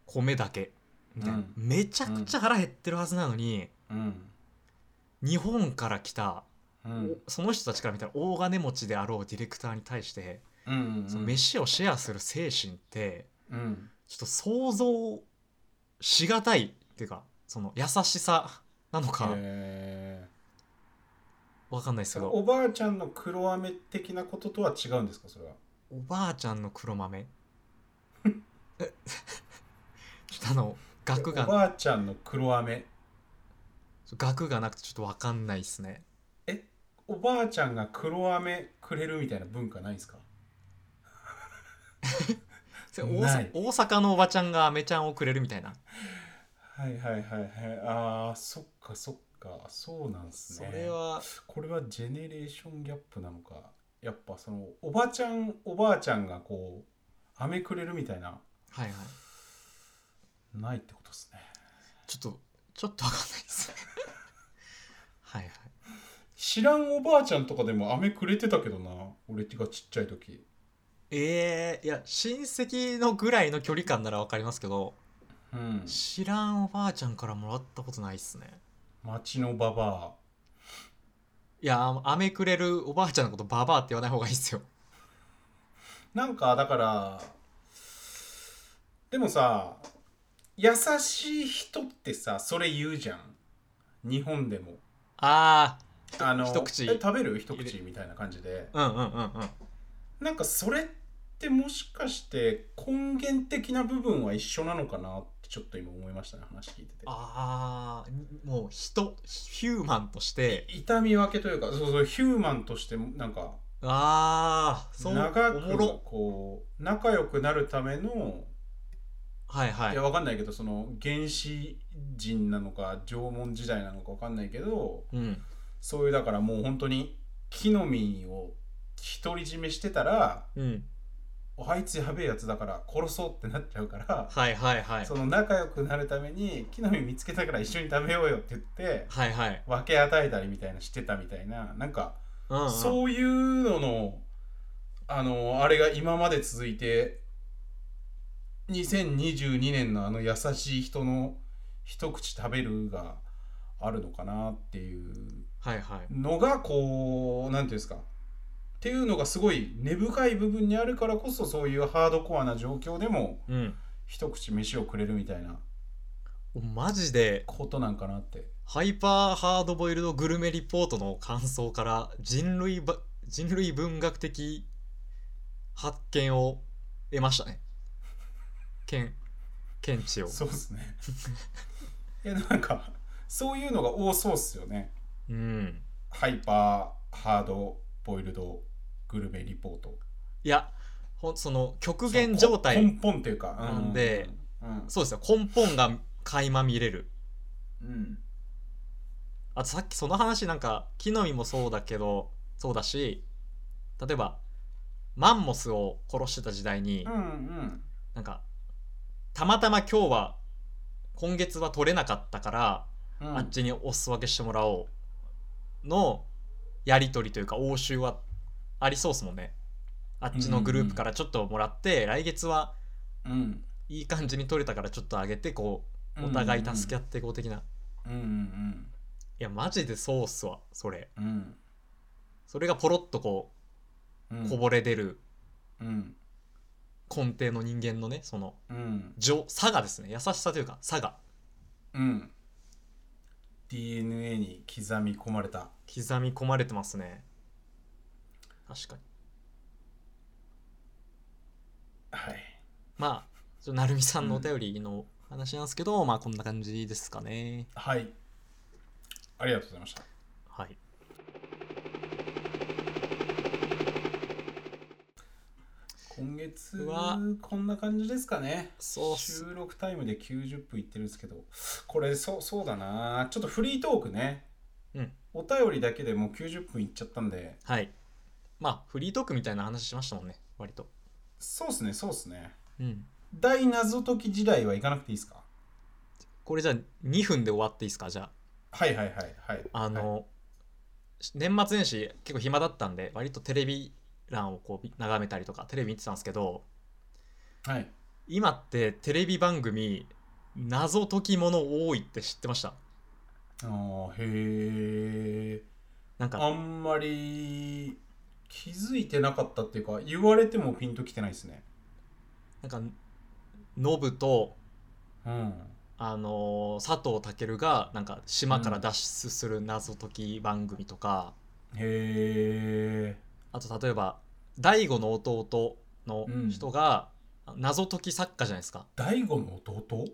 Speaker 1: 米だけみたいな、
Speaker 2: うん
Speaker 1: めちゃくちゃ腹減ってるはずなのに、
Speaker 2: うん
Speaker 1: 日本から来た、
Speaker 2: うん
Speaker 1: その人たちから見たら大金持ちであろうディレクターに対して、
Speaker 2: うん
Speaker 1: その飯をシェアする精神って
Speaker 2: うん
Speaker 1: ちょっと想像しがたいっていうかその優しさなのか
Speaker 2: え
Speaker 1: わかんないですけ
Speaker 2: ー、
Speaker 1: ど、
Speaker 2: おばあちゃんの黒飴的なこととは違うんですかそれは
Speaker 1: おばあちゃんの黒 豆え ちょっとあの額
Speaker 2: お
Speaker 1: が
Speaker 2: ばあちゃんの黒飴
Speaker 1: 額がなくてちょっとわかんないですね
Speaker 2: えおばあちゃんが黒飴くれるみたいな文化ないんですか
Speaker 1: それ大阪
Speaker 2: ない
Speaker 1: 大阪のおばちゃんがアメちゃんをくれるみたいな
Speaker 2: はいはいはいはいあーそっかそっかそうなんす
Speaker 1: そ
Speaker 2: ね
Speaker 1: れは
Speaker 2: これはジェネレーションギャップなのかやっぱそのおばちゃんおばあちゃんがこう飴くれるみたいな
Speaker 1: はいはい
Speaker 2: ないってことですね
Speaker 1: ちょっとちょっとわかんないですねはいはい
Speaker 2: 知らんおばあちゃんとかでも飴くれてたけどな俺がちっちゃい時
Speaker 1: えー、いや親戚のぐらいの距離感ならわかりますけど
Speaker 2: うん
Speaker 1: 知らんおばあちゃんからもらったことないっすね
Speaker 2: 町のババ
Speaker 1: いやあアメくれるおばあちゃんのことババアって言わない方がいいっすよ
Speaker 2: アなんかだからでもさ優しい人ってさそれ言うじゃん日本でも
Speaker 1: あ
Speaker 2: あの
Speaker 1: 一口
Speaker 2: え食べる一口みたいな感じで
Speaker 1: あうんうんうんうん
Speaker 2: なんかそれってもしかして根源的な部分は一緒なのかなってちょっと今思いましたね話聞いてて
Speaker 1: ああもう人ヒューマンとして
Speaker 2: 痛み分けというかそうそうヒューマンとしてもなんか
Speaker 1: ああそう
Speaker 2: 長
Speaker 1: お
Speaker 2: く
Speaker 1: もろ
Speaker 2: こう仲良くなるための、、
Speaker 1: はいはいい
Speaker 2: やわかんないけどその原始人なのか縄文時代なのかわかんないけど
Speaker 1: うん
Speaker 2: そういうだからもう本当に木の実を独り占めしてたら
Speaker 1: うん
Speaker 2: あいつやべえやつだから殺そうってなっちゃうから
Speaker 1: はいはいはい
Speaker 2: その仲良くなるために木の実見つけたから一緒に食べようよって言って
Speaker 1: はいはい
Speaker 2: 分け与えたりみたいなしてたみたいななんか
Speaker 1: うんうん
Speaker 2: そういうののあのあれが今まで続いて2022年のあの優しい人の一口食べるがあるのかなっていう
Speaker 1: はいはい
Speaker 2: のがこう何ていうんですかっていうのがすごい根深い部分にあるからこそそういうハードコアな状況でも
Speaker 1: うん
Speaker 2: 一口飯をくれるみたいな
Speaker 1: マジで
Speaker 2: ことなんかなって
Speaker 1: ハイパーハードボイルドグルメリポートの感想から人類ば人類文学的発見を得ましたね。見見地を。
Speaker 2: そうですね いやなんかそういうのが多そうっすよね
Speaker 1: うん。
Speaker 2: ハイパーハードボイルドグルメリポート
Speaker 1: いやほんその極限状
Speaker 2: そう
Speaker 1: 態
Speaker 2: 根本っていうか
Speaker 1: なんで
Speaker 2: うん
Speaker 1: そうですよ根本が垣間見れる。
Speaker 2: うん
Speaker 1: あとさっきその話なんか木の実もそうだけどそうだし例えばマンモスを殺してた時代に、
Speaker 2: うんうん
Speaker 1: なんかたまたま今日は今月は取れなかったから、
Speaker 2: うん
Speaker 1: あっちにお裾分けしてもらおうのやり取りというか応酬はありそうですもんねあっちのグループからちょっともらって、来月は
Speaker 2: うん
Speaker 1: いい感じに取れたからちょっとあげてこうお互い助け合っていこう的な、い
Speaker 2: うんうん
Speaker 1: やマジでそうっすわそれ
Speaker 2: うんうん
Speaker 1: それがポロッとこ
Speaker 2: うん
Speaker 1: うこぼれ出る
Speaker 2: うん
Speaker 1: 根底の人間のねその
Speaker 2: うん
Speaker 1: 情差がですね優しさというか差が
Speaker 2: うん DNA に刻み込まれた
Speaker 1: 刻み込まれてますね確かに
Speaker 2: はい。
Speaker 1: まあちょっとなるみさんのお便りの話なんですけど、まあこんな感じですかね
Speaker 2: はい。ありがとうございました。
Speaker 1: はい
Speaker 2: 今月
Speaker 1: は
Speaker 2: はこんな感じですかね。
Speaker 1: そうっす
Speaker 2: 収録タイムで90分いってるんですけど、これそうそうだな。ちょっとフリートークね。
Speaker 1: うん
Speaker 2: お便りだけでもう90分いっちゃったんで、
Speaker 1: はいまあフリートークみたいな話しましたもんね割と
Speaker 2: そうっすね、そうっすね。
Speaker 1: うん
Speaker 2: 大謎解き時代はいかなくていいですか
Speaker 1: これじゃあ2分で終わっていいですかじゃあ
Speaker 2: はいはいはいはい。
Speaker 1: あの、年末年始結構暇だったんで割とテレビ欄をこう眺めたりとかテレビ見てたんですけど
Speaker 2: はい、はい。
Speaker 1: 今ってテレビ番組謎解きもの多いって知ってました
Speaker 2: あーへえ。
Speaker 1: なん
Speaker 2: あ
Speaker 1: か
Speaker 2: んまり気づいてなかったっていうか、言われてもピンときてないですね。
Speaker 1: なんかノブと
Speaker 2: うん。
Speaker 1: あのー佐藤健がなんか島から脱出する謎解き番組とか、
Speaker 2: へえ。
Speaker 1: あと例えば大悟の弟の人が謎解き作家じゃないですか
Speaker 2: 大悟の弟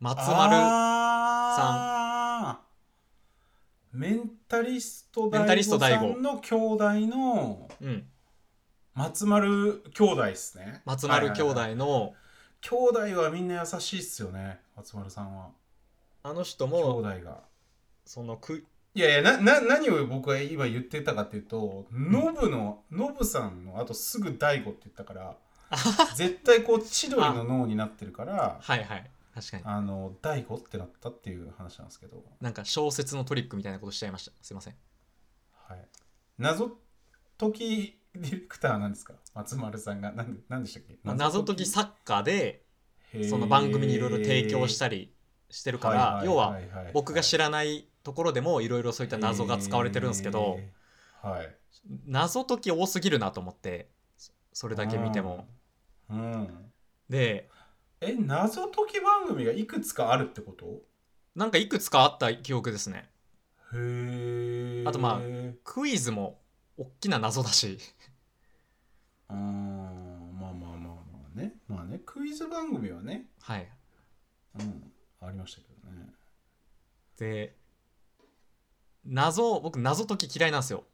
Speaker 1: 松丸
Speaker 2: あーメンタリスト
Speaker 1: メンタリスト大
Speaker 2: 大
Speaker 1: 悟
Speaker 2: 悟さんの兄弟の
Speaker 1: うん
Speaker 2: 松丸兄弟ですね
Speaker 1: 松丸兄
Speaker 2: はいはいはい
Speaker 1: 弟の
Speaker 2: 兄弟はみんな優しいっすよね松丸さんは
Speaker 1: あの人
Speaker 2: 兄
Speaker 1: も
Speaker 2: 弟が
Speaker 1: そのく
Speaker 2: いやいやなな何を僕が今言ってたかっていうとノブのノブさんのあとすぐ大悟って言っ たから絶対こう千鳥の脳になってるから
Speaker 1: はいはい確かに
Speaker 2: あの大悟ってなったっていう話なんですけど
Speaker 1: なんか小説のトリックみたいなことしちゃいましたすいません
Speaker 2: はい、謎解きディレクターなんですか松丸さんがなんでなんでしたっけ
Speaker 1: まあ謎解き作家で
Speaker 2: へー
Speaker 1: その番組にいろいろ提供したりしてるから、
Speaker 2: はい
Speaker 1: 要
Speaker 2: い
Speaker 1: はい
Speaker 2: いい
Speaker 1: 僕が知らないところでもいろいろそういった謎が使われてるんですけど、
Speaker 2: へーはい、
Speaker 1: 謎解き多すぎるなと思ってそそれだけ見ても、
Speaker 2: うん、うん
Speaker 1: で
Speaker 2: え謎解き番組がいくつかあるってこと
Speaker 1: なんかいくつかあった記憶ですね
Speaker 2: へえ
Speaker 1: あとまあ
Speaker 2: うん
Speaker 1: クイズも大きな謎だし
Speaker 2: まあまあまあまあねまあねクイズ番組はね
Speaker 1: はい
Speaker 2: うんありましたけどね
Speaker 1: で謎僕謎解き嫌いなんですよ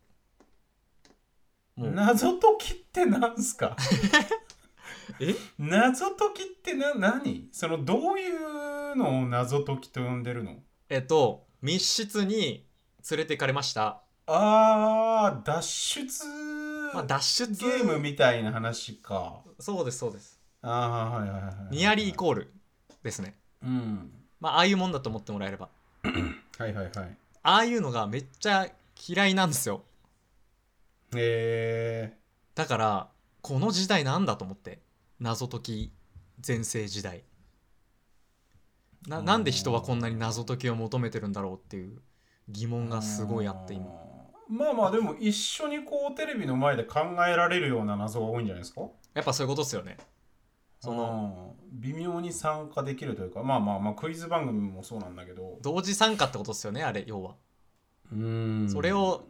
Speaker 1: もう
Speaker 2: 謎解きってなんすか
Speaker 1: え
Speaker 2: 謎解きってな何そのどういうのを謎解きと呼んでるの
Speaker 1: えっと密室に連れて行かれました、
Speaker 2: あー脱出、
Speaker 1: まあ、脱出
Speaker 2: ゲームみたいな話か
Speaker 1: そうですそうです
Speaker 2: あーはいはいはいはい
Speaker 1: ニアリーイコールですね
Speaker 2: うん
Speaker 1: まあああいうもんだと思ってもらえれば
Speaker 2: はいはいはい
Speaker 1: ああいうのがめっちゃ嫌いなんですよ
Speaker 2: え
Speaker 1: だからこの時代なんだと思って謎解き全盛時代ななんで人はこんなに謎解きを求めてるんだろうっていう疑問
Speaker 2: ー、
Speaker 1: がすごいあって今
Speaker 2: まあまあでも一緒にこうテレビの前で考えられるような謎が多いんじゃないですか
Speaker 1: やっぱそういうことですよねその
Speaker 2: の微妙に参加できるというかまあまあまあクイズ番組もそうなんだけど
Speaker 1: 同時参加ってことですよねあれ要は
Speaker 2: うん
Speaker 1: それを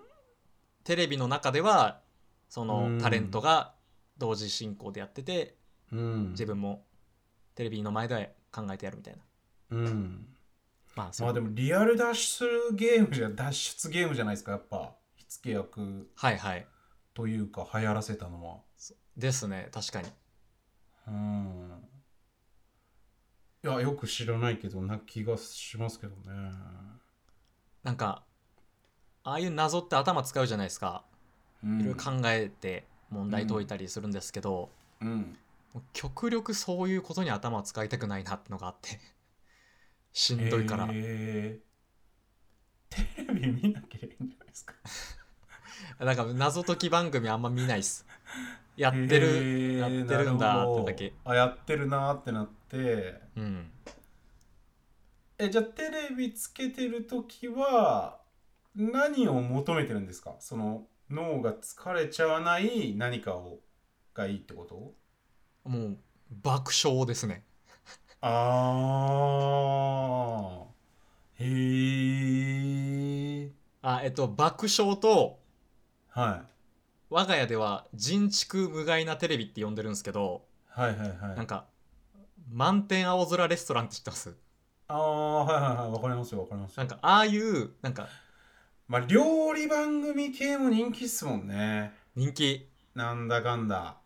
Speaker 1: テレビの中ではそ
Speaker 2: うん
Speaker 1: のタレントが同時進行でやってて
Speaker 2: うん
Speaker 1: 自分もテレビの前で考えてやるみたいな
Speaker 2: うん
Speaker 1: まあそれ
Speaker 2: まあでもリアル脱出ゲームじゃ脱出ゲームじゃないですかやっぱ火付け役
Speaker 1: はいはい
Speaker 2: というか流行らせたのは
Speaker 1: ですね確かに
Speaker 2: うんいやよく知らないけどな気がしますけどね
Speaker 1: なんかああいう謎って頭使うじゃないですかいろいろ考えて問題解いたりするんですけど、
Speaker 2: うん
Speaker 1: もう極力そういうことに頭を使いたくないなってのがあって しんどいから、
Speaker 2: えーテレビ見なきゃいいんじゃないですか
Speaker 1: なんか謎解き番組あんま見ないっすやってる、
Speaker 2: へー
Speaker 1: やってるんだ
Speaker 2: なほど
Speaker 1: ってだけ
Speaker 2: あやってるなーってなって
Speaker 1: うん
Speaker 2: えじゃあテレビつけてる時は何を求めてるんですかその脳が疲れちゃわない何かをがいいってこと
Speaker 1: もう爆笑ですね
Speaker 2: あーへえ
Speaker 1: あえっと爆笑と
Speaker 2: は
Speaker 1: 我が家では人畜無害なテレビって呼んでるんですけど
Speaker 2: いはいはい
Speaker 1: な
Speaker 2: は
Speaker 1: ん
Speaker 2: い。
Speaker 1: か満天青空レストランって知ってます
Speaker 2: ああ、はいはいはい。わかりますよ、わかりますよ
Speaker 1: なんかああいうなんか
Speaker 2: まあ、料理番組系も人気っすもんね。
Speaker 1: 人気
Speaker 2: なんだかんだ。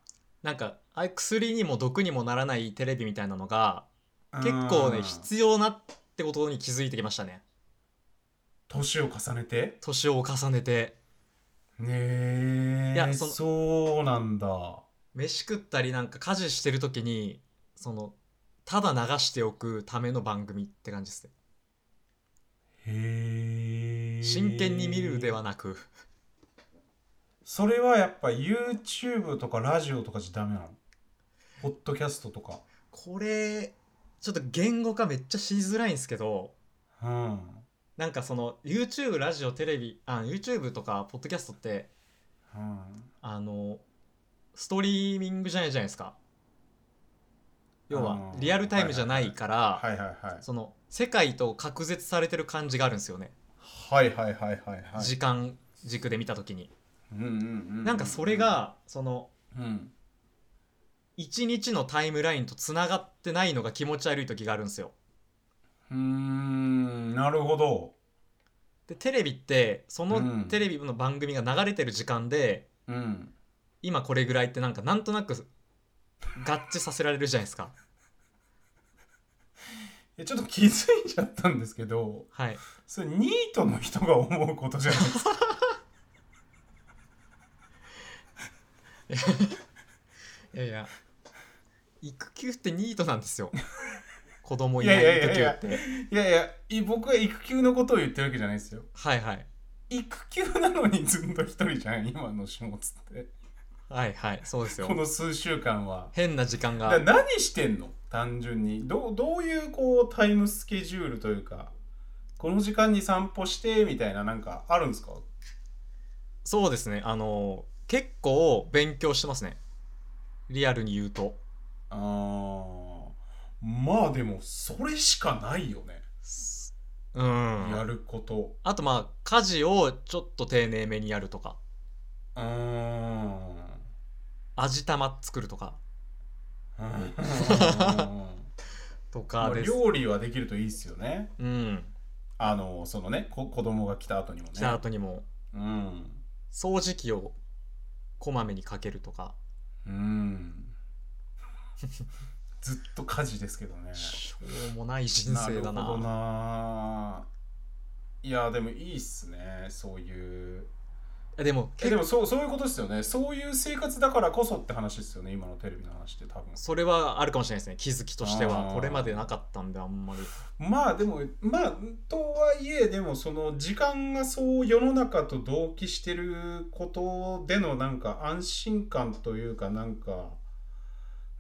Speaker 1: なんかああいう薬にも毒にもならないテレビみたいなのが結構
Speaker 2: う
Speaker 1: ね
Speaker 2: ん
Speaker 1: 必要なってことに気づいてきましたね
Speaker 2: 年を重ねて
Speaker 1: 年を重ねて
Speaker 2: ねえ
Speaker 1: いやその
Speaker 2: そうなんだ
Speaker 1: 飯食ったりなんか家事してる時にそのただ流しておくための番組って感じですね
Speaker 2: へえ
Speaker 1: 真剣に見るではなく
Speaker 2: それはやっぱ YouTube とかラジオとかじゃダメなのポッドキャストとか
Speaker 1: これちょっと言語化めっちゃしづらいんですけど
Speaker 2: うん
Speaker 1: なんかその YouTube ラジオテレビあ YouTube とかポッドキャストって
Speaker 2: うん
Speaker 1: あのストリーミングじゃないじゃないですか要は
Speaker 2: うん
Speaker 1: リアルタイムじゃないから、
Speaker 2: はいはいはい
Speaker 1: その世界と隔絶されてる感じがあるんですよね、
Speaker 2: はいはいはいはいはい
Speaker 1: 時間軸で見た時に、
Speaker 2: うんうんうんうん
Speaker 1: なんかそれがその
Speaker 2: うん
Speaker 1: 一日のタイムラインとつながってないのが気持ち悪い時があるんですよ
Speaker 2: うーんなるほど
Speaker 1: でテレビってそうの
Speaker 2: ん
Speaker 1: テレビの番組が流れてる時間で、
Speaker 2: うん
Speaker 1: 今これぐらいってなんかなんとなく合致させられるじゃないですか
Speaker 2: えちょっと気づいちゃったんですけど
Speaker 1: はい
Speaker 2: それニートの人が思うことじゃないですか
Speaker 1: いやいや育休ってニートなん ですよ子供い
Speaker 2: い
Speaker 1: な
Speaker 2: や
Speaker 1: い
Speaker 2: い
Speaker 1: 育
Speaker 2: やいやい
Speaker 1: 休
Speaker 2: や
Speaker 1: って
Speaker 2: いやいやい僕は育休のことを言ってるわけじゃないですよ
Speaker 1: はいはい
Speaker 2: 育休なのにずっと一人じゃん今の始末って
Speaker 1: はいはいそうですよ
Speaker 2: この数週間は
Speaker 1: 変な時間
Speaker 2: だから
Speaker 1: が
Speaker 2: 何してんの単純にどうどういうこうタイムスケジュールというかこの時間に散歩してみたいななんかあるんですか
Speaker 1: そうですねあの結構勉強してますねリアルに言うと
Speaker 2: あーまあでもそれしかないよね、
Speaker 1: う
Speaker 2: や
Speaker 1: ん
Speaker 2: ること
Speaker 1: あとまあ家事をちょっと丁寧めにやるとか
Speaker 2: うーん
Speaker 1: 味玉作るとか
Speaker 2: うん
Speaker 1: とか
Speaker 2: まあ
Speaker 1: です
Speaker 2: 料理はできるといいですよね
Speaker 1: うん
Speaker 2: あのそのねこ子供が来た後にもね
Speaker 1: 来た後にも
Speaker 2: うん
Speaker 1: 掃除機をこまめにかけるとか
Speaker 2: うん ずっと家事ですけどね
Speaker 1: しょうもない人生だな
Speaker 2: るほどないやでもいいっすねそういう
Speaker 1: でも結
Speaker 2: えで
Speaker 1: 構
Speaker 2: もそうそういうことですよねそういう生活だからこそって話ですよね今のテレビの話って多分
Speaker 1: それはあるかもしれないですね気づきとして
Speaker 2: あ
Speaker 1: は
Speaker 2: ー
Speaker 1: これまでなかったんであんまり
Speaker 2: まあでもまあとはいえでもその時間がそう世の中と同期してることでのなんか安心感というかなんか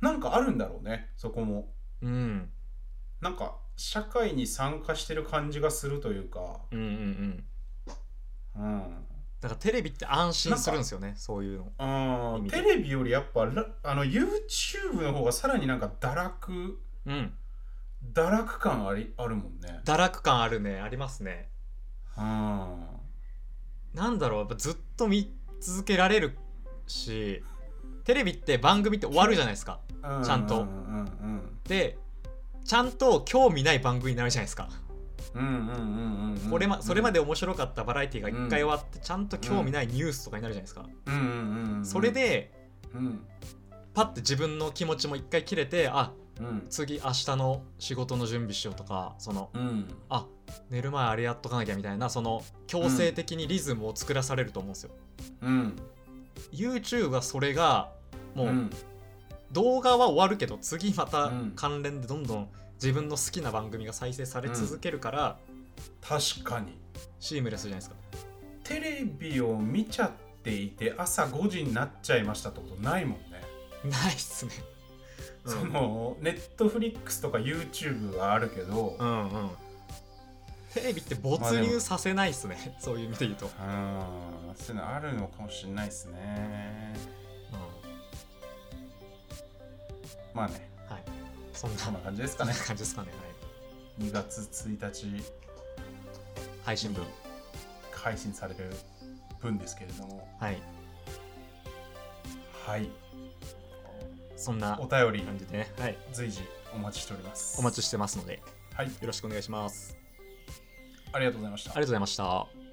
Speaker 2: なんかあるんだろうねそこも
Speaker 1: うん
Speaker 2: なんか社会に参加してる感じがするというか
Speaker 1: うんうんうん
Speaker 2: うん
Speaker 1: だからテレビって安心するんですよねそういうの
Speaker 2: あ
Speaker 1: 意
Speaker 2: ー
Speaker 1: 味で
Speaker 2: テレビよりやっぱらあの YouTube の方がさらになんか堕落
Speaker 1: うん
Speaker 2: 堕落感ありあるもんね
Speaker 1: 堕落感あるねありますね
Speaker 2: うん
Speaker 1: なんだろうやっぱずっと見続けられるしテレビって番組って終わるじゃないですかちゃんと
Speaker 2: うんうん
Speaker 1: でちゃんと興味ない番組になるじゃないですか
Speaker 2: うんうんうんうんうんうん
Speaker 1: これまそれまで面白かったバラエティが1回終わってちゃんと興味ないニュースとかになるじゃないですか
Speaker 2: うんうんうんうん
Speaker 1: それで
Speaker 2: うん
Speaker 1: パッて自分の気持ちも1回切れてあ
Speaker 2: うん
Speaker 1: 次明日の仕事の準備しようとかその
Speaker 2: うん
Speaker 1: あ寝る前あれやっとかなきゃみたいなその強制的にリズムを作らされると思うんですよ、
Speaker 2: うん
Speaker 1: YouTube はそれがも
Speaker 2: う
Speaker 1: うん動画は終わるけど次また
Speaker 2: うん
Speaker 1: 関連でどんどん自分の好きな番組が再生され続けるから
Speaker 2: 確かに
Speaker 1: シームレスじゃないですか
Speaker 2: テレビを見ちゃっていて朝5時になっちゃいましたってことないもんね
Speaker 1: ないっすねうん
Speaker 2: そのネットフリックスとか YouTube はあるけど
Speaker 1: うんうんテレビって没入させないっすねそういう意味で言うと、
Speaker 2: うんそういうのあるのかもしれないですね
Speaker 1: うん
Speaker 2: まあね
Speaker 1: はいそんな
Speaker 2: そんな感じです
Speaker 1: そ
Speaker 2: か
Speaker 1: ん
Speaker 2: ね
Speaker 1: な感じですかね、
Speaker 2: 2月1日
Speaker 1: はい、配信分
Speaker 2: 配信される分ですけれども
Speaker 1: はい
Speaker 2: はい
Speaker 1: そんな
Speaker 2: お便り
Speaker 1: 感じでね、はい、
Speaker 2: 随時お待ちしております
Speaker 1: お待ちしてますので、
Speaker 2: はい
Speaker 1: よろしくお願いします。
Speaker 2: ありがとうございました
Speaker 1: ありがとうございました。